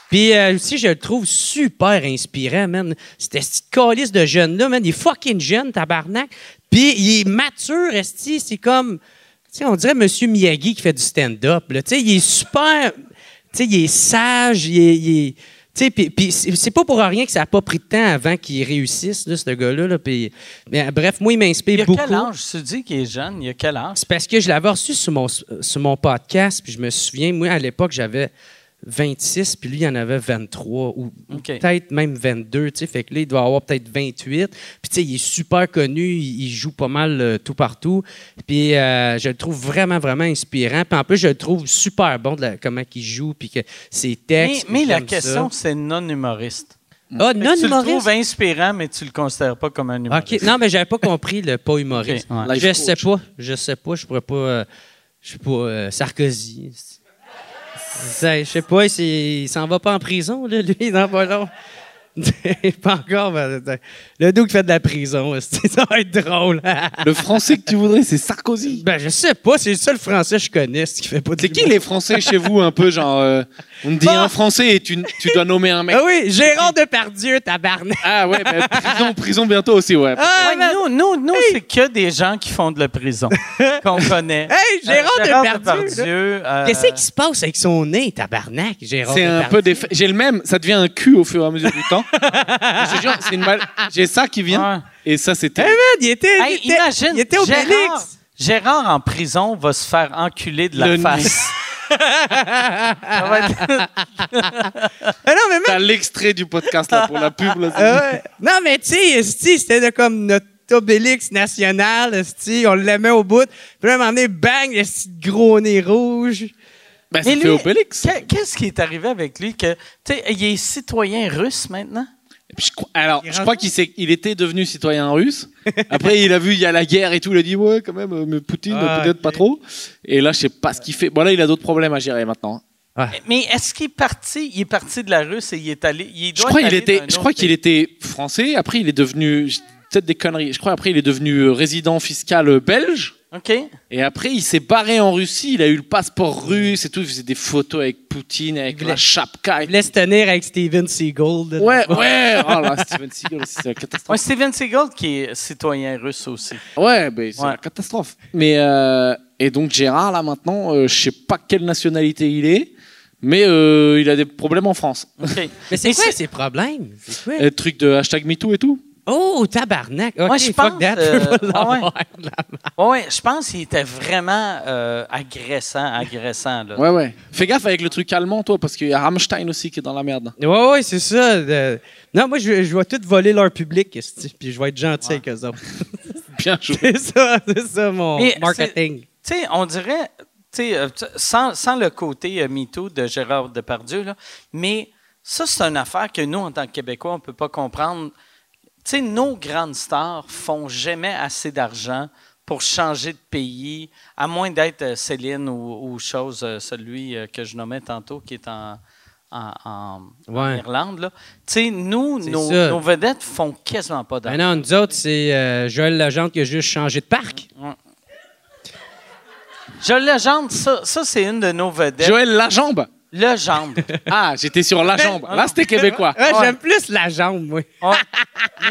Speaker 8: Puis euh, aussi, je le trouve super inspirant, man. C'était cette calice de jeune-là, man. Il est fucking jeune, tabarnak. Puis il est mature, esti. C'est comme, tu sais, on dirait Monsieur Miyagi qui fait du stand-up, là. Tu sais, il est super, tu sais, il est sage, il est... il est- tu sais, puis- puis c'est c'est pas pour rien que ça a pas pris de temps avant qu'il réussisse, là, ce gars-là. là. Puis- mais, bref, moi, il
Speaker 3: Il y
Speaker 8: m'inspire
Speaker 3: a
Speaker 8: beaucoup.
Speaker 3: quel âge? Tu dis qu'il est jeune, il y a quel âge?
Speaker 8: C'est parce que je l'avais reçu sur mon, sur mon podcast, puis je me souviens, moi, à l'époque, j'avais 26, puis lui, il en avait 23, ou ou
Speaker 3: OK.
Speaker 8: peut-être même 22, tu sais. Fait que là, il doit avoir peut-être 28. Puis, tu sais, il est super connu, il, il joue pas mal euh, tout partout. Puis, euh, je le trouve vraiment, vraiment inspirant. Puis, en plus, je le trouve super bon de la- comment il joue, puis que ses
Speaker 3: Mais,
Speaker 8: textes.
Speaker 3: mais la
Speaker 8: j'aime ça.
Speaker 3: question, c'est non humoriste.
Speaker 8: Ah,
Speaker 3: Fait
Speaker 8: non,
Speaker 3: que tu le
Speaker 8: humoriste.
Speaker 3: trouves inspirant, mais tu le considères pas comme un humoriste.
Speaker 8: OK. Non, mais j'avais pas compris le pas humoriste.
Speaker 3: Ok,
Speaker 6: ouais.
Speaker 8: Je
Speaker 6: Life
Speaker 8: sais pas. Je sais pas. Je pourrais pas. euh, je sais pas. euh, Sarkozy. Ça, Je sais pas. c'est- Il s'en va pas en prison, là, lui, dans pas long. pas encore. mais attends. le doux qui fait de la prison, esti, ça va être drôle.
Speaker 6: Le français que tu voudrais, c'est Sarkozy.
Speaker 8: ben, je sais pas. C'est le seul français que je connais esti, qui fait pas de
Speaker 6: C'est qui les Français chez vous, un peu, genre. euh, on te dit
Speaker 3: Bah.
Speaker 6: un Français et tu, tu dois nommer un mec.
Speaker 8: Ah oui, Gérard Depardieu, tabarnak.
Speaker 6: Ah ouais, ben, prison, prison bientôt aussi, ouais.
Speaker 8: Ah,
Speaker 3: Ouais,
Speaker 8: man.
Speaker 3: nous, nous, nous, c'est que des gens qui font de la prison, qu'on connaît.
Speaker 8: Hey,
Speaker 3: Euh,
Speaker 8: Gérard, Depardieu. là.
Speaker 3: Depardieu, euh,
Speaker 8: Qu'est-ce qui se passe avec son nez, tabarnak, Gérard
Speaker 6: C'est un
Speaker 8: Depardieu?
Speaker 6: peu des. J'ai le même, ça devient un cul au fur et à mesure du temps. Je te jure, c'est une mal- J'ai ça qui vient et ça c'était.
Speaker 8: Hey, Eh, man, il était,
Speaker 3: Hey,
Speaker 8: il était,
Speaker 3: imagine,
Speaker 8: il était
Speaker 3: Gérard-
Speaker 8: Obélix.
Speaker 3: Gérard en prison va se faire enculer de la
Speaker 6: Le
Speaker 3: face. Ça va être-
Speaker 8: Ah non, mais
Speaker 6: T'as l'extrait du podcast là pour la pub. là.
Speaker 8: Ah ouais. Non, mais tu sais, esti, c'était de comme notre obélix national, esti, on l'aimait au bout. Puis là, à un moment donné, bang, le petit gros nez rouge.
Speaker 6: Ben,
Speaker 3: Mais
Speaker 6: c'était
Speaker 3: lui-
Speaker 6: Obélix.
Speaker 3: Qu'est- Qu'est-ce qui est arrivé avec lui que tu sais, il est citoyen russe maintenant
Speaker 6: Puis je crois- alors, je crois qu'il s'est- il était devenu citoyen russe. Après, il a vu il y a la guerre et tout. Il a dit ouais, quand même, euh, mais Poutine
Speaker 1: Ah,
Speaker 6: peut-être
Speaker 1: ok.
Speaker 6: pas trop. Et là, je sais pas ce qu'il fait. Bon là, il a d'autres problèmes à gérer maintenant.
Speaker 8: Ah.
Speaker 3: Mais est-ce qu'il est parti Il est parti de la Russe et il est allé. Il
Speaker 6: Je
Speaker 3: doit
Speaker 6: crois
Speaker 3: être
Speaker 6: qu'il
Speaker 3: allé
Speaker 6: était,
Speaker 3: dans euh, un
Speaker 6: je
Speaker 3: autre
Speaker 6: crois qu'il
Speaker 3: pays.
Speaker 6: était français. Après, il est devenu j'ai peut-être des conneries. Je crois après, il est devenu euh, résident fiscal euh, belge.
Speaker 3: Ok.
Speaker 6: Et après, il s'est barré en Russie. Il a eu le passeport russe et tout. Il faisait des photos avec Poutine, avec
Speaker 8: Il
Speaker 6: la
Speaker 8: voulait-
Speaker 6: chapka. et-
Speaker 8: Laisse tenir avec Steven Seagold. là.
Speaker 6: Ouais, ouais. Oh là, Steven Seagal, c'est la catastrophe.
Speaker 3: Ouais, Steven Seagal qui est citoyen russe aussi.
Speaker 6: Ouais, ben, c'est
Speaker 3: Ouais.
Speaker 6: la catastrophe. Mais euh, et donc Gérard là maintenant, euh, je sais pas quelle nationalité il est, mais euh, il a des problèmes en France.
Speaker 3: Ok.
Speaker 8: Mais c'est
Speaker 3: Et
Speaker 8: quoi
Speaker 3: c'est-
Speaker 8: ces problèmes? C'est quoi?
Speaker 6: Euh, truc de hashtag MeToo et tout.
Speaker 8: oh, tabarnak. Ok,
Speaker 3: Moi, je
Speaker 8: fuck
Speaker 3: pense,
Speaker 8: that.
Speaker 3: euh,
Speaker 8: je vais
Speaker 3: ouais.
Speaker 8: l'avoir, là.
Speaker 3: Ouais, ouais, je pense qu'il était vraiment euh, agressant, agressant là.
Speaker 6: Ouais, ouais. Fais gaffe avec le truc allemand toi, parce qu'il y a Rammstein aussi qui est dans la merde.
Speaker 8: Ouais, ouais, c'est ça. euh, Non, moi, je, je vais tout voler leur public, esti, puis je vais être gentil avec eux autres.
Speaker 6: Bien joué.
Speaker 8: c'est ça, c'est ça mon
Speaker 3: Mais c'est-
Speaker 8: marketing.
Speaker 3: Tu sais, on dirait, tu sais, euh, tu- sans, sans le côté euh, mytho de Gérard Depardieu, là, mais ça, c'est une affaire que nous, en tant que Québécois, on ne peut pas comprendre. Tu sais, nos grandes stars font jamais assez d'argent pour changer de pays, à moins d'être euh, Céline ou, ou chose, euh, celui euh, que je nommais tantôt, qui est en, en- en- en
Speaker 8: Ouais.
Speaker 3: Irlande. là. Tu sais, nous,
Speaker 8: C'est
Speaker 3: nos,
Speaker 8: ça.
Speaker 3: nos vedettes font quasiment pas
Speaker 8: Ben
Speaker 3: d'argent.
Speaker 8: non, nous autres, c'est euh, Joël Legendre qui a juste changé de parc.
Speaker 3: Joël Legendre, ça, ça c'est une de nos vedettes.
Speaker 6: Joël la jambe.
Speaker 3: Legendre.
Speaker 6: Ah, j'étais sur la jambe. Là, c'était québécois.
Speaker 8: Ouais, Ah, J'aime plus la jambe, moi.
Speaker 3: Ouais.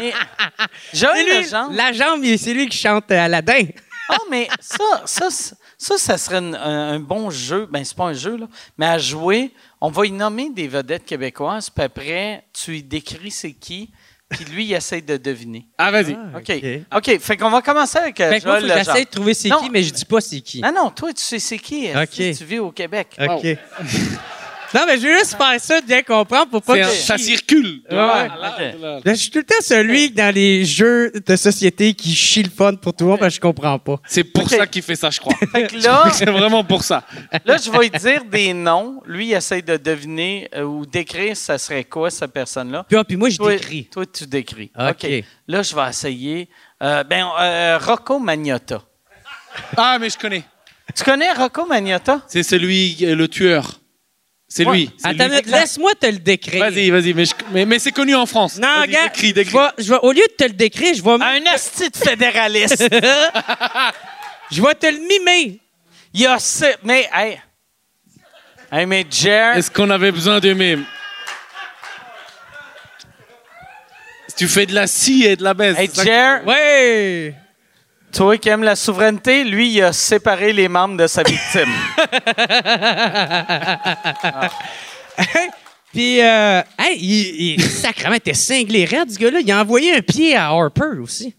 Speaker 3: mais Joël
Speaker 8: C'est lui,
Speaker 3: Legendre-
Speaker 8: la jambe, il- c'est lui qui chante euh, Aladdin.
Speaker 3: Ah, mais ça, ça, c- ça, ça serait une- un, un bon jeu. Ben, c'est pas un jeu, là. Mais à jouer, on va y nommer des vedettes québécoises, puis après, tu y décris c'est qui, puis lui, il essaie de deviner.
Speaker 6: Ah, vas-y.
Speaker 3: OK. OK. Fait qu'on va commencer avec euh,
Speaker 8: Fait que Ben, moi,
Speaker 3: Joël
Speaker 8: faut que j'essaie de
Speaker 3: Legendre.
Speaker 8: trouver c'est
Speaker 3: Non.
Speaker 8: qui, mais je dis pas c'est qui.
Speaker 3: Non, non, toi, tu sais c'est qui. est-ce que
Speaker 8: OK. Euh,
Speaker 3: Tu vis au Québec.
Speaker 8: OK. non, mais je veux juste faire ça de bien comprendre pour pas
Speaker 6: C'est
Speaker 8: que...
Speaker 6: un-
Speaker 8: je-
Speaker 6: ça circule. Ah,
Speaker 8: Ouais. Là, je suis tout le temps celui dans les jeux de société qui chie le fun pour tout le monde parce que je comprends pas.
Speaker 6: C'est pour
Speaker 3: Ok.
Speaker 6: ça qu'il fait ça, je crois.
Speaker 3: Fait que là,
Speaker 6: c'est vraiment pour ça.
Speaker 3: là, je vais lui dire des noms. Lui, il essaie de deviner euh, ou décrire ça serait quoi, cette personne-là.
Speaker 8: Puis, ah, puis moi, je
Speaker 3: Toi-
Speaker 8: décris.
Speaker 3: Toi, tu décris.
Speaker 8: OK.
Speaker 3: OK. Là, je vais essayer. Euh, ben, euh, Rocco Magnotta.
Speaker 6: Ah, mais je connais.
Speaker 3: Tu connais Rocco Magnotta?
Speaker 6: C'est celui, euh, le tueur. C'est
Speaker 3: Ouais.
Speaker 6: lui. c'est
Speaker 8: Attends, une
Speaker 6: lui.
Speaker 8: minute, laisse-moi te le décrire.
Speaker 6: Vas-y, vas-y, mais, je- mais, mais c'est connu en France.
Speaker 8: Non,
Speaker 6: Vas-y,
Speaker 8: regarde,
Speaker 6: décris, décris.
Speaker 8: je vais- je vais- au lieu de te le décrire, je vais,
Speaker 3: Un asti de fédéraliste.
Speaker 8: je vais te le mimer.
Speaker 3: Il y a ça. Mais, hey. Hey, mais Jer.
Speaker 6: Est-ce qu'on avait besoin de même Tu fais de la scie et de la baisse.
Speaker 3: Hey,
Speaker 6: c'est ça
Speaker 3: Jer.
Speaker 8: Ouais.
Speaker 3: Toi qui aimes la souveraineté, lui, il a séparé les membres de sa victime.
Speaker 8: Puis, euh, hey, il, il, sacrément, t'es cinglé raide, ce gars-là. Il a envoyé un pied à Harper aussi.
Speaker 6: que-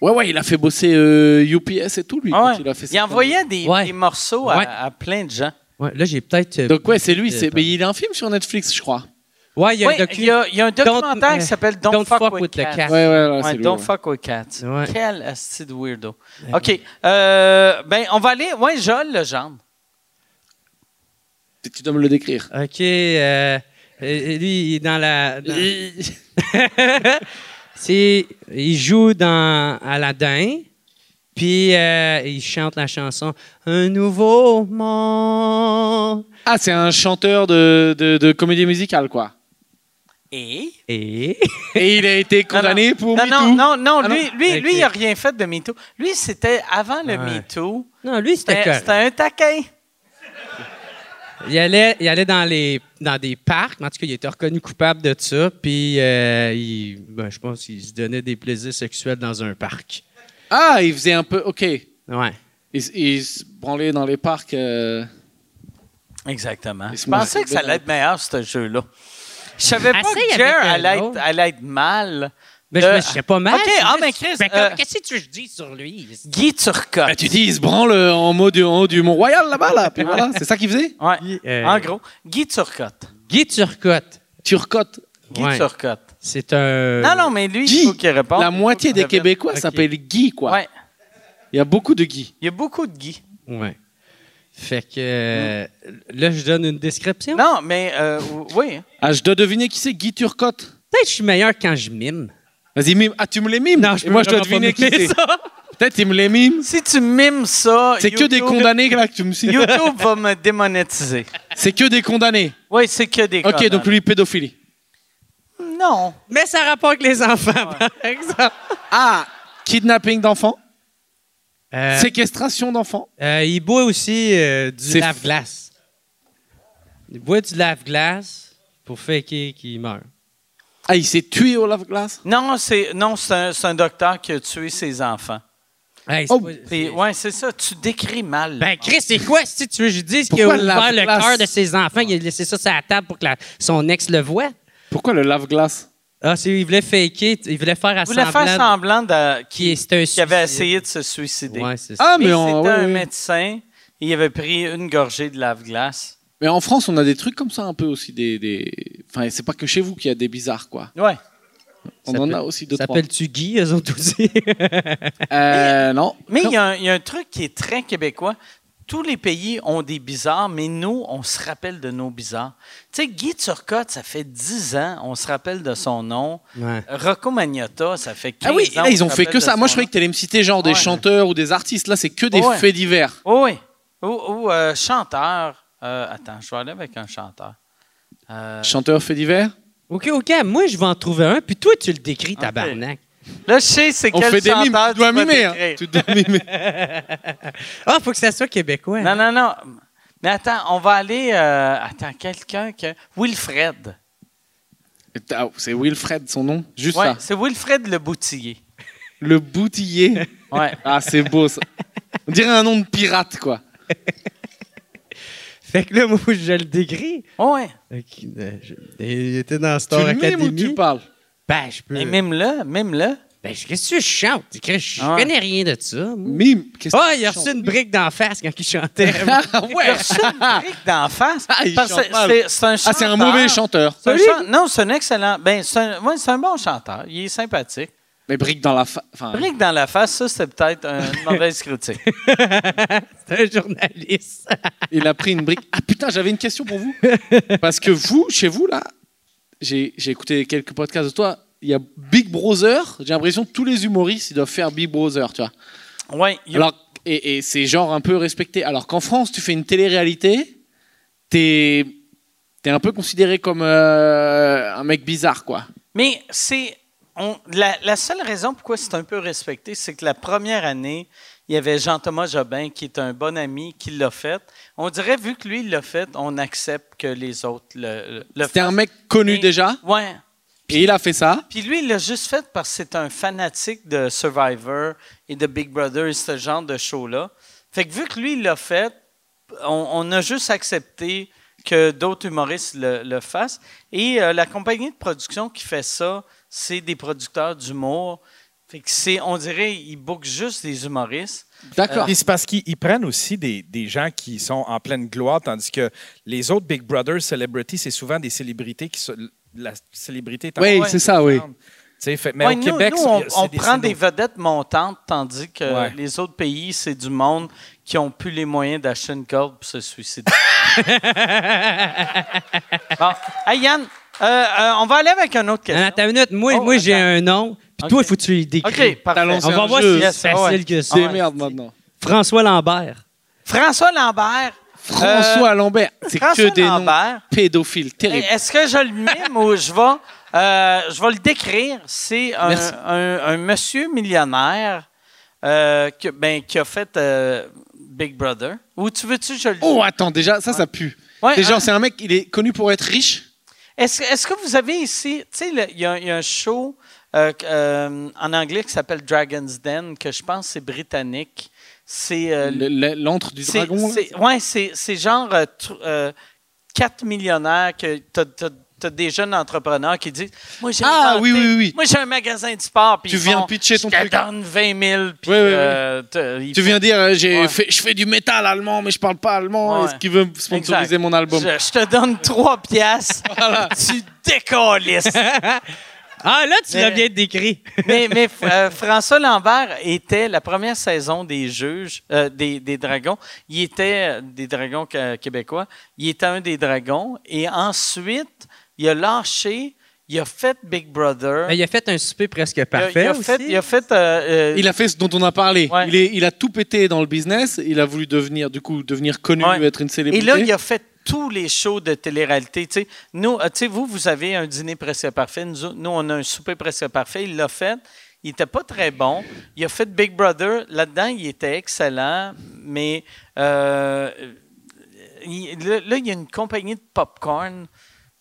Speaker 6: Ouais, ouais, il a fait bosser euh, UPS et tout, lui.
Speaker 3: Ah ouais.
Speaker 6: quand il a fait ça.
Speaker 3: Il envoyait des,
Speaker 8: Ouais.
Speaker 3: des morceaux à,
Speaker 8: Ouais.
Speaker 3: à plein de gens.
Speaker 8: Ouais, là, j'ai peut-être. euh,
Speaker 6: Donc, ouais, c'est lui. c'est- Mais il a un film sur Netflix, je crois.
Speaker 8: ouais, il y a
Speaker 3: Ouais,
Speaker 8: un docu.
Speaker 3: il, y a, il y a un documentaire
Speaker 8: euh,
Speaker 3: qui s'appelle Don't,
Speaker 8: Don't
Speaker 3: fuck,
Speaker 8: Fuck
Speaker 3: with,
Speaker 8: with the
Speaker 3: Cats.
Speaker 8: Cat.
Speaker 6: Ouais, ouais, ouais,
Speaker 3: Ouais,
Speaker 6: c'est lui.
Speaker 3: don't
Speaker 6: ouais.
Speaker 3: fuck with cats.
Speaker 8: Ouais. Eh
Speaker 3: Quel asti de weirdo. OK. Euh, ben, on va aller. Ouais, Joël Legendre.
Speaker 6: Tu dois me le décrire.
Speaker 8: OK. euh, euh, lui, il est dans la. dans- C'est- il joue dans Aladdin, puis euh, il chante la chanson Un nouveau monde.
Speaker 6: Ah, c'est un chanteur de, de, de comédie musicale, quoi.
Speaker 3: Et.
Speaker 8: Et.
Speaker 6: Et il a été condamné pour
Speaker 3: Non, non,
Speaker 6: MeToo.
Speaker 3: non, non,
Speaker 6: Ah, non.
Speaker 3: lui, lui,
Speaker 8: Ok.
Speaker 3: lui, il n'a rien fait de MeToo. Lui, c'était avant le
Speaker 8: Ouais.
Speaker 3: MeToo.
Speaker 8: Non, lui, c'était
Speaker 3: C'était
Speaker 8: correct.
Speaker 3: c'était un taquin.
Speaker 8: Il allait, il allait dans, les, dans des parcs, mais en tout cas, il était reconnu coupable de ça, puis euh, il- ben, je pense qu'il se donnait des plaisirs sexuels dans un parc.
Speaker 6: Ah, il faisait un peu... OK.
Speaker 8: Ouais.
Speaker 6: Il, s- il se branlait dans les parcs... euh,
Speaker 3: Exactement.
Speaker 6: Il se
Speaker 3: Je pensais
Speaker 6: mourait.
Speaker 3: que ça allait être meilleur, ce jeu-là. Je savais pas
Speaker 8: Essaye
Speaker 3: que
Speaker 8: avec,
Speaker 3: Jer
Speaker 8: euh,
Speaker 3: allait être,
Speaker 8: l'autre.
Speaker 3: allait être mal.
Speaker 8: Mais je
Speaker 3: Euh,
Speaker 8: me serais pas mal.
Speaker 3: OK,
Speaker 8: c'est
Speaker 3: ah,
Speaker 8: juste-
Speaker 3: mais Chris,
Speaker 8: Ben, comme,
Speaker 3: euh,
Speaker 8: Qu'est-ce que tu veux que je dise sur lui?
Speaker 3: Guy Turcotte.
Speaker 6: Ben, tu dis, il se branle euh, en mode du, en haut du Mont-Royal là-bas, là. Puis voilà, c'est ça qu'il faisait.
Speaker 3: Ouais.
Speaker 8: euh,
Speaker 3: En gros, Guy Turcotte.
Speaker 8: Guy Turcotte.
Speaker 6: Turcotte.
Speaker 3: Guy
Speaker 8: Ouais.
Speaker 3: Turcotte.
Speaker 8: C'est un.
Speaker 3: Non, non, mais lui,
Speaker 6: Euh, Guy,
Speaker 3: il faut qu'il réponde.
Speaker 6: La moitié des Québécois
Speaker 8: Ok.
Speaker 6: s'appellent Guy, quoi.
Speaker 3: Ouais.
Speaker 6: Il y a beaucoup de Guy.
Speaker 3: Il y a beaucoup de Guy.
Speaker 8: Ouais. Fait que. euh, Là, je donne une description.
Speaker 3: Non, mais euh, oui.
Speaker 6: Ah, je dois deviner qui c'est Guy Turcotte.
Speaker 8: Peut-être que je suis meilleur quand je mime.
Speaker 6: Vas-y, mime. Ah, tu me les mimes
Speaker 8: Non, je
Speaker 6: Et
Speaker 8: peux
Speaker 6: moi, je dois
Speaker 8: vraiment pas
Speaker 6: deviner qui
Speaker 8: mimer
Speaker 6: c'est. Peut-être tu me les mimes.
Speaker 3: Si tu mimes ça,
Speaker 6: C'est que des
Speaker 3: YouTube-
Speaker 6: condamnés là que tu me signes.
Speaker 3: YouTube va me démonétiser.
Speaker 6: C'est que des condamnés.
Speaker 3: Oui, c'est que des
Speaker 6: Ok,
Speaker 3: condamnés.
Speaker 6: donc lui, pédophilie.
Speaker 3: Non.
Speaker 8: Mais ça a rapport avec les enfants, par exemple.
Speaker 6: Ah, kidnapping d'enfants,
Speaker 8: Euh,
Speaker 6: séquestration d'enfants.
Speaker 8: euh, il boit aussi euh, du
Speaker 6: C'est-
Speaker 8: lave-glace. Il boit du lave-glace pour faker qu'il meurt.
Speaker 6: Ah, il s'est tué au lave-glace.
Speaker 3: Non, c'est non, c'est un, c'est un docteur qui a tué ses enfants.
Speaker 8: Hey, c'est
Speaker 6: Oh,
Speaker 8: pas-
Speaker 3: Puis,
Speaker 8: c'est-
Speaker 3: ouais, c'est ça. Tu décris mal.
Speaker 8: Ben, Chris, c'est quoi si tu veux que je dise qu'il a
Speaker 6: Pourquoi
Speaker 8: ouvert le
Speaker 6: lave-glace?
Speaker 8: cœur de ses enfants, il a laissé ça sur la table pour que la- son ex le voie?
Speaker 6: Pourquoi le lave-glace
Speaker 8: Ah, c'est il voulait faker, t- il voulait faire à
Speaker 3: Il voulait faire
Speaker 8: semblant
Speaker 3: semblant de-
Speaker 8: qu'il
Speaker 3: qu'il
Speaker 8: c'était un
Speaker 3: qu'il avait
Speaker 8: suicide.
Speaker 3: essayé de se suicider.
Speaker 8: Ouais, c'est ça.
Speaker 6: Ah,
Speaker 3: mais
Speaker 6: mais,
Speaker 3: c'était
Speaker 6: en, ouais,
Speaker 3: un
Speaker 6: ouais.
Speaker 3: médecin. Il avait pris une gorgée de lave-glace.
Speaker 6: mais en France, on a des trucs comme ça un peu aussi. Des, des... Enfin, c'est pas que chez vous qu'il y a des bizarres, quoi.
Speaker 3: Ouais.
Speaker 6: On
Speaker 8: Ça
Speaker 6: en
Speaker 8: peut-
Speaker 6: a aussi deux, trois.
Speaker 8: S'appelles-tu Guy, eux autres aussi?
Speaker 6: Euh, non.
Speaker 3: Mais
Speaker 6: Non.
Speaker 3: il y, a un- il y a un truc qui est très québécois. Tous les pays ont des bizarres, mais nous, on se rappelle de nos bizarres. Tu sais, Guy Turcotte, ça fait 10 ans, on se rappelle de son nom.
Speaker 8: ouais.
Speaker 3: Rocco Magnotta, ça fait 15
Speaker 6: Ah oui,
Speaker 3: ans.
Speaker 6: là, ils
Speaker 3: on
Speaker 6: ont
Speaker 3: se
Speaker 6: fait
Speaker 3: rappelle
Speaker 6: que
Speaker 3: de
Speaker 6: ça.
Speaker 3: son
Speaker 6: Moi, je
Speaker 3: nom.
Speaker 6: croyais que t'allais me citer genre des
Speaker 3: Ouais.
Speaker 6: chanteurs ou des artistes. Là, c'est que des
Speaker 3: Ouais.
Speaker 6: faits divers.
Speaker 3: Oh oui. Ou, ou, euh, chanteur. Euh, attends, je vais aller avec un chanteur. Euh,
Speaker 6: Chanteurs faits divers
Speaker 8: OK, OK, moi, je vais en trouver un, puis toi, tu le décris, tabarnak.
Speaker 3: là, je sais c'est
Speaker 6: On
Speaker 3: quel
Speaker 6: fait des
Speaker 3: chanteur
Speaker 6: mimes. Tu dois
Speaker 3: vas
Speaker 6: mimer. hein.
Speaker 3: décrire.
Speaker 6: Tu dois mimer.
Speaker 8: Ah, faut que ça soit québécois.
Speaker 3: Non, non, non. Mais attends, on va aller... euh, attends, quelqu'un que... Wilfred.
Speaker 6: Ah, C'est Wilfred, son nom. Juste
Speaker 3: Ouais,
Speaker 6: ça.
Speaker 3: c'est Wilfred Le Boutillier.
Speaker 6: Le boutillier.
Speaker 3: Ouais.
Speaker 6: Ah, c'est beau ça. On dirait un nom de pirate, quoi.
Speaker 8: Fait que là, moi, je le décris.
Speaker 3: Oh, ouais.
Speaker 8: Ok, euh, je- Il était dans
Speaker 6: Tu
Speaker 8: Star
Speaker 6: le mimes ou
Speaker 8: Academy.
Speaker 6: tu parles
Speaker 8: Ben, je peux.
Speaker 6: Euh.
Speaker 3: Mais mime-le, mime-le.
Speaker 8: Ben, je- qu'est-ce que tu chantes? Je je
Speaker 3: Ah.
Speaker 8: connais rien de ça. moi.
Speaker 6: Mime. qu'est-ce
Speaker 8: Ah,
Speaker 6: que tu
Speaker 8: il a
Speaker 6: chantes
Speaker 8: reçu une brique d'en face quand il chantait.
Speaker 6: Ah, ouais.
Speaker 3: Eric d'en face.
Speaker 6: Ah, il
Speaker 3: Parce que
Speaker 6: chante mal.
Speaker 3: c'est- C'est un
Speaker 6: Ah, c'est un mauvais
Speaker 3: chanteur.
Speaker 6: chanteur.
Speaker 3: C'est un chan- Non, c'est un excellent. Ben, c'est un, ouais, c'est un bon chanteur. Il est sympathique.
Speaker 6: Mais brique dans la fa... enfin,
Speaker 3: Rick dans la face, ça, c'est peut-être une mauvaise critique.
Speaker 8: C'est un journaliste.
Speaker 6: il a pris une brique. Ah putain, j'avais une question pour vous. Parce que vous, chez vous, là, j'ai j'ai écouté quelques podcasts de toi. Il y a Big Brother. J'ai l'impression que tous les humoristes, ils doivent faire Big Brother, tu vois.
Speaker 3: Oui, il-
Speaker 6: Alors, et, et c'est genre un peu respecté. Alors qu'en France, tu fais une télé-réalité, t'es es un peu considéré comme euh, un mec bizarre, quoi.
Speaker 3: mais c'est. on- la, la seule raison pourquoi c'est un peu respecté, c'est que la première année, il y avait Jean-Thomas Jobin, qui est un bon ami, qui l'a fait. On dirait, vu que lui, il l'a fait, on accepte que les autres le, le
Speaker 6: C'était un mec connu
Speaker 3: Mais-
Speaker 6: déjà,
Speaker 3: Ouais.
Speaker 6: et il a fait ça.
Speaker 3: Puis lui, il l'a juste fait parce que c'est un fanatique de Survivor et de Big Brother et ce genre de show-là. Fait que vu que lui, il l'a fait, on, on a juste accepté que d'autres humoristes le, le fassent. Et euh, la compagnie de production qui fait ça, c'est des producteurs d'humour. Fait que c'est, on dirait, ils bookent juste des humoristes.
Speaker 6: D'accord.
Speaker 4: Puis c'est parce qu'ils ils prennent aussi des, des gens qui sont en pleine gloire, tandis que les autres Big Brother Celebrity, c'est souvent des célébrités qui se- la célébrité est en-
Speaker 6: Oui,
Speaker 4: Ouais.
Speaker 6: c'est ça, oui.
Speaker 4: Tu sais, fait- mais
Speaker 3: Ouais,
Speaker 4: au
Speaker 3: nous-
Speaker 4: Québec,
Speaker 3: nous, on,
Speaker 4: c'est-
Speaker 3: on
Speaker 4: c'est
Speaker 3: prend
Speaker 4: scénos-
Speaker 3: des vedettes montantes, tandis que
Speaker 4: Ouais.
Speaker 3: les autres pays, c'est du monde qui n'ont plus les moyens d'acheter une corde pour se suicider. bon. Hey, Yann, euh, euh, on va aller avec un autre
Speaker 8: Non,
Speaker 3: question.
Speaker 8: attends une minute. Moi,
Speaker 3: Oh,
Speaker 8: moi j'ai
Speaker 3: attends.
Speaker 8: un nom. Puis toi,
Speaker 3: Ok.
Speaker 8: il faut que tu le décris.
Speaker 3: OK, parfait.
Speaker 6: Talons-
Speaker 8: On
Speaker 6: C'est
Speaker 8: va
Speaker 6: un
Speaker 8: voir
Speaker 6: jeu.
Speaker 8: si
Speaker 3: Yes,
Speaker 8: c'est
Speaker 3: ah ouais.
Speaker 8: facile que ça.
Speaker 6: C'est
Speaker 3: Ouais.
Speaker 6: merde maintenant.
Speaker 8: François Lambert.
Speaker 3: François Lambert.
Speaker 6: François Lambert, c'est
Speaker 3: Euh, François
Speaker 6: que des
Speaker 3: Lambert. Eh,
Speaker 6: noms pédophiles, terrible.
Speaker 3: Est-ce que je le mime ou je vais, euh, je vais le décrire? C'est un,
Speaker 6: Merci.
Speaker 3: un- un monsieur millionnaire euh, que- ben, qui a fait euh, Big Brother. Ou tu veux-tu que je le
Speaker 6: Oh, attends, déjà, ça, ça pue.
Speaker 3: eh. Ouais, ah.
Speaker 6: C'est genre,
Speaker 3: un-
Speaker 6: c'est un mec, il est connu pour être riche.
Speaker 3: Est-ce est-ce que vous avez ici, tu sais, le- il y, a il y a un show euh, que, euh, en anglais qui s'appelle Dragon's Den, que je pense c'est britannique. C'est euh,
Speaker 6: Le- le- L'antre du
Speaker 3: c'est-
Speaker 6: dragon. là.
Speaker 3: c'est- ouais, c'est c'est genre euh, tr- euh, quatre millionnaires que t'as- t'as tu as des jeunes entrepreneurs qui disent Moi, j'ai
Speaker 6: Ah,
Speaker 3: inventé-
Speaker 6: oui, oui, oui.
Speaker 3: Moi, j'ai un magasin de sport. Puis
Speaker 6: Tu
Speaker 3: ils
Speaker 6: viens
Speaker 3: font,
Speaker 6: pitcher ton
Speaker 3: Je te
Speaker 6: truc.
Speaker 3: donne 20 000. Puis,
Speaker 6: Oui, oui, oui.
Speaker 3: euh, t'as- ils
Speaker 6: Tu
Speaker 3: font-
Speaker 6: viens dire, euh, j'ai
Speaker 3: Ouais.
Speaker 6: fait, je fais du métal allemand, mais je parle pas allemand.
Speaker 3: Ouais.
Speaker 6: Est-ce qu'il veut sponsoriser
Speaker 3: Exact.
Speaker 6: mon album
Speaker 3: Je, je te donne 3 piastres. Tu décolles.
Speaker 8: Ah, là, tu
Speaker 3: Mais-
Speaker 8: l'as bien décrit.
Speaker 3: mais mais, euh, François Lambert était la première saison des juges, euh, des, des dragons. Il était euh, des dragons que- québécois. Il était un des dragons. Et ensuite, il a lâché, il a fait Big Brother.
Speaker 8: Ben, il a fait un souper presque parfait.
Speaker 3: il a fait,
Speaker 8: aussi.
Speaker 3: il a fait, euh, euh,
Speaker 6: Il a fait ce dont on a parlé.
Speaker 3: Ouais.
Speaker 6: Il, est- il a tout pété dans le business. Il a voulu devenir, du coup, devenir connu,
Speaker 3: Ouais.
Speaker 6: être une
Speaker 3: et
Speaker 6: célébrité.
Speaker 3: là, il a fait tous les shows de télé-réalité. Tu sais, nous, euh, tu sais, vous, vous avez un dîner presque parfait. Nous, autres, nous, on a un souper presque parfait. Il l'a fait. Il n'était pas très bon. Il a fait Big Brother. Là-dedans, il était excellent, mais euh, il- là, là, il y a une compagnie de popcorn.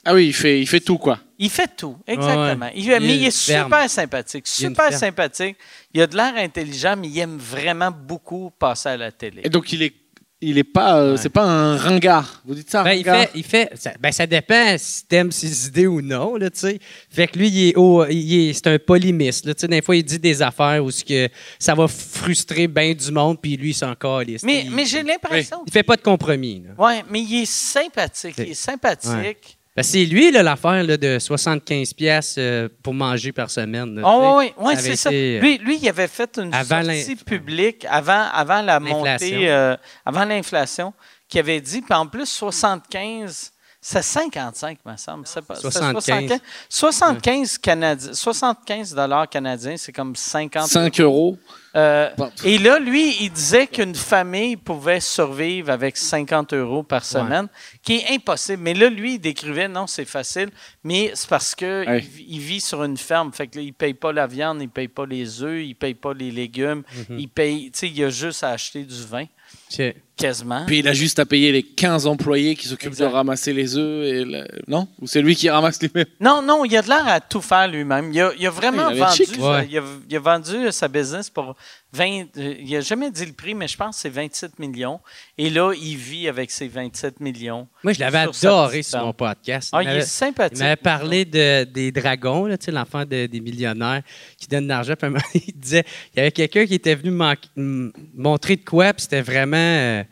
Speaker 6: Ah oui, il fait, il fait tout, quoi.
Speaker 3: Il fait tout, exactement.
Speaker 8: ouais.
Speaker 3: Il, mais
Speaker 8: Il
Speaker 3: il est
Speaker 8: est ferme.
Speaker 3: super sympathique,
Speaker 8: Il est une
Speaker 3: super
Speaker 8: ferme.
Speaker 3: sympathique. Il a de l'air intelligent, mais il aime vraiment beaucoup passer à la télé.
Speaker 6: Et donc, il est, il est pas, euh, c'est pas un ringard. Vous dites ça, un
Speaker 8: Ben, il
Speaker 6: ringard
Speaker 8: fait, il fait ça, ben, ça dépend si t'aimes ses idées ou non, là, tu sais. Fait que lui, il est, au- il est- c'est un polémiste, là, tu sais. Des fois, il dit des affaires où ce que ça va frustrer bien du monde, puis lui, il s'en calisse.
Speaker 3: Mais,
Speaker 8: il,
Speaker 3: mais j'ai l'impression
Speaker 8: il fait pas de compromis, là.
Speaker 3: Oui, mais il est sympathique. Il est sympathique.
Speaker 8: Ben, c'est lui, là, l'affaire, là, de 75 pièces pour manger par semaine, là, tu
Speaker 3: Oh,
Speaker 8: sais.
Speaker 3: oui, oui,
Speaker 8: Ça
Speaker 3: c'est
Speaker 8: avait
Speaker 3: ça.
Speaker 8: été, euh,
Speaker 3: Lui, lui, il avait fait une
Speaker 8: avant l'in-
Speaker 3: sortie publique avant, avant la
Speaker 8: L'inflation.
Speaker 3: montée, euh, avant l'inflation, qui avait dit, puis en plus, 75, c'est 55, me semble. C'est pas, c'est
Speaker 8: 75.
Speaker 3: 75 Canadi- 75 dollars canadiens, c'est comme 50
Speaker 6: 5 euros.
Speaker 3: Euh,
Speaker 6: Bon.
Speaker 3: et là, lui, il disait qu'une famille pouvait survivre avec 50 euros par semaine, qui est impossible. Mais là, lui, il décrivait, non, c'est facile, mais c'est parce que
Speaker 6: Ouais.
Speaker 3: il, vit- il vit sur une ferme. Fait que là, il paye pas la viande, il paye pas les œufs, il paye pas les légumes, il paye, tu sais, il a juste à acheter du vin,
Speaker 8: c'est-
Speaker 3: quasiment.
Speaker 6: Puis il a juste à payer les 15 employés qui s'occupent de
Speaker 3: Exact.
Speaker 6: ramasser les œufs. Et le- Non Ou c'est lui qui ramasse les mêmes
Speaker 3: Non, non, il a de l'air à tout faire lui-même. Il a, il a vraiment
Speaker 6: Ouais, il a l'air
Speaker 3: vendu,
Speaker 6: chic.
Speaker 8: Ouais.
Speaker 3: il a, il a vendu sa business pour 20. euh, Il n'a jamais dit le prix, mais je pense que c'est 27 millions. Et là, il vit avec ses 27 millions.
Speaker 8: Moi, je l'avais
Speaker 3: Sur sa
Speaker 8: adoré
Speaker 3: petite
Speaker 8: sur mon
Speaker 3: ferme.
Speaker 8: podcast.
Speaker 3: Ah,
Speaker 8: Il
Speaker 3: il
Speaker 8: m'avait-
Speaker 3: est sympathique.
Speaker 8: Il m'avait parlé de, des dragons, là, tu sais, l'enfant de- des millionnaires qui donne de l'argent. Puis à un moment, il disait il y avait quelqu'un qui était venu manquer- m- montrer de quoi, puis c'était vraiment euh,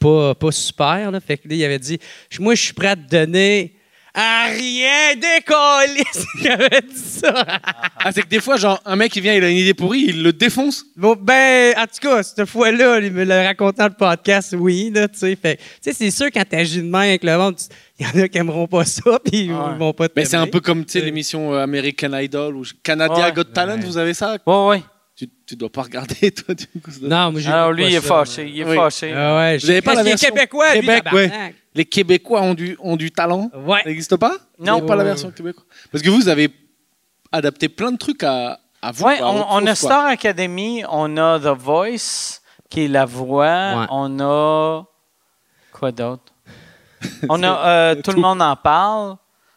Speaker 8: pas, pas super. Là. Fait que là, il avait dit Moi, je suis prêt à te donner à rien décoller. il avait dit ça.
Speaker 6: Ah, c'est que des fois, genre, un mec, il vient, il a une idée pourrie, il le défonce.
Speaker 8: Bon, ben, en tout cas, cette fois-là, il me l'a raconté dans le podcast, oui, là, tu sais. Fait que, tu sais, c'est sûr, quand t'agis de main avec le monde, tu- il y en a qui aimeront pas ça, puis ils
Speaker 3: Ouais.
Speaker 8: vont pas te
Speaker 6: Mais c'est un peu comme, tu sais, l'émission euh, American Idol ou Canada
Speaker 3: Eh Ouais.
Speaker 6: Got Talent, vous avez ça
Speaker 3: Oui, oui.
Speaker 6: tu, tu dois pas regarder, toi, du coup. ça doit-
Speaker 8: Non, moi, j'ai
Speaker 3: Alors,
Speaker 8: pas
Speaker 3: lui, il est
Speaker 8: ça.
Speaker 3: fâché. Il est
Speaker 6: Oui.
Speaker 3: fâché.
Speaker 8: Ah ouais,
Speaker 6: Vous avez pas
Speaker 8: Parce
Speaker 6: la
Speaker 8: qu'il est
Speaker 6: version
Speaker 8: québécois, lui,
Speaker 6: Québec,
Speaker 8: tabarnak.
Speaker 6: Les Québécois ont du, ont du talent.
Speaker 8: Ouais.
Speaker 6: Ça n'existe pas Vous
Speaker 3: Non.
Speaker 6: avez pas la version québécoise. Parce que vous avez adapté plein de trucs à, à vous.
Speaker 3: Ouais,
Speaker 6: quoi, à
Speaker 3: on,
Speaker 6: autre
Speaker 3: on a
Speaker 6: chose, quoi.
Speaker 3: Star Academy, on a The Voice, qui est la voix.
Speaker 8: Ouais.
Speaker 3: On a. Quoi d'autre? on a. euh, tout le
Speaker 6: tout.
Speaker 3: monde en parle.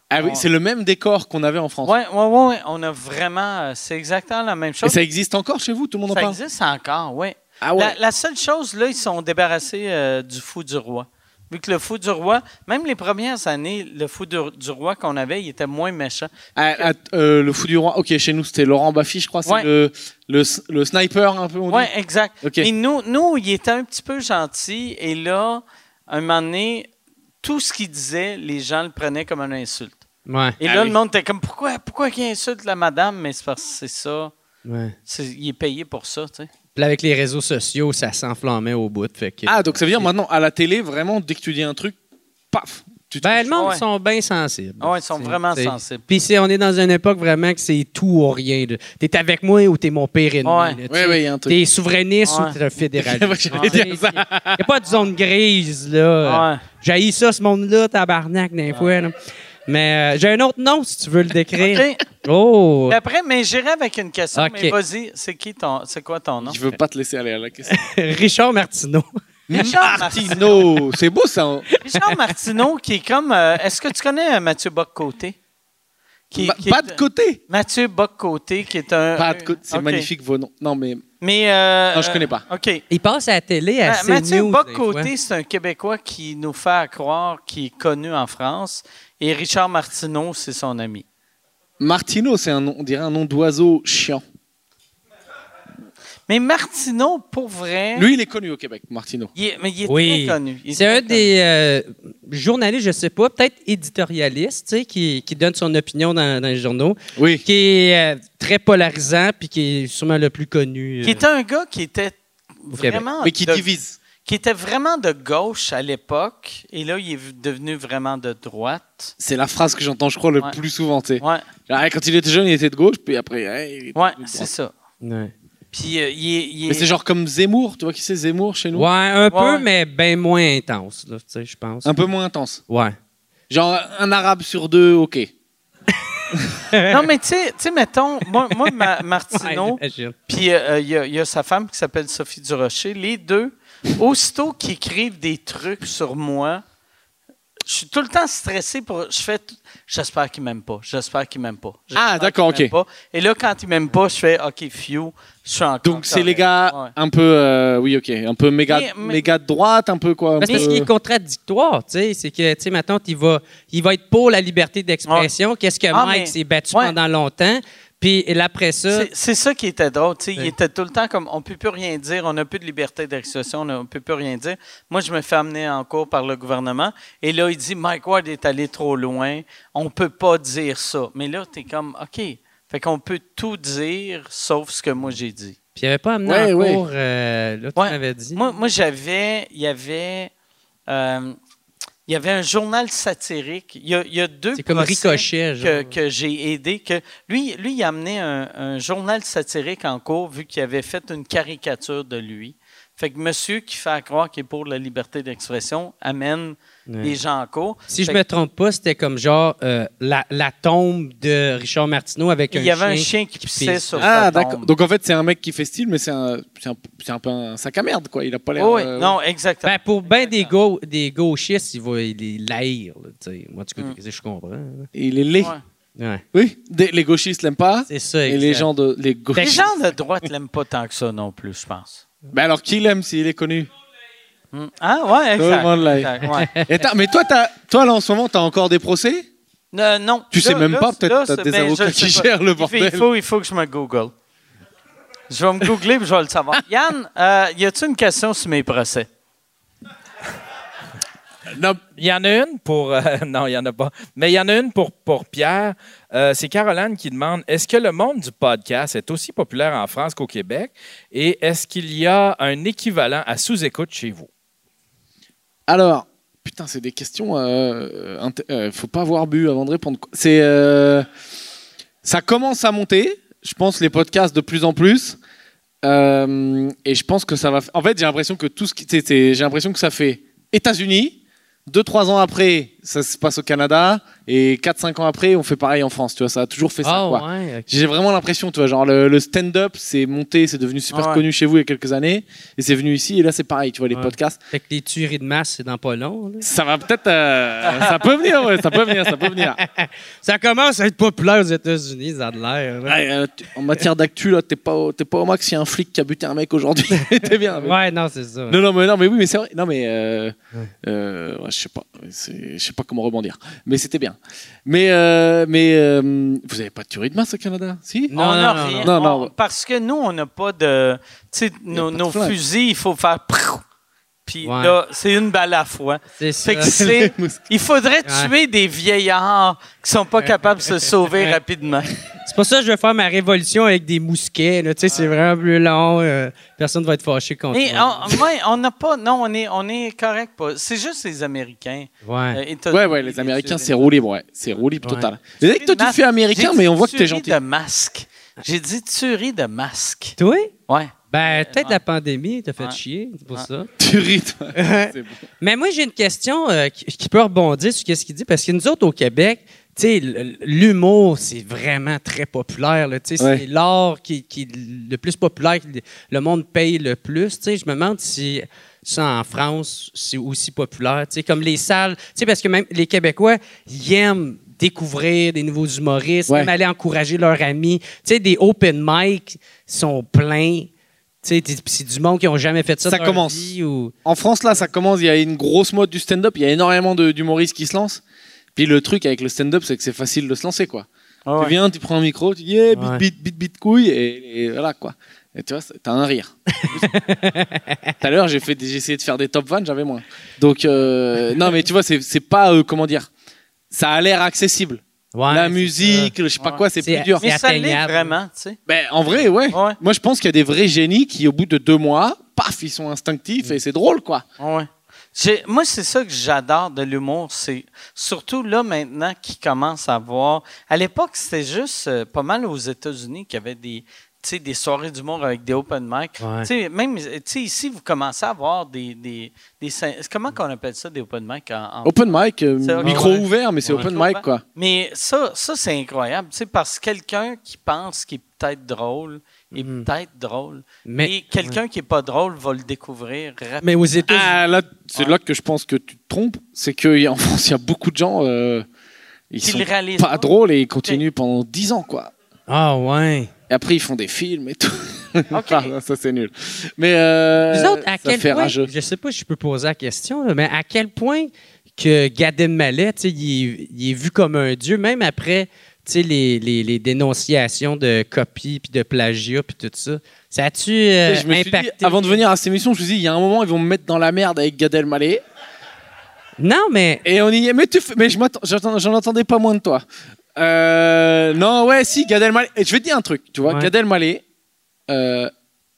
Speaker 6: Ah oui, c'est le même décor qu'on avait en France.
Speaker 3: Oui, oui, oui. On a vraiment. euh, C'est exactement la même
Speaker 6: Et
Speaker 3: chose.
Speaker 6: ça existe encore chez vous Tout le monde en
Speaker 3: Ça
Speaker 6: parle
Speaker 3: existe encore, oui.
Speaker 6: Ah ouais.
Speaker 3: La, la seule chose, là, ils sont débarrassés euh, du fou du roi. Vu que le fou du roi, même les premières années, le fou du, du roi qu'on avait, il était moins méchant.
Speaker 6: Ah, ah, euh, le fou du roi. Ok, chez nous, c'était Laurent Baffy, je crois. C'est
Speaker 3: Ouais.
Speaker 6: le, le, s- le sniper, un peu. On dit.
Speaker 3: Oui, exact.
Speaker 6: Ok.
Speaker 3: Mais nous, nous, il était un petit peu gentil. Et là, un moment donné, tout ce qu'il disait, les gens le prenaient comme une insulte.
Speaker 8: Ouais,
Speaker 3: Et
Speaker 6: Ah
Speaker 3: là,
Speaker 6: oui.
Speaker 3: le monde était comme pourquoi, pourquoi il insulte la madame Mais c'est parce que c'est ça.
Speaker 8: ouais.
Speaker 3: C'est- Il est payé pour ça, tu sais.
Speaker 8: Puis là, avec les réseaux sociaux, ça s'enflammait au bout. Fait que...
Speaker 6: Ah, donc ça veut dire maintenant, à la télé, vraiment, dès que tu dis un truc, paf tu te-
Speaker 8: ben, le monde,
Speaker 3: Ouais.
Speaker 8: ils sont bien sensibles.
Speaker 3: Ah ouais, ils sont
Speaker 8: C'est-
Speaker 3: vraiment
Speaker 8: c'est-
Speaker 3: sensibles.
Speaker 8: Puis c'est- on est dans une époque vraiment que c'est tout ou rien. là. T'es avec moi ou t'es mon père ennemi.
Speaker 3: Ouais.
Speaker 8: là, tu
Speaker 6: Ouais,
Speaker 8: sais.
Speaker 6: ouais, il y a un truc.
Speaker 8: T'es souverainiste
Speaker 3: Ouais.
Speaker 8: ou t'es un
Speaker 6: Moi,
Speaker 8: fédéraliste.
Speaker 6: j'allais dire ça.
Speaker 8: Il n'y a pas de zone grise, là.
Speaker 3: Ouais.
Speaker 8: J'ai ça, ce monde-là, tabarnak, d'un fois. là. Mais euh, j'ai un autre nom, si tu veux le décrire.
Speaker 3: Ok.
Speaker 8: Oh!
Speaker 3: Puis après, mais j'irai avec une question.
Speaker 8: Ok.
Speaker 3: Mais vas-y, c'est qui ton, c'est quoi ton nom
Speaker 6: Je veux pas te laisser aller à la question.
Speaker 8: Richard Martineau.
Speaker 3: Richard
Speaker 6: Martino, c'est beau ça. hein.
Speaker 3: Richard Martineau, qui est comme. euh, Est-ce que tu connais euh, Mathieu Bock-Côté? Qui-
Speaker 6: Ma-
Speaker 3: qui
Speaker 6: Bah, pas
Speaker 3: est-
Speaker 6: de côté.
Speaker 3: Mathieu Bock-Côté, qui est un.
Speaker 6: Pas de côté. C'est
Speaker 3: Ok.
Speaker 6: magnifique vos noms. Non mais
Speaker 3: Mais. euh,
Speaker 6: Non, je connais pas.
Speaker 3: OK.
Speaker 8: Il passe à la télé à
Speaker 3: Euh, Mathieu
Speaker 8: CNews. Eh, des fois.
Speaker 3: Bocoté, c'est un Québécois qui nous fait à croire qu'il est connu en France. Et Richard Martineau, c'est son ami.
Speaker 6: Martino, c'est un nom, on dirait un nom d'oiseau chiant.
Speaker 3: Mais Martineau, pour vrai,
Speaker 6: Lui, il est connu au Québec, Martino.
Speaker 3: il est, mais il est
Speaker 8: Oui.
Speaker 3: très connu. Il est
Speaker 8: C'est
Speaker 3: très
Speaker 8: un
Speaker 3: connu.
Speaker 8: des euh, journalistes, je sais pas, peut-être éditorialiste, tu sais, qui, qui donne son opinion dans, dans les journaux,
Speaker 6: Oui.
Speaker 8: qui est euh, très polarisant puis qui est sûrement le plus connu. euh.
Speaker 3: Qui était un gars qui était
Speaker 8: Québec.
Speaker 3: vraiment.
Speaker 6: Mais qui
Speaker 3: de-
Speaker 6: divise.
Speaker 3: qui était vraiment de gauche à l'époque. Et là, il est devenu vraiment de droite.
Speaker 6: C'est la phrase que j'entends, je crois, le
Speaker 3: Ouais.
Speaker 6: plus souvent. tu sais.
Speaker 3: Ouais,
Speaker 6: Ah, quand il était jeune, il était de gauche, puis après. hein, il était
Speaker 3: ouais,
Speaker 6: de
Speaker 3: c'est
Speaker 6: droite.
Speaker 3: ça.
Speaker 8: Ouais.
Speaker 3: Puis euh, il est. il
Speaker 6: Mais c'est
Speaker 3: est-
Speaker 6: genre comme Zemmour, tu vois qui c'est Zemmour chez nous
Speaker 8: Ouais, un
Speaker 3: Ouais.
Speaker 8: peu, mais bien moins intense, là, tu sais, je pense.
Speaker 6: Un peu moins intense.
Speaker 8: Ouais.
Speaker 6: Genre un arabe sur deux, ok.
Speaker 3: Non, mais tu sais- tu sais, mettons, moi, moi Ma- Martineau,
Speaker 8: Ouais, j'imagine.
Speaker 3: puis euh, il y, a- il y a sa femme qui s'appelle Sophie Durocher, les deux, aussitôt qu'ils écrivent des trucs sur moi, je suis tout le temps stressé pour. Je fais. tout- J'espère qu'ils m'aiment pas. J'espère qu'ils m'aiment pas. j'espère
Speaker 6: Ah, d'accord,
Speaker 3: qu'ils
Speaker 6: ok.
Speaker 3: m'aiment pas. Et là, quand ils m'aiment pas, je fais OK, few. Je suis encore.
Speaker 6: Donc c'est les
Speaker 3: correct.
Speaker 6: gars
Speaker 3: Ouais.
Speaker 6: un peu, euh, oui, ok, un peu méga,
Speaker 3: Mais- mais-
Speaker 6: méga de droite, un peu quoi. un
Speaker 8: Parce que
Speaker 6: peu-
Speaker 8: ce qui est contradictoire, tu sais, c'est que, tu sais, maintenant, il va, il va être pour la liberté d'expression. Qu'est-ce que
Speaker 3: Ah,
Speaker 8: Mike
Speaker 3: mais-
Speaker 8: s'est battu
Speaker 3: ouais.
Speaker 8: pendant longtemps? Puis là, après ça,
Speaker 3: C'est- C'est ça qui était drôle. tu sais, Il
Speaker 8: Oui.
Speaker 3: était tout le temps comme on ne peut plus rien dire, on n'a plus de liberté d'expression, on ne peut plus rien dire. Moi, je me fais amener en cours par le gouvernement. Et là, il dit Mike Ward est allé trop loin, on ne peut pas dire ça. Mais là, tu es comme OK. Fait qu'on peut tout dire sauf ce que moi j'ai dit.
Speaker 8: puis il n'avait pas amené
Speaker 6: Ouais,
Speaker 8: en
Speaker 6: ouais.
Speaker 8: cours, euh, là, tu
Speaker 3: Ouais.
Speaker 8: m'avais dit.
Speaker 3: Moi, moi j'avais. Il y avait. euh, il y avait un journal satirique. Il y a, il y a deux
Speaker 8: c'est comme
Speaker 3: procès
Speaker 8: ricochet, genre.
Speaker 3: que, que j'ai aidé. Que lui, lui, il a amené un, un journal satirique en cours vu qu'il avait fait une caricature de lui. Fait que monsieur qui fait à croire qu'il est pour la liberté d'expression amène
Speaker 8: Ouais.
Speaker 3: les gens en cours.
Speaker 8: Si je
Speaker 3: Fait
Speaker 8: me trompe pas, c'était comme genre euh, la, la tombe de Richard Martineau avec
Speaker 3: que-
Speaker 8: un
Speaker 3: il y avait un chien
Speaker 8: chien.
Speaker 3: qui pissait
Speaker 8: pisse.
Speaker 3: sur
Speaker 6: Ah
Speaker 3: sa
Speaker 6: d'accord.
Speaker 3: tombe.
Speaker 6: Donc en fait c'est un mec qui fait style, mais c'est un, c'est un, c'est un peu un sac à merde quoi. Il a pas l'air.
Speaker 3: Oh oui,
Speaker 6: euh,
Speaker 3: non, exactement.
Speaker 8: Ben, pour ben des, gau- des gauchistes, il va les laïr. là, tu sais. Moi, du
Speaker 3: Mm.
Speaker 8: coup, je comprends. là.
Speaker 6: Il est laid.
Speaker 3: Ouais.
Speaker 8: Ouais.
Speaker 6: Oui. Des- les gauchistes l'aiment pas.
Speaker 8: C'est ça.
Speaker 6: Et les
Speaker 8: exact.
Speaker 6: gens de les
Speaker 3: Les
Speaker 6: gauchistes.
Speaker 3: gens de droite l'aiment pas tant que ça non plus, je pense.
Speaker 6: Ben alors qui l'aime s'il est connu
Speaker 3: Hmm. Ah ouais,
Speaker 6: Tout le
Speaker 3: exact.
Speaker 6: monde l'a-
Speaker 3: exact, ouais.
Speaker 6: Et t'as- Mais toi t'as, toi là en ce moment t'as encore des procès
Speaker 3: Euh, non.
Speaker 6: Tu sais
Speaker 3: Là-
Speaker 6: même
Speaker 3: là,
Speaker 6: pas, peut-être
Speaker 3: là,
Speaker 6: t'as
Speaker 3: c'est-
Speaker 6: des
Speaker 3: ben, je
Speaker 6: avocats
Speaker 3: sais
Speaker 6: qui
Speaker 3: pas.
Speaker 6: gèrent le
Speaker 3: Il fait-
Speaker 6: bordel.
Speaker 3: Il faut, il faut que je me Google. Je vais me googler et je vais le savoir. Yann, euh, y a-tu une question sur mes procès?
Speaker 6: Non,
Speaker 4: Il y en a une pour. euh, non, il n'y en a pas. Mais il y en a une pour, pour Pierre. Euh, c'est Caroline qui demande Est-ce que le monde du podcast est aussi populaire en France qu'au Québec Et est-ce qu'il y a un équivalent à sous-écoute chez vous
Speaker 6: Alors, putain, c'est des questions. euh, inté- euh, faut pas avoir bu avant de répondre. quoi. C'est euh, ça commence à monter. Je pense les podcasts de plus en plus. Euh, et je pense que ça va. f- En fait, j'ai l'impression que tout ce qui, c'est- c'est- j'ai l'impression que ça fait États-Unis. Deux trois ans après, ça se passe au Canada. Et quatre cinq ans après, on fait pareil en France. Tu vois, ça a toujours fait
Speaker 8: Ah,
Speaker 6: ça. quoi.
Speaker 8: ouais, ok.
Speaker 6: J'ai vraiment l'impression, tu vois, genre le, le stand-up, c'est monté, c'est devenu super
Speaker 3: Ah ouais.
Speaker 6: connu chez vous il y a quelques années, et c'est venu ici, et là c'est pareil, tu vois, les
Speaker 8: Ouais.
Speaker 6: podcasts.
Speaker 8: Fait que les tueries de masse, c'est dans pas long. là.
Speaker 6: Ça va peut-être. euh, ça peut venir, ouais, ça peut venir, ça peut venir.
Speaker 8: Ça commence à être populaire aux États-Unis, ça a de l'air. là.
Speaker 6: Ouais, euh, tu- en matière d'actu, là, t'es pas, au- t'es pas au max si un flic qui a buté un mec aujourd'hui. t'es bien. mais-
Speaker 8: Ouais, non, c'est ça.
Speaker 6: Non, non, mais, non, mais oui, mais c'est vrai. Non, mais. euh, euh, ouais, je sais pas. C'est- Je sais pas comment rebondir. Mais c'était bien. Mais. euh, mais euh, vous avez pas de tuerie de masse au Canada
Speaker 8: Non,
Speaker 6: Si
Speaker 3: On
Speaker 8: non,
Speaker 3: a
Speaker 8: non,
Speaker 3: rien.
Speaker 6: non. Non,
Speaker 3: On-
Speaker 6: non.
Speaker 3: Parce que nous, on n'a pas de. Tu sais, nos,
Speaker 6: pas de
Speaker 3: nos
Speaker 6: flag.
Speaker 3: fusils, il faut faire. prou. Puis
Speaker 8: Ouais.
Speaker 3: là, c'est une balle à la fois.
Speaker 8: C'est
Speaker 3: Fait que
Speaker 8: ça.
Speaker 3: c'est. Il faudrait
Speaker 8: Ouais.
Speaker 3: tuer des vieillards qui sont pas capables de se sauver rapidement.
Speaker 8: C'est pour ça que je vais faire ma révolution avec des mousquets. là, Tu sais, c'est vraiment plus long. euh, personne va être fâché contre
Speaker 3: Mais
Speaker 8: moi.
Speaker 3: on ouais, on n'a pas. Non, on est, on est correct. pas. C'est juste les Américains.
Speaker 8: Ouais.
Speaker 3: Euh, États-Unis,
Speaker 6: Ouais, ouais, les Américains, c'est roue libre, ouais. C'est roue libre
Speaker 8: Ouais.
Speaker 6: total. Les mecs, toi, tu te fais
Speaker 3: J'ai
Speaker 6: américain,
Speaker 3: dit
Speaker 6: mais on voit que t'es
Speaker 3: tuerie
Speaker 6: gentil.
Speaker 3: de masque. J'ai dit tuerie de masque.
Speaker 8: Toi?
Speaker 3: Ouais.
Speaker 8: Ben, peut-être
Speaker 3: ouais.
Speaker 8: la pandémie t'a fait
Speaker 3: Ouais.
Speaker 8: chier, c'est pour
Speaker 3: Ouais.
Speaker 8: ça.
Speaker 6: Tu ris, toi. C'est bon.
Speaker 8: Mais moi, j'ai une question euh, qui, qui peut rebondir sur ce qu'il dit, parce que nous autres, au Québec, tu sais, l- l'humour, c'est vraiment très populaire. là, tu sais,
Speaker 6: Ouais.
Speaker 8: C'est l'art qui, qui est le plus populaire, que le- le monde paye le plus. Tu sais, Je me demande si ça, en France, c'est aussi populaire. tu sais, Comme les salles, tu sais, parce que même les Québécois, ils aiment découvrir des nouveaux humoristes, ils
Speaker 6: Ouais.
Speaker 8: aiment aller encourager leurs amis. Tu sais, des open mic sont pleins. Tu sais, t'es- pis c'est du monde qui n'a jamais fait ça.
Speaker 6: Ça
Speaker 8: dans leur
Speaker 6: commence.
Speaker 8: vie ou...
Speaker 6: En France, là, ça commence, il y a une grosse mode du stand-up, il y a énormément de- d'humoristes qui se lancent. Puis le truc avec le stand-up, c'est que c'est facile de se lancer, quoi. Tu viens, tu prends un micro, tu dis eh, yeah, bit,
Speaker 8: Ouais.
Speaker 6: bit, bit, bit, couille, et, et voilà, quoi. Et tu vois, ça- t'as un rire. Tout à l'heure, j'ai fait des- j'ai essayé de faire des top vannes, j'avais moins. Donc, euh, non, mais tu vois, c'est c'est pas, euh, comment dire, ça a l'air accessible.
Speaker 8: Ouais,
Speaker 6: La
Speaker 8: c'est
Speaker 6: musique, le je sais pas
Speaker 3: Ouais.
Speaker 6: quoi, c'est
Speaker 8: C'est-
Speaker 6: plus dur.
Speaker 8: c'est-
Speaker 3: Mais ça l'est
Speaker 8: atteignable.
Speaker 3: vraiment, tu sais.
Speaker 6: Ben, en vrai, ouais.
Speaker 3: Ouais,
Speaker 6: Moi, je pense qu'il y a des vrais génies qui, au bout de deux mois, paf, ils sont instinctifs et c'est drôle, quoi.
Speaker 3: ouais. J'ai- Moi, c'est ça que j'adore de l'humour. C'est surtout là maintenant qui commence à voir. À l'époque, c'était juste euh, pas mal aux États-Unis qu'il y avait des, tu sais, des soirées d'humour avec des open mic.
Speaker 8: Ouais.
Speaker 3: Tu sais, Même tu sais, ici, vous commencez à avoir des. des, des scènes- comment qu'on appelle ça, des open mic en, en
Speaker 6: Open mic, euh,
Speaker 3: Ah. C'est-
Speaker 6: micro
Speaker 3: ouais.
Speaker 6: ouvert, mais c'est
Speaker 3: Ouais.
Speaker 6: open mic, quoi.
Speaker 3: Mais ça, ça c'est incroyable, tu sais, parce que quelqu'un qui pense qu'il est peut-être drôle est
Speaker 8: Mhm.
Speaker 3: peut-être drôle.
Speaker 8: Mais-
Speaker 3: et quelqu'un qui n'est pas drôle va le découvrir rapidement.
Speaker 8: Mais aux États-Unis.
Speaker 6: Ah, là, c'est là que je pense que tu te trompes. C'est qu'en France, il y a beaucoup de gens, euh, ils
Speaker 3: Qu'il
Speaker 6: sont
Speaker 3: réalise
Speaker 6: pas
Speaker 3: pas.
Speaker 6: drôles et ils continuent pendant 10 ans, quoi.
Speaker 8: Ah, ouais.
Speaker 6: Et après, ils font des films et tout. Ah, non, ça, c'est nul. Mais euh,
Speaker 8: Vous autres, à
Speaker 6: ça
Speaker 8: quel
Speaker 6: fait
Speaker 8: point,
Speaker 6: rageux.
Speaker 8: je sais pas si je peux poser la question, là, mais à quel point que Gad Elmaleh, tu sais, il, est- il est vu comme un dieu, même après tu sais, les, les, les dénonciations de copie, puis de plagiat, puis tout ça. Ça a-tu euh,
Speaker 6: Et je me suis dit,
Speaker 8: impacté?
Speaker 6: avant de venir à cette émission, je me suis dit, il y a un moment, ils vont me mettre dans la merde avec Gad Elmaleh.
Speaker 8: Non, mais...
Speaker 6: Et on y est. Mais, tu fais- mais je m'attends- j'attends- j'en attendais pas moins de toi. Euh, non, ouais, si, Gad Elmaleh. Et je vais te dire un truc, tu vois.
Speaker 8: Ouais.
Speaker 6: Gad Elmaleh, euh,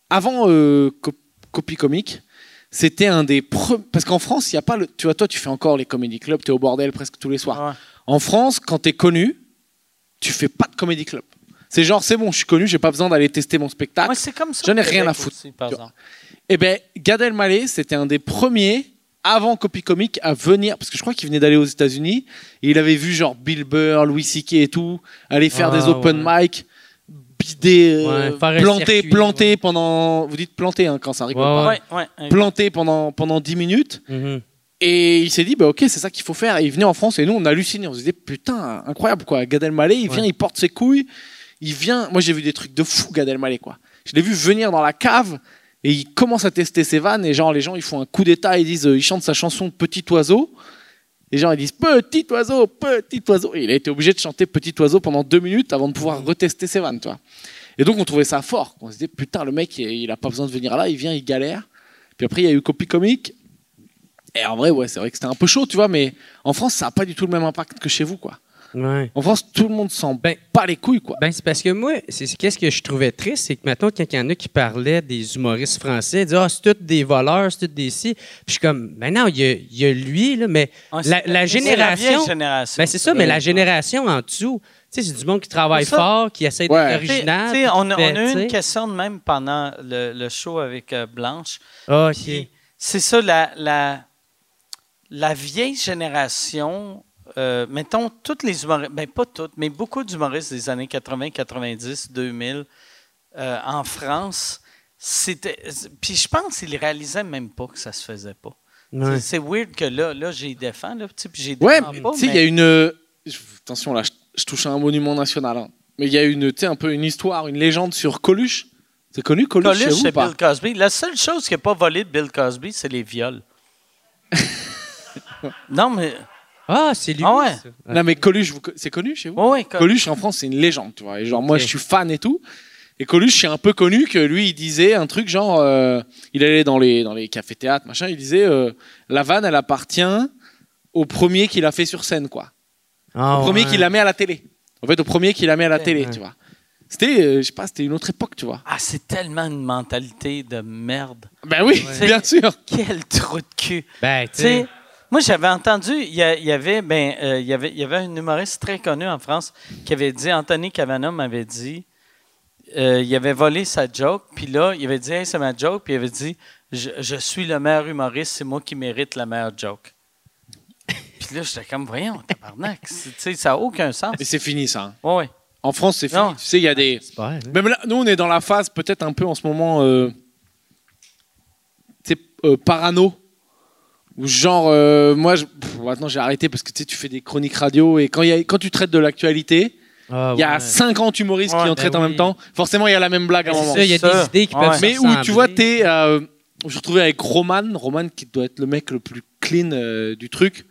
Speaker 6: avant euh, Cop- Copy Comique, c'était un des premiers. Parce qu'en France, il n'y a pas le. Tu vois, toi, tu fais encore les comédie clubs, tu es au bordel presque tous les soirs.
Speaker 3: Ouais.
Speaker 6: En France, quand tu es connu, tu fais pas de comédie club. C'est genre, c'est bon, je suis connu, j'ai pas besoin d'aller tester mon spectacle.
Speaker 3: Moi, c'est comme ça.
Speaker 6: J'en ai
Speaker 3: au Québec
Speaker 6: rien à foutre.
Speaker 3: aussi, par
Speaker 6: Tu
Speaker 3: exemple.
Speaker 6: Eh ben, Gad Elmaleh, c'était un des premiers avant Copy Comique à venir, parce que je crois qu'il venait d'aller aux États-Unis et il avait vu genre Bill Burr, Louis C.K. et tout aller faire
Speaker 8: Ah,
Speaker 6: des open mic, bider, euh,
Speaker 8: Ouais, faire un
Speaker 6: planter,
Speaker 8: circuit,
Speaker 6: planter pendant. Vous dites planter hein, quand ça rigole
Speaker 8: Ouais,
Speaker 6: pas.
Speaker 3: Ouais, ouais, ouais.
Speaker 6: Planter pendant pendant 10 minutes.
Speaker 8: Mhm.
Speaker 6: Et il s'est dit, bah ok, c'est ça qu'il faut faire. Et il venait en France et nous, on hallucinait. On se disait, putain, incroyable quoi. Gad Elmaleh, il vient, il porte ses couilles. Il vient. Moi, j'ai vu des trucs de fou, Gad Elmaleh quoi. Je l'ai vu venir dans la cave et il commence à tester ses vannes. Et genre, les gens, ils font un coup d'état. Ils disent, euh, ils chantent sa chanson Petit Oiseau. Les gens, ils disent Petit Oiseau, Petit Oiseau. Et il a été obligé de chanter Petit Oiseau pendant deux minutes avant de pouvoir retester ses vannes, tu vois. Et donc, on trouvait ça fort. On se disait, putain, le mec, il il a pas besoin de venir là. Il vient, il galère. Puis après, il y a eu Copy Comique. Et en vrai, ouais, c'est vrai que c'était un peu chaud, tu vois, mais en France, ça n'a pas du tout le même impact que chez vous, quoi.
Speaker 8: Ouais.
Speaker 6: En France, tout le monde s'en
Speaker 8: Ben-
Speaker 6: bat les couilles, quoi.
Speaker 8: Ben, c'est parce que moi, c'est c'est- qu'est-ce que je trouvais triste, c'est que maintenant, quand il y en a qui parlaient des humoristes français, ils disaient, ah, c'est tous des voleurs, c'est tous des si. Puis je suis comme, ben non, il y a, il y a lui, là, mais
Speaker 6: Ah,
Speaker 3: Ouais,
Speaker 8: la,
Speaker 3: c'est-
Speaker 8: la
Speaker 3: c'est
Speaker 8: génération.
Speaker 3: vieille génération.
Speaker 8: Ben, c'est ça, mais la génération en dessous, tu sais, c'est du monde qui travaille
Speaker 3: C'est ça.
Speaker 8: fort, qui essaie d'être
Speaker 6: Ouais.
Speaker 3: Tu sais-
Speaker 8: original.
Speaker 3: tu sais, on, a-
Speaker 8: qui
Speaker 3: on a eu
Speaker 8: fait,
Speaker 3: une
Speaker 8: tu sais.
Speaker 3: question de même pendant le, le show avec euh, Blanche.
Speaker 8: Ah, OK.
Speaker 3: Puis, c'est ça, la, la, la vieille génération, euh, mettons, toutes les humoristes, ben pas toutes, mais beaucoup d'humoristes des années 80, 90, 2000, euh, en France, c'était. Puis je pense qu'ils réalisaient même pas que ça se faisait pas.
Speaker 8: Ouais.
Speaker 3: C'est- C'est weird que là, là, j'ai défend, là, tu sais, puis j'ai
Speaker 6: Ouais,
Speaker 3: défends
Speaker 6: mais
Speaker 3: pas,
Speaker 6: tu sais, il y a une. euh, je- Attention, là, je, je touche à un monument national, hein. mais il y a une, tu sais, un peu une histoire, une légende sur Coluche. C'est connu, Coluche, chez
Speaker 3: Coluche,
Speaker 6: vous, ou
Speaker 3: c'est
Speaker 6: pas
Speaker 3: Bill Cosby. La seule chose qui n'est pas volée de Bill Cosby, c'est les viols. non, mais.
Speaker 8: Ah, c'est lui.
Speaker 3: Ah ouais.
Speaker 8: ça.
Speaker 6: Non, mais Coluche, vous co- c'est connu chez vous
Speaker 3: Ouais, ouais, Col-
Speaker 6: Coluche en France, c'est une légende, tu vois. Et genre, moi,
Speaker 8: Ok.
Speaker 6: je suis fan et tout. Et Coluche, c'est un peu connu que lui, il disait un truc genre, euh, il allait dans les, dans les cafés théâtres, machin, il disait, euh, la vanne, elle appartient au premier qui l'a fait sur scène, quoi.
Speaker 8: Ah,
Speaker 6: au premier
Speaker 8: ouais.
Speaker 6: qui la met à la télé. En fait, au premier qui la met à la
Speaker 3: Ouais,
Speaker 6: télé,
Speaker 8: ouais.
Speaker 6: tu vois. C'était, euh, je sais pas, c'était une autre époque, tu vois.
Speaker 3: Ah, c'est tellement une mentalité de merde.
Speaker 6: Ben oui,
Speaker 3: Ouais.
Speaker 6: bien sûr.
Speaker 3: Quel trou de
Speaker 6: Eh.
Speaker 3: cul.
Speaker 8: Ben,
Speaker 3: Tu sais, moi, j'avais entendu, il y, a- il y avait, ben, euh, il y avait, il y avait un humoriste très connu en France qui avait dit, Anthony Cavana m'avait dit, euh, il avait volé sa joke, puis là, il avait dit, hey, c'est ma joke, puis il avait dit, je, je suis le meilleur humoriste, c'est moi qui mérite la meilleure joke. puis là, j'étais comme, voyons, tabarnak, c'est- tu sais, ça n'a aucun sens.
Speaker 6: Mais c'est fini, ça. hein.
Speaker 3: Ouais, ouais.
Speaker 6: En France, c'est fini.
Speaker 3: Non.
Speaker 6: Tu sais, Ben, il y a des.
Speaker 8: c'est pas vrai, hein.
Speaker 6: Même là, nous, on est dans la phase peut-être un peu en ce moment, euh, tu sais, euh, parano. Ou genre, euh, moi, je- pff, maintenant j'ai arrêté parce que tu sais, tu fais des chroniques radio et quand, il y a- quand tu traites de l'actualité,
Speaker 8: Ah,
Speaker 6: Il y a
Speaker 8: ouais.
Speaker 6: 50 humoristes
Speaker 3: Ouais,
Speaker 6: qui en
Speaker 3: ben
Speaker 6: traitent en
Speaker 8: oui.
Speaker 6: même temps. Forcément, il y a la même blague à un
Speaker 8: C'est
Speaker 6: moment.
Speaker 8: ça, il y a
Speaker 3: Ça,
Speaker 8: des idées qui
Speaker 3: ouais.
Speaker 8: peuvent se
Speaker 6: Mais où tu vois,
Speaker 8: ressembler.
Speaker 6: t'es. euh, je me suis retrouvé avec Roman, Roman qui doit être le mec le plus clean euh, du truc,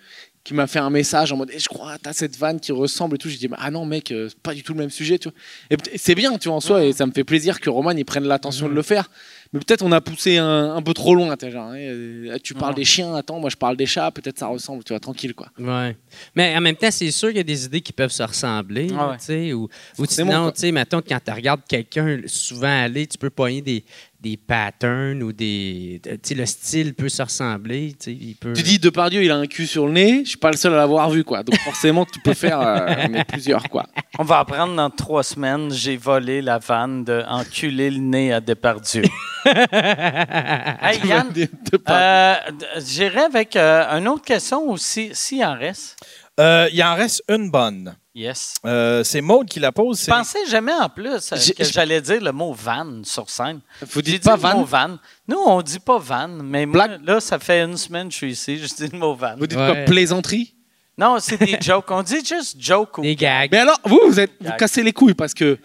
Speaker 6: qui m'a fait un message en mode Eh, Je crois, t'as cette vanne qui ressemble et tout. J'ai dit Ah non, mec, euh, c'est pas du tout le même sujet. Tu vois. Et peut- c'est bien, tu vois, en soi, et ça me fait plaisir que Roman il prenne l'attention de le faire. Mais peut-être on a poussé un, un peu trop loin. tu vois, genre, Eh, euh, tu parles des chiens, attends, moi je parle des chats, peut-être ça ressemble, tu vois, tranquille quoi.
Speaker 8: Ouais. Mais en même temps, c'est sûr qu'il y a des idées qui peuvent se ressembler.
Speaker 6: Ah
Speaker 8: là,
Speaker 6: ouais.
Speaker 8: tu sais, Ou, ou
Speaker 6: Forcément,
Speaker 8: sinon,
Speaker 6: quoi.
Speaker 8: tu sais, mettons, quand tu regardes quelqu'un souvent aller, tu peux pogner des, des patterns ou des. Tu sais, le style peut se ressembler. Tu sais, il peut.
Speaker 6: Tu dis Depardieu, il a un cul sur le nez, je suis pas le seul à l'avoir vu quoi. Donc forcément, tu peux faire euh, mais plusieurs quoi.
Speaker 3: On va apprendre dans trois semaines. J'ai volé la vanne de enculer le nez à Depardieu. hey, Yann,
Speaker 6: Depardieu.
Speaker 3: euh, d- j'irai avec euh, une autre question aussi, s'il en reste.
Speaker 4: Euh, il en reste une bonne.
Speaker 3: Yes.
Speaker 4: Euh, c'est Maude qui la pose.
Speaker 3: Je
Speaker 4: c'est-
Speaker 3: pensais jamais en plus euh,
Speaker 6: J'ai-
Speaker 3: que j'allais dire le mot van sur scène.
Speaker 6: Vous
Speaker 3: J'ai
Speaker 6: dites
Speaker 3: dit
Speaker 6: pas
Speaker 3: le mot
Speaker 6: van,
Speaker 3: van. Nous, on dit pas van, mais moi,
Speaker 6: Blague.
Speaker 3: là, ça fait une semaine que je suis ici, je dis le mot van.
Speaker 6: vous dites
Speaker 8: Ouais.
Speaker 6: pas plaisanterie.
Speaker 3: Non, c'est des jokes. On dit juste joke ou
Speaker 8: Des gags.
Speaker 6: Mais alors, vous, vous êtes, vous
Speaker 3: Gag.
Speaker 6: cassez les couilles parce que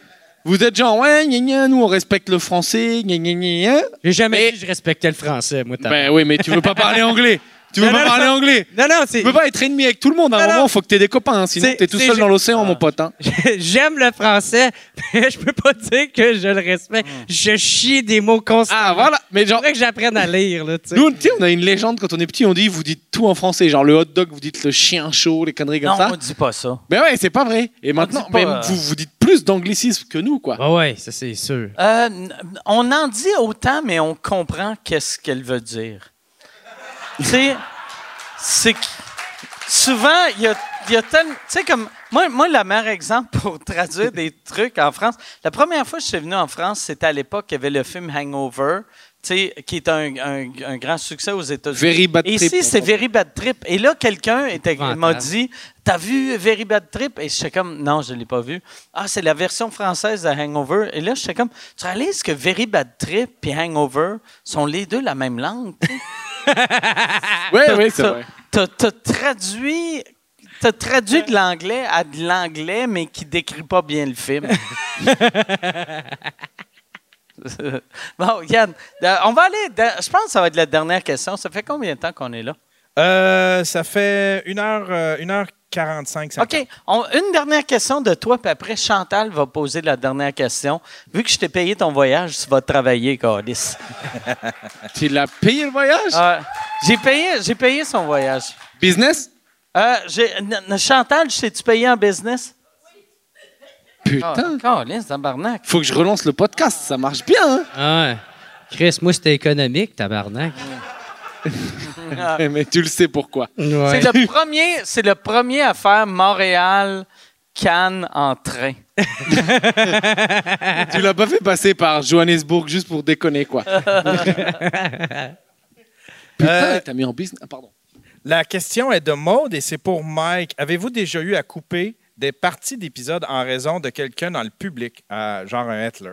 Speaker 6: vous êtes genre, ouais, gna gna, nous on respecte le français, gna gna gna. hein. gna.
Speaker 8: J'ai jamais
Speaker 6: Mais-
Speaker 8: dit que je respectais le français, moi. t'as-
Speaker 6: Ben oui, mais tu veux pas parler anglais. Tu veux
Speaker 8: Non,
Speaker 6: pas
Speaker 8: non,
Speaker 6: parler anglais.
Speaker 8: Non, non,
Speaker 6: Tu
Speaker 8: c'est.
Speaker 6: veux pas être ennemi avec tout le monde. À
Speaker 8: Non,
Speaker 6: un
Speaker 8: non.
Speaker 6: moment, faut que t'aies des copains, hein, sinon
Speaker 8: C'est-
Speaker 6: t'es tout
Speaker 8: c'est
Speaker 6: seul dans
Speaker 8: ju-
Speaker 6: l'océan, mon pote. hein.
Speaker 8: J'aime le français, mais je peux pas dire que je le respecte. Je chie des mots constamment.
Speaker 6: Hmm. Ah voilà, mais genre.
Speaker 8: Faudrait que j'apprenne à lire, là, tu sais.
Speaker 6: Nous, tu sais, on a une légende quand on est petit, on dit vous dites tout en français, genre le hot dog, vous dites le chien chaud, les conneries comme
Speaker 3: Non,
Speaker 6: ça.
Speaker 3: on dit pas ça.
Speaker 6: Mais ouais, c'est pas vrai. Et maintenant,
Speaker 3: dit pas,
Speaker 6: mais
Speaker 3: euh,
Speaker 6: vous, vous dites plus d'anglicisme que nous, quoi.
Speaker 8: Ah ouais, ça, c'est sûr.
Speaker 3: Euh, n- on en dit autant, mais on comprend qu'est-ce qu'elle veut dire. tu sais, c'est que souvent, il y a, il y a tellement. Tu sais, comme. Moi, moi, le meilleur exemple pour traduire des trucs en France, la première fois que je suis venu en France, c'était à l'époque qu'il y avait le film Hangover, tu sais, qui est un, un- un grand succès aux États-Unis.
Speaker 6: Very bad
Speaker 3: Et
Speaker 6: trip.
Speaker 3: Ici, c'est Very Bad Trip. Et là, quelqu'un était-
Speaker 8: Fantasme.
Speaker 3: m'a dit T'as vu Very Bad Trip Et j'étais comme Non, je ne l'ai pas vu. Ah, c'est la version française de Hangover. Et là, j'étais comme Tu réalises que Very Bad Trip et Hangover sont les deux la même langue
Speaker 6: Ouais, ouais, c'est
Speaker 3: T'as-
Speaker 6: vrai.
Speaker 3: T'as t'as traduit. T'as traduit de l'anglais à de l'anglais, mais qui décrit pas bien le film. bon, Yann, euh, on va aller. dans- Je pense que ça va être la dernière question. Ça fait combien de temps qu'on est là?
Speaker 4: Euh, ça fait 1 heure, euh, 1 heure 45. ça
Speaker 3: OK. On- une dernière question de toi, puis après, Chantal va poser la dernière question. Vu que je t'ai payé ton voyage, tu vas travailler, Carlis.
Speaker 6: Tu l'as payé le voyage
Speaker 3: Euh, j'ai payé, j'ai payé son voyage.
Speaker 6: Business
Speaker 3: Euh, j'ai- n- n- Chantal, je t'ai-tu payé en business?
Speaker 6: Putain.
Speaker 3: Carlis, tabarnak.
Speaker 6: Faut que je relance le podcast, ça marche bien. hein.
Speaker 8: Ah ouais. Chris, moi, c'était économique, tabarnak.
Speaker 6: Eh, Mais, mais tu le sais pourquoi.
Speaker 8: Ouais.
Speaker 3: C'est le premier, c'est le premier à faire Montréal. Cannes en train.
Speaker 6: tu l'as pas fait passer par Johannesburg juste pour déconner, quoi. Putain,
Speaker 4: Euh,
Speaker 6: t'as mis en business. Ah, pardon.
Speaker 4: La question est de Maude et c'est pour Mike. Avez-vous déjà eu à couper des parties d'épisodes en raison de quelqu'un dans le public, euh, genre un Hitler?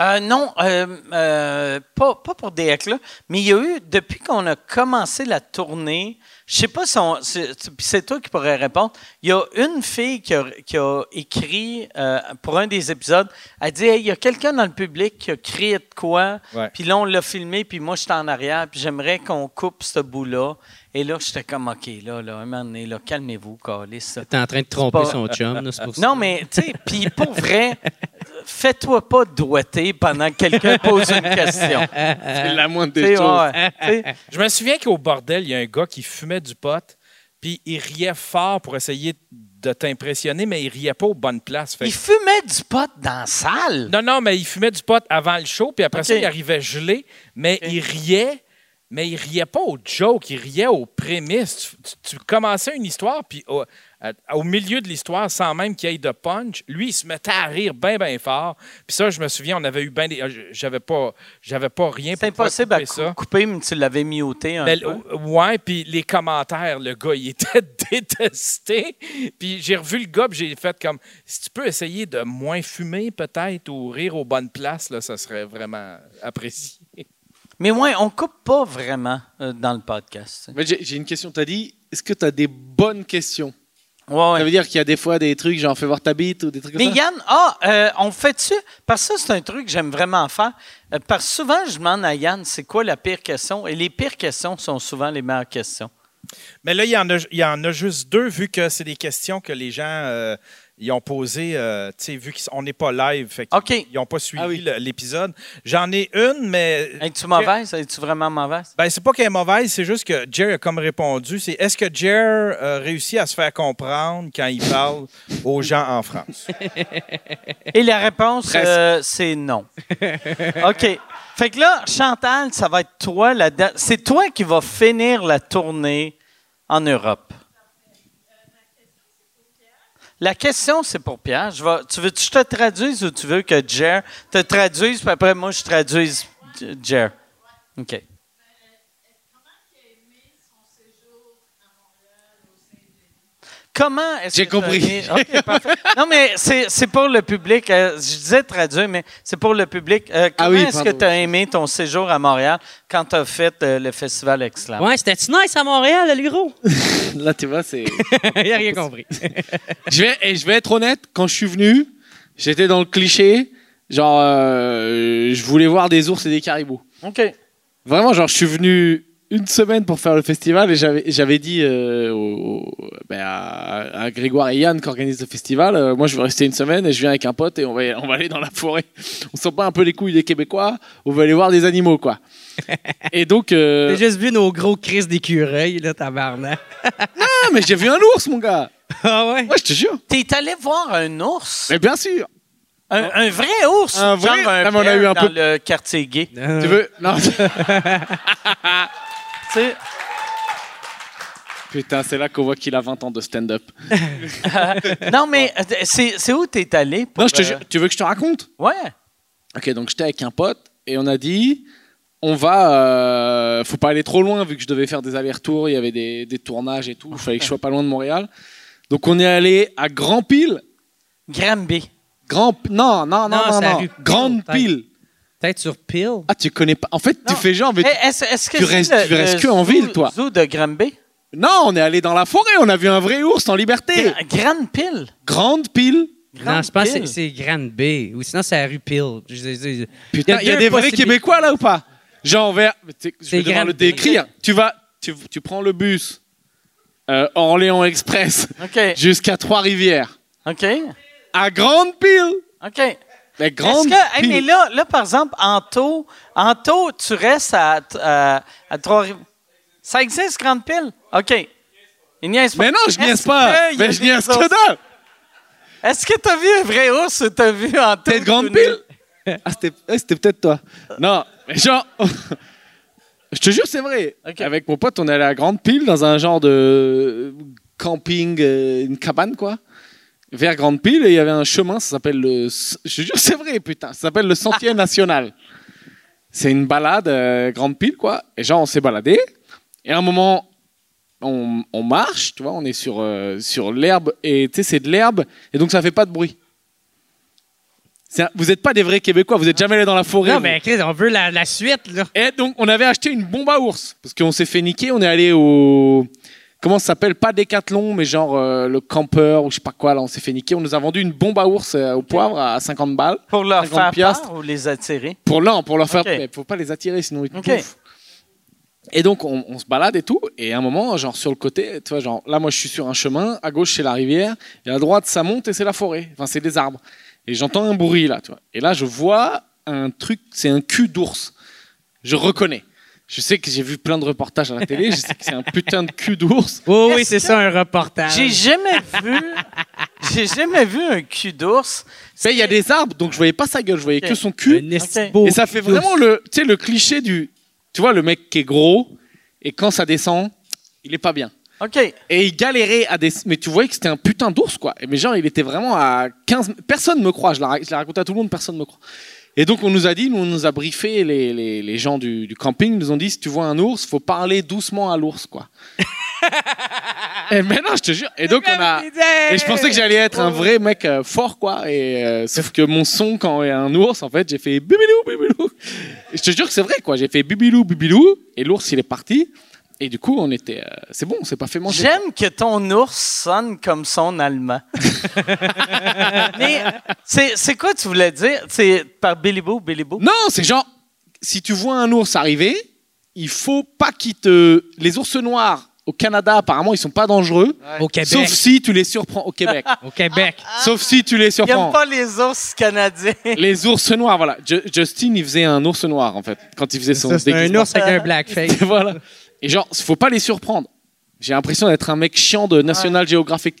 Speaker 3: Euh, non, euh, euh, pas, pas pour des hacks, là, mais il y a eu, depuis qu'on a commencé la tournée, je sais pas si on- c'est tu- puis c'est toi qui pourrais répondre, il y a une fille qui a, qui a écrit euh, pour un des épisodes, elle dit, Hey, il y a quelqu'un dans le public qui a crié de quoi,
Speaker 4: Ouais.
Speaker 3: puis là on l'a filmé, puis moi j'étais en arrière, puis j'aimerais qu'on coupe ce bout-là. Et là, j'étais comme, OK, là, là, un moment donné, là, calmez-vous, calisse.
Speaker 8: T'es en train de tromper
Speaker 3: pas-
Speaker 8: son chum, là, c'est pour ça.
Speaker 3: Non, mais, tu sais, puis pour vrai, fais-toi pas doigter pendant que quelqu'un pose une question.
Speaker 6: C'est la moindre
Speaker 3: Tu
Speaker 6: des
Speaker 3: sais,
Speaker 6: choses.
Speaker 3: euh, ouais, tu sais.
Speaker 4: Je me souviens qu'au bordel, il y a un gars qui fumait du pot, puis il riait fort pour essayer de t'impressionner, mais il riait pas aux bonnes places. Fait
Speaker 3: Il
Speaker 4: que-
Speaker 3: fumait du pot dans la salle.
Speaker 4: Non, non, mais il fumait du pot avant le show, puis après ça,
Speaker 3: Ok.
Speaker 4: il arrivait gelé, mais il riait, mais il riait pas aux jokes, il riait aux prémices. Tu, tu- tu commençais une histoire, puis au, à- au milieu de l'histoire, sans même qu'il y ait de punch, lui, il se mettait à rire bien, bien fort. Puis ça, je me souviens, on avait eu bien des... euh, J'avais pas, j'avais pas rien
Speaker 3: C'est
Speaker 4: pouvoir
Speaker 3: impossible à
Speaker 4: couper Ben, oh.
Speaker 3: cou- couper, mais tu l'avais muté un
Speaker 4: mais,
Speaker 3: peu.
Speaker 4: le- Hein, euh, ouais, puis les commentaires, le gars, il était détesté. Puis j'ai revu le gars, puis j'ai fait comme si tu peux essayer de moins fumer peut-être ou rire aux bonnes places, là, ça serait vraiment apprécié.
Speaker 3: Mais ouais, on coupe pas vraiment euh, dans le podcast. tu sais.
Speaker 6: Mais J'ai j'ai une question. T'as dit, est-ce que t'as des bonnes questions
Speaker 3: Ouais, ouais.
Speaker 6: Ça veut dire qu'il y a des fois des trucs, genre fais voir ta bite ou des trucs comme
Speaker 3: Mais
Speaker 6: ça.
Speaker 3: Yann, ah, euh, on fait-tu? Parce que ça, c'est un truc que j'aime vraiment faire. Euh, Parce que souvent, je demande à Yann, c'est quoi la pire question? Et les pires questions sont souvent les meilleures questions.
Speaker 4: Mais là, il y, en a, il y en a juste deux, vu que c'est des questions que les gens euh, y ont posées, euh, tu sais, vu qu'on n'est pas live. Fait qu'ils-
Speaker 3: OK.
Speaker 4: Ils n'ont pas suivi
Speaker 6: Ah oui.
Speaker 4: le- l'épisode. J'en ai une, mais.
Speaker 3: Es-tu mauvaise? Es-tu vraiment mauvaise?
Speaker 4: Ben, c'est pas qu'elle est mauvaise, c'est juste que Jer a comme répondu. C'est est-ce que Jer euh, réussit à se faire comprendre quand il parle aux gens en France?
Speaker 3: Et la réponse, euh, c'est non. OK. Fait que là, Chantal, ça va être toi. La da- C'est toi qui vas finir la tournée en Europe. La question, c'est pour Pierre. Je vais- Tu veux que je te traduise ou tu veux que Jer te traduise, puis après, moi, je traduise J- Jer? OK. Comment est-ce
Speaker 6: J'ai
Speaker 3: que t'as
Speaker 6: compris.
Speaker 3: aimé- OK, parfait. Non, mais c'est c'est pour le public. euh, je disais traduire, mais c'est pour le public. Euh, comment
Speaker 6: Ah oui,
Speaker 3: est-ce que
Speaker 6: pardon.
Speaker 3: tu as aimé ton séjour à Montréal quand tu as fait euh, le festival Excellent?
Speaker 11: Ouais, c'était nice à Montréal, le gros.
Speaker 6: Là, tu vois, c'est.
Speaker 8: Il a rien compris.
Speaker 6: je vais, et je vais être honnête, quand je suis venu, j'étais dans le cliché. Genre, euh, je voulais voir des ours et des caribous.
Speaker 3: OK.
Speaker 6: Vraiment, genre, je suis venu une semaine pour faire le festival et j'avais, j'avais dit euh, au- au- ben, à, à Grégoire et Yann qui organisent le festival, euh, moi je veux rester une semaine et je viens avec un pote et on va, on va aller dans la forêt. On sent pas un peu les couilles des Québécois, on va aller voir des animaux, quoi. et donc, euh,
Speaker 8: J'ai juste vu nos gros crises d'écureuil, là, tabarnak.
Speaker 6: ah, mais j'ai vu un ours, mon gars.
Speaker 8: Ah ouais?
Speaker 6: Ouais, je te jure.
Speaker 3: T'es allé voir un ours?
Speaker 6: Mais bien sûr.
Speaker 3: Un, un vrai ours?
Speaker 6: Un
Speaker 3: genre
Speaker 6: vrai-
Speaker 3: un
Speaker 6: Ah, mais on a
Speaker 3: bear
Speaker 6: eu un
Speaker 3: dans
Speaker 6: peu-
Speaker 3: le quartier gay.
Speaker 8: Euh.
Speaker 6: Tu veux Non.
Speaker 3: Tu sais,
Speaker 6: Putain, c'est là qu'on voit qu'il a 20 ans de stand-up.
Speaker 3: non, mais euh, c'est c'est où t'es allé? Pour,
Speaker 6: Non, je te
Speaker 3: euh,
Speaker 6: jure, tu veux que je te raconte
Speaker 3: Ouais.
Speaker 6: Ok, donc j'étais avec un pote et on a dit on va. euh, faut pas aller trop loin vu que je devais faire des allers-retours, il y avait des, des tournages et tout, il fallait que je sois pas loin de Montréal. Donc on est allé à Grand Pile.
Speaker 3: Granby.
Speaker 6: Grand. Non, non,
Speaker 8: Non,
Speaker 6: non, non,
Speaker 8: c'est la
Speaker 6: non.
Speaker 8: rue
Speaker 6: Grande
Speaker 8: Peel,
Speaker 6: Pile.
Speaker 8: Peut-être sur Peel?
Speaker 6: Ah, tu connais pas. En fait, tu
Speaker 3: Non.
Speaker 6: fais genre. mais tu-
Speaker 3: Eh, Est-ce est-ce que
Speaker 6: tu
Speaker 3: c'est
Speaker 6: restes-
Speaker 3: le-
Speaker 6: tu restes
Speaker 3: le
Speaker 6: que en
Speaker 3: zoo-
Speaker 6: ville, toi.
Speaker 3: zoo de Granby?
Speaker 6: Non, on est allé dans la forêt, on a vu un vrai ours en liberté.
Speaker 3: Gra- Grande pile.
Speaker 6: Grande Pile.
Speaker 8: Non, je pense que
Speaker 3: Grande
Speaker 8: c'est- c'est Grande B. Ou sinon, c'est la rue Peel. Je- je- je-
Speaker 6: Putain, il y a,
Speaker 8: deux
Speaker 6: des vrais
Speaker 8: possibilités.
Speaker 6: Québécois là ou pas Genre vers. mais tu sais, Je
Speaker 8: C'est
Speaker 6: vais devoir
Speaker 8: grave.
Speaker 6: le décrire. Tu vas, tu, tu prends le bus euh, Orléans Express
Speaker 3: OK.
Speaker 6: jusqu'à Trois-Rivières.
Speaker 3: OK.
Speaker 6: À Grande Pile.
Speaker 3: OK.
Speaker 6: La Grande
Speaker 3: Est-ce que, hey, mais
Speaker 6: Pile.
Speaker 3: là, là, par exemple, en taux, en taux, tu restes à, à, à Trois-Rivières. Ça existe, Grande Pile? OK. Il niaise pas.
Speaker 6: Mais non, je
Speaker 3: Est-ce
Speaker 6: niaise pas.
Speaker 3: que il y a
Speaker 6: Mais je
Speaker 3: des
Speaker 6: niaise
Speaker 3: ours?
Speaker 6: que dalle.
Speaker 3: Est-ce que t'as vu un vrai ours ou t'as vu en taux?
Speaker 6: Peut-être Grande
Speaker 3: tout
Speaker 6: Pile.
Speaker 3: nu?
Speaker 6: Ah, c'était eh, c'était peut-être toi. Non, mais genre. Je te jure, c'est vrai.
Speaker 3: Ok.
Speaker 6: Avec mon pote, on est allé à Grande Pile dans un genre de camping, euh, une cabane, quoi. Vers Grande Pile, et il y avait un chemin, ça s'appelle le. Je te jure, c'est vrai, putain. Ça s'appelle le Sentier National. C'est une balade, euh, Grande Pile, quoi. Et genre, on s'est baladé. Et à un moment, on, on marche, tu vois, on est sur, euh, sur l'herbe. Et tu sais, c'est de l'herbe. Et donc, ça fait pas de bruit. C'est un- Vous n'êtes pas des vrais Québécois, vous n'êtes jamais allés dans la forêt.
Speaker 8: Non,
Speaker 6: vous.
Speaker 8: mais Chris, on veut la, la suite, là.
Speaker 6: Et donc, on avait acheté une bombe à ours parce qu'on s'est fait niquer. On est allé au. Comment ça s'appelle Pas Décathlon, mais genre euh, le campeur ou je sais pas quoi. Là, on s'est fait niquer. On nous a vendu une bombe à ours euh, au poivre à 50 balles.
Speaker 3: Pour leur
Speaker 6: 50
Speaker 3: faire
Speaker 6: piastres.
Speaker 3: peur ou les attirer?
Speaker 6: Pour l'un, pour leur faire.
Speaker 3: Ok.
Speaker 6: Mais faut pas les attirer, sinon ils te
Speaker 3: Ok.
Speaker 6: bouffent. Et donc, on, on se balade et tout. Et à un moment, genre sur le côté, tu vois, genre là, moi je suis sur un chemin. À gauche, c'est la rivière. Et à droite, ça monte et c'est la forêt. Enfin, c'est des arbres. Et j'entends un bruit là, tu vois. Et là, je vois un truc, c'est un cul d'ours. Je reconnais. Je sais que j'ai vu plein de reportages à la télé, je sais que c'est un putain de cul d'ours.
Speaker 8: Oh, oui,
Speaker 3: Est-ce
Speaker 8: c'est
Speaker 3: que-
Speaker 8: ça, un reportage.
Speaker 3: J'ai jamais vu. J'ai jamais vu un cul d'ours.
Speaker 6: Mais il y a des arbres, donc je voyais pas sa gueule, je voyais
Speaker 3: Ok.
Speaker 6: que son cul.
Speaker 8: Un esti
Speaker 3: Ok.
Speaker 8: beau
Speaker 6: Et ça fait vraiment le, tu sais, le cliché du, tu vois, le mec qui est gros, et quand ça descend, il est pas bien.
Speaker 3: OK.
Speaker 6: Et il galérait à des. Mais tu voyais que c'était un putain d'ours, quoi. Et Mais genre, il était vraiment à 15. Personne me croit. Je la, ra- je la raconte à tout le monde, personne me croit. Et donc, on nous a dit, nous, on nous a briefé, les, les, les gens du, du camping nous ont dit si tu vois un ours, faut parler doucement à l'ours, quoi. et mais non, je te jure. Et donc, on a. Et je pensais que j'allais être un vrai mec euh, fort, quoi. Et, euh, sauf que mon son, quand il y a un ours, en fait, j'ai fait bibilou, bibilou. Et je te jure que c'est vrai, quoi. J'ai fait bibilou, bibilou. Et l'ours, il est parti. Et du coup, on était. euh, c'est bon, on s'est pas fait manger.
Speaker 3: J'aime que ton ours sonne comme son allemand. Mais c'est c'est quoi tu voulais dire? C'est par Billy Boo, Billy Boo?
Speaker 6: Non, c'est genre, si tu vois un ours arriver, il faut pas qu'il te. Les ours noirs au Canada, apparemment, ils sont pas dangereux,
Speaker 8: Au Québec.
Speaker 6: sauf Ah. si tu les surprends au Québec.
Speaker 8: Au Québec.
Speaker 6: sauf si tu
Speaker 3: Il
Speaker 6: les
Speaker 3: n'aime
Speaker 6: surprends.
Speaker 3: pas les ours canadiens.
Speaker 6: Les ours noirs, voilà. Ju- Justin, il faisait un ours noir en fait quand il faisait son
Speaker 8: Ça, c'est un
Speaker 6: déguisement.
Speaker 8: ours avec un blackface.
Speaker 6: voilà. Et genre, faut pas les surprendre. J'ai l'impression d'être un mec chiant de National Geographic.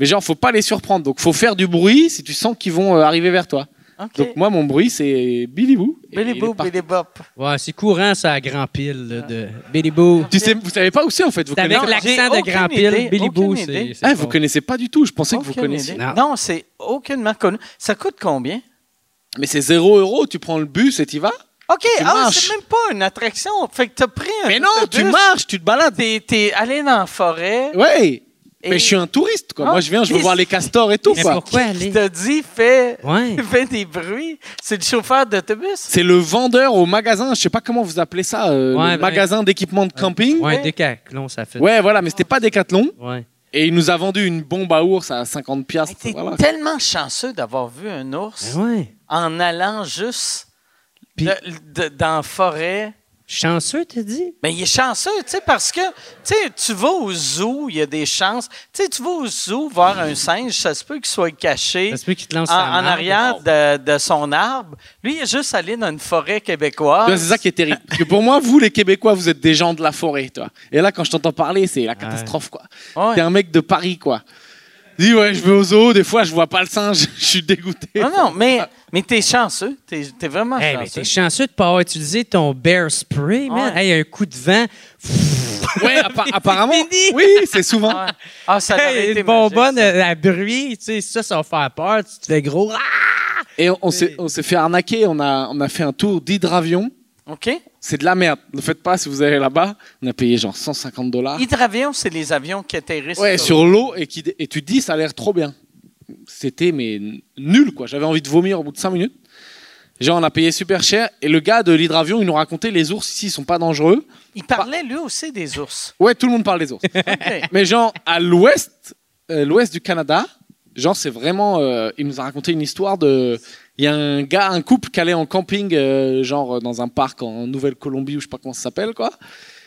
Speaker 6: Mais genre, faut pas les surprendre. Donc, faut faire du bruit si tu sens qu'ils vont euh, arriver vers toi.
Speaker 3: OK.
Speaker 6: Donc, moi, mon bruit, c'est Billy Boo. Et il
Speaker 3: Billy
Speaker 6: est
Speaker 3: Boo,
Speaker 6: parti.
Speaker 3: Billy Bop.
Speaker 8: Ouais, c'est courant, ça, à Grand Pile, là, de Billy Boo.
Speaker 6: Tu sais, vous savez pas où c'est en fait. Vous,
Speaker 8: C'est avec
Speaker 3: Non,
Speaker 6: connaissez...
Speaker 8: l'accent
Speaker 3: j'ai
Speaker 8: de Grand
Speaker 3: aucune idée,
Speaker 8: Pile. Billy
Speaker 3: aucune
Speaker 8: Boo,
Speaker 3: idée.
Speaker 8: c'est.
Speaker 6: Ah,
Speaker 8: c'est
Speaker 6: vous
Speaker 8: fort.
Speaker 6: connaissez pas du tout. Je pensais que vous
Speaker 3: Aucune
Speaker 6: connaissiez.
Speaker 3: idée.
Speaker 8: Non.
Speaker 3: Non, c'est aucunement connu. Ça coûte combien?
Speaker 6: Mais c'est 0 euro. Tu prends le bus et t'y vas.
Speaker 3: OK,
Speaker 6: Tu
Speaker 3: ah,
Speaker 6: marches.
Speaker 3: c'est même pas une attraction. Fait que t'as pris un
Speaker 6: Mais non, tu
Speaker 3: autobus,
Speaker 6: marches, tu te balades.
Speaker 3: T'es, t'es allé dans la forêt.
Speaker 6: Ouais. Mais
Speaker 3: Et-
Speaker 6: je suis un touriste quoi.
Speaker 3: Non,
Speaker 6: Moi, je viens, je veux
Speaker 3: mais-
Speaker 6: voir les castors et tout
Speaker 8: Mais
Speaker 6: quoi.
Speaker 8: pourquoi
Speaker 3: Qui
Speaker 8: aller?
Speaker 3: t'a dit, fais,
Speaker 8: Ouais.
Speaker 3: fais des bruits. C'est le chauffeur d'autobus.
Speaker 6: C'est le vendeur au magasin. Je sais pas comment vous appelez ça. euh,
Speaker 8: Ouais,
Speaker 6: le
Speaker 8: ben-
Speaker 6: magasin d'équipement de camping.
Speaker 8: Ouais, un décathlon, ça fait.
Speaker 6: Ouais, voilà, mais c'était pas Decathlon.
Speaker 8: Ouais.
Speaker 6: Et il nous a vendu une bombe à ours à 50
Speaker 3: Hey,
Speaker 6: piastres.
Speaker 3: T'es
Speaker 6: Voilà.
Speaker 3: tellement chanceux d'avoir vu un ours
Speaker 8: Ben ouais.
Speaker 3: en allant juste
Speaker 8: Puis-
Speaker 3: de- de- dans la forêt.
Speaker 8: Chanceux, t'as dit?
Speaker 3: Mais il est chanceux, tu sais, parce que tu sais, tu vas au zoo, il y a des chances. Tu sais, tu vas au zoo voir un singe, ça se peut qu'il soit caché
Speaker 8: Ça se peut qu'il te lance
Speaker 3: en, en
Speaker 8: sa marde.
Speaker 3: arrière de, de son arbre. Lui, il est juste allé dans une forêt
Speaker 6: Tu vois,
Speaker 3: québécoise.
Speaker 6: C'est ça qui est terrible. Parce que pour moi, vous, les Québécois, vous êtes des gens de la forêt, toi. Et là, quand je t'entends parler, c'est la catastrophe, quoi.
Speaker 3: Ah Ouais.
Speaker 6: T'es un mec de Paris, quoi. Dis, ouais, je vais au zoo, des fois, je vois pas le singe, je suis dégoûté.
Speaker 3: Non, non, mais, mais t'es chanceux. T'es es vraiment
Speaker 8: Ah. Hey, Eh, mais
Speaker 3: chanceux.
Speaker 8: t'es chanceux de pas avoir utilisé ton bear spray, man.
Speaker 3: Ouais.
Speaker 8: Hey, un coup de vent.
Speaker 6: Ouais, appa- apparemment.
Speaker 8: Fini.
Speaker 6: Oui, c'est souvent.
Speaker 3: Ouais. Ah, ça aurait
Speaker 8: Hey,
Speaker 3: été
Speaker 8: une bonbonne,
Speaker 3: magique, ça.
Speaker 8: euh, la bruit, tu sais, ça, ça va faire peur. Tu te fais gros. Ah!
Speaker 6: Et on- on s'est on s'est fait arnaquer, on a, on a fait un tour d'hydravion.
Speaker 3: OK.
Speaker 6: C'est de la merde. Ne faites pas si vous allez là-bas. On a payé genre 150 dollars.
Speaker 3: Hydravion, c'est les avions qui atterrissent.
Speaker 6: Ouais, sur l'eau et, qui, et tu te dis, ça a l'air trop bien. C'était mais n- nul quoi. J'avais envie de vomir au bout de 5 minutes. Genre on a payé super cher et le gars de l'hydravion il nous racontait les ours ici ils sont pas dangereux.
Speaker 3: Il parlait lui aussi des ours.
Speaker 6: Ouais tout le monde parle des ours.
Speaker 3: OK.
Speaker 6: Mais genre à l'ouest, euh, l'ouest du Canada, genre c'est vraiment. euh, il nous a raconté une histoire de. Il y a un gars, un couple qui allait en camping, euh, genre euh, dans un parc en Nouvelle-Colombie ou je sais pas comment ça s'appelle quoi.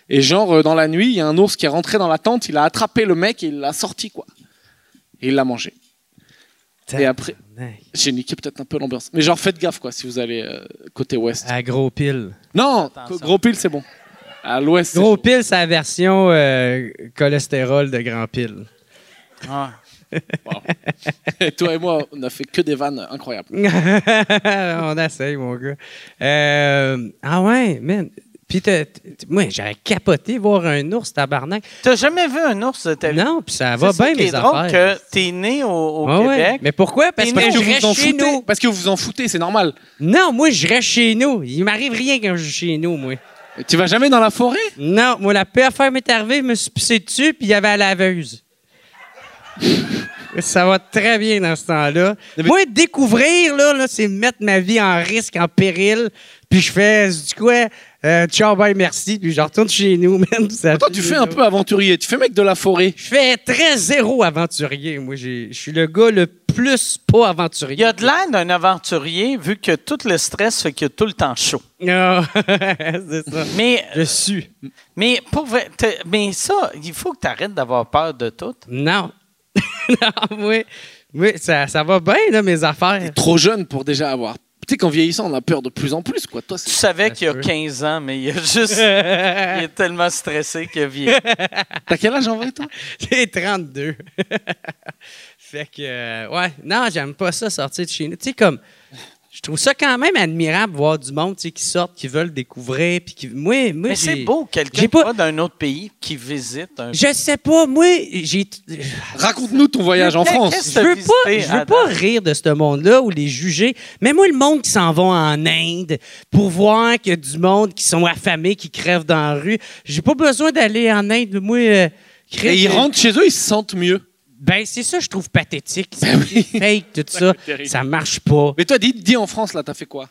Speaker 6: Et genre euh, dans la nuit, il y a un ours qui est rentré dans la tente, il a attrapé le mec et il l'a sorti quoi. Et il l'a mangé. Et après,
Speaker 8: Tabarnak.
Speaker 6: j'ai niqué peut-être un peu l'ambiance. Mais genre faites gaffe quoi si vous allez euh, côté ouest.
Speaker 8: À gros pile.
Speaker 6: Non, gros pile c'est bon. À l'ouest. c'est
Speaker 8: Gros
Speaker 6: chaud.
Speaker 8: pile, c'est la version euh, cholestérol de grand pile.
Speaker 3: Ah.
Speaker 6: Toi et moi, on a fait que des vannes incroyables.
Speaker 8: On essaye, mon gars. Euh, ah ouais, man. Puis, t'as- t- t- moi, j'aurais capoté voir un ours tabarnak.
Speaker 3: T'as jamais vu un ours de ta vie?
Speaker 8: Non, puis ça va
Speaker 3: Euh, C'est ça
Speaker 8: bien,
Speaker 3: qui est
Speaker 8: mes
Speaker 3: drôle
Speaker 8: affaires. Ah
Speaker 3: que t'es né au, au
Speaker 8: Ouais, ouais.
Speaker 3: Québec.
Speaker 8: Mais pourquoi? Parce
Speaker 3: Et
Speaker 8: que
Speaker 3: non,
Speaker 8: je
Speaker 6: vous vous en
Speaker 8: reste chez
Speaker 6: foutez.
Speaker 8: nous.
Speaker 6: Parce que vous vous en foutez, c'est normal.
Speaker 8: Non, moi, je reste chez nous. Il m'arrive rien quand je suis chez nous, moi.
Speaker 6: Tu vas jamais dans la forêt
Speaker 8: Non, moi, la pire affaire m'est arrivée, je me suis pissé dessus, puis il y avait la laveuse. Ça va très bien dans ce temps-là. Moi, découvrir, là, là, c'est mettre ma vie en risque, en péril, puis je fais du quoi, euh, ciao, bye, merci, puis je retourne chez nous, même.
Speaker 6: Toi, tu fais un peu aventurier, tu fais mec de la forêt.
Speaker 8: Je fais très zéro aventurier. Moi, j'ai- je suis le gars le plus pas aventurier.
Speaker 3: Il y a de l'air d'un aventurier vu que tout le stress fait qu'il y a tout le temps chaud.
Speaker 8: Non, Ah, c'est ça.
Speaker 3: Mais,
Speaker 8: Je suis.
Speaker 3: mais, pour vrai, t'as- mais ça, il faut que tu arrêtes d'avoir peur de tout.
Speaker 8: Non. non, moi, moi, ça, ça va bien, là, mes affaires.
Speaker 6: Trop jeune pour déjà avoir. Tu sais qu'en vieillissant, on a peur de plus en plus, quoi. Toi,
Speaker 3: Tu
Speaker 6: c'est.
Speaker 3: savais
Speaker 8: Ça
Speaker 3: qu'il y a
Speaker 8: se peut.
Speaker 3: 15 ans, mais il a juste. il est tellement stressé qu'il a vieilli.
Speaker 6: T'as quel âge en vrai, toi
Speaker 8: J'ai 32. fait que, euh, ouais, non, j'aime pas ça, sortir de chez nous. Tu sais, comme, je trouve ça quand même admirable, voir du monde, tu sais, qui sortent, qui veulent découvrir, puis qui... Moi, moi
Speaker 3: Mais c'est
Speaker 8: j'ai-
Speaker 3: beau, quelqu'un qui
Speaker 8: j'ai pas-
Speaker 3: va d'un autre pays qui visite un.
Speaker 8: Je sais pas, moi, j'ai...
Speaker 6: Raconte-nous ton voyage en France.
Speaker 3: Qu'est-ce
Speaker 8: Je
Speaker 3: que
Speaker 8: veux
Speaker 3: t'as
Speaker 8: pas,
Speaker 3: visité,
Speaker 8: je veux
Speaker 3: Adam?
Speaker 8: pas rire de ce monde-là ou les juger, mais moi, le monde qui s'en va en Inde pour voir qu'il y a du monde qui sont affamés, qui crèvent dans la rue, j'ai pas besoin d'aller en Inde, moi... euh, créer-
Speaker 6: Et ils rentrent chez eux, ils se sentent mieux.
Speaker 8: Ben, c'est ça, je trouve pathétique.
Speaker 12: Ben
Speaker 8: C'est fake, tout ça. Ça marche pas.
Speaker 6: Mais toi, dis, dis en France, là, t'as fait quoi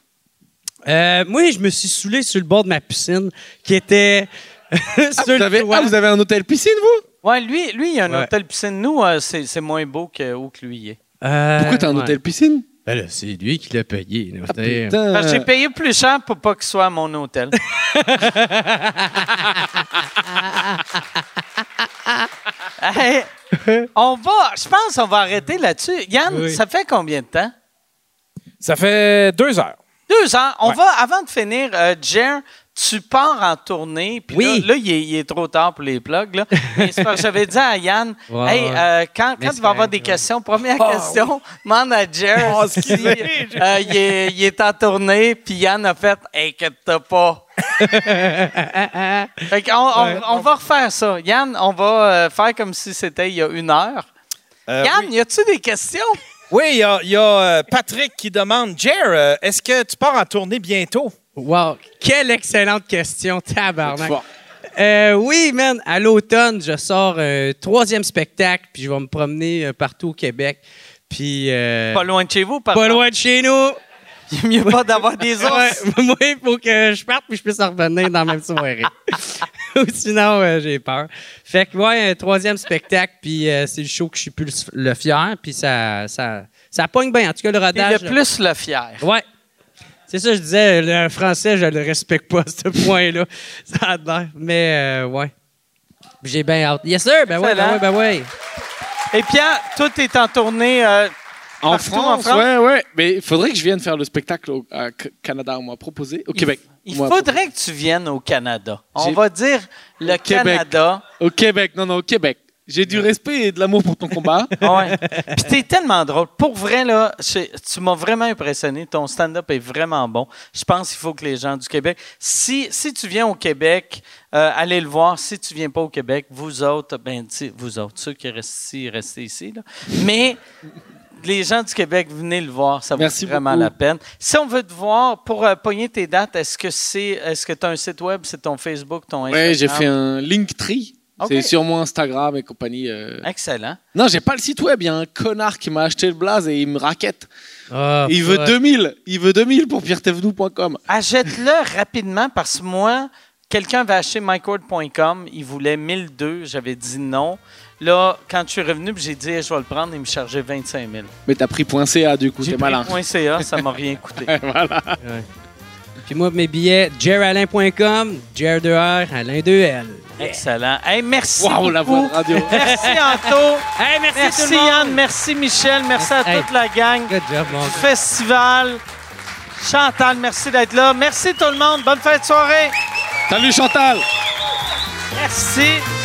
Speaker 8: Euh, moi, je me suis saoulé sur le bord de ma piscine qui était Sur
Speaker 12: Ah, vous,
Speaker 8: le
Speaker 12: avez,
Speaker 8: toit.
Speaker 12: ah, vous avez un hôtel piscine, vous
Speaker 3: Ouais, lui, lui, il a un
Speaker 8: Ouais.
Speaker 3: hôtel piscine. Nous, euh, c'est c'est moins beau que, où que lui est.
Speaker 8: Euh,
Speaker 12: Pourquoi t'as un
Speaker 8: ouais.
Speaker 12: hôtel piscine
Speaker 8: Ben là, c'est lui qui l'a payé. là.
Speaker 12: Ah,
Speaker 8: C'est-
Speaker 12: putain.
Speaker 3: Parce que J'ai
Speaker 6: Euh.
Speaker 3: payé plus cher pour pas qu'il soit à mon hôtel. Hey, on va, je pense qu'on va arrêter là-dessus. Yann,
Speaker 8: Oui.
Speaker 3: ça fait combien de temps?
Speaker 4: Ça fait deux heures.
Speaker 3: Deux ans. On
Speaker 4: Ouais.
Speaker 3: va, avant de finir, euh, Jer, tu pars en tournée. Puis
Speaker 8: Oui.
Speaker 3: là, là, il, est, il est trop tard pour les plugs. Là. Mais c'est parce que J'avais dit à Yann,
Speaker 8: Ouais,
Speaker 3: hey,
Speaker 8: ouais.
Speaker 3: euh, quand,
Speaker 8: Mais
Speaker 3: quand
Speaker 8: c'est
Speaker 3: tu vas avoir
Speaker 8: correct,
Speaker 3: des
Speaker 8: ouais.
Speaker 3: questions, première question, demande à Jer si, euh, il, est, il est en tournée. Puis Yann a fait, inquiète-toi pas. Fait qu'on- on, on va refaire ça. Yann, on va euh, faire comme si c'était il y a une heure.
Speaker 4: Euh,
Speaker 3: Yann,
Speaker 4: oui.
Speaker 3: y a-tu des questions?
Speaker 4: Oui, il y a, il y a, euh, Patrick qui demande Jer, euh, est-ce que tu pars en tournée bientôt
Speaker 8: Wow, quelle excellente question, tabarnak.
Speaker 12: Fort.
Speaker 8: Euh, oui, man, à l'automne, je sors un troisième spectacle, puis je vais me promener euh, partout au Québec. Puis euh,
Speaker 3: Pas loin de chez vous, par
Speaker 8: pas
Speaker 3: contre.
Speaker 8: loin de chez nous.
Speaker 3: Il est mieux pas d'avoir des ours.
Speaker 8: Ouais, moi, il faut que je parte puis je puisse en revenir dans la même soirée. Ou sinon, euh, j'ai peur. Fait que, ouais, un troisième spectacle, puis euh, c'est le show que je suis plus le fier, puis ça, ça, ça pogne bien. En tout cas, le
Speaker 3: T'es
Speaker 8: rodage.
Speaker 3: le plus le fier.
Speaker 8: Ouais. C'est ça, je disais, le français, je le respecte pas à ce point-là. Ça a de l'air. Mais, euh, ouais. J'ai bien hâte. Yes, sir! Ben ouais, ben ouais, ben ouais.
Speaker 3: Et Pierre, tout est en tournée. euh,
Speaker 12: En
Speaker 3: Partout
Speaker 12: France,
Speaker 3: en France?
Speaker 12: ouais, ouais. Mais il faudrait que je vienne faire le spectacle au à C- Canada, on m'a proposé. Au Québec.
Speaker 3: il
Speaker 12: On m'a
Speaker 3: faudrait que tu viennes au Canada. On
Speaker 12: J'ai-
Speaker 3: va dire le
Speaker 12: Au Québec.
Speaker 3: Canada.
Speaker 12: proposé. Au Québec, non, non, au Québec. J'ai du respect et de l'amour pour ton combat.
Speaker 3: Ah Ouais. Puis t'es tellement drôle. Pour vrai, là, c'est- tu m'as vraiment impressionné. Ton stand-up est vraiment bon. Je pense qu'il faut que les gens du Québec... Si, si tu viens au Québec, euh, allez le voir. Si tu viens pas au Québec, vous autres, ben, tu sais, vous autres, ceux qui restent ici, restez ici. là. Mais... Les gens du Québec, venez le voir, ça vaut
Speaker 12: Merci
Speaker 3: vraiment
Speaker 12: beaucoup.
Speaker 3: la peine. Si on veut te voir, pour euh, pogner tes dates, est-ce que c'est, est-ce que tu as un site web, c'est ton Facebook, ton Instagram?
Speaker 12: Ouais, j'ai fait un Linktree.
Speaker 3: Ok.
Speaker 12: C'est sur mon Instagram et compagnie. euh.
Speaker 3: Excellent.
Speaker 12: Non, j'ai pas le site web. Il y a un connard qui m'a acheté le blaze et il me raquette.
Speaker 8: Ah,
Speaker 12: il veut
Speaker 8: ouais.
Speaker 12: 2000. Il veut 2000 pour pierretevnou.com.
Speaker 3: Achète-le rapidement parce que moi, quelqu'un avait acheté mycord.com, il voulait 1002, j'avais dit non. Là, quand je suis revenu, puis j'ai dit je vais le prendre, il me chargeait 25 000.
Speaker 12: Mais t'as pris .ca du coup,
Speaker 3: J'ai
Speaker 12: t'es
Speaker 3: pris
Speaker 12: malin.
Speaker 3: .ca, ça m'a rien coûté.
Speaker 8: Puis moi, mes billets, jeralain.com, jer2r, alain 2l.
Speaker 3: Excellent. Hey, merci.
Speaker 12: Waouh, la voix
Speaker 3: beaucoup.
Speaker 12: de radio.
Speaker 3: Merci Anto,
Speaker 8: Hey, merci, tout
Speaker 3: merci
Speaker 8: le monde.
Speaker 3: Yann, merci Michel, merci à
Speaker 8: Hey.
Speaker 3: toute la gang.
Speaker 8: Good job, mon gars.
Speaker 3: Festival. Chantal, merci d'être là. Merci tout le monde. Bonne fin de soirée.
Speaker 12: Salut Chantal
Speaker 3: Merci.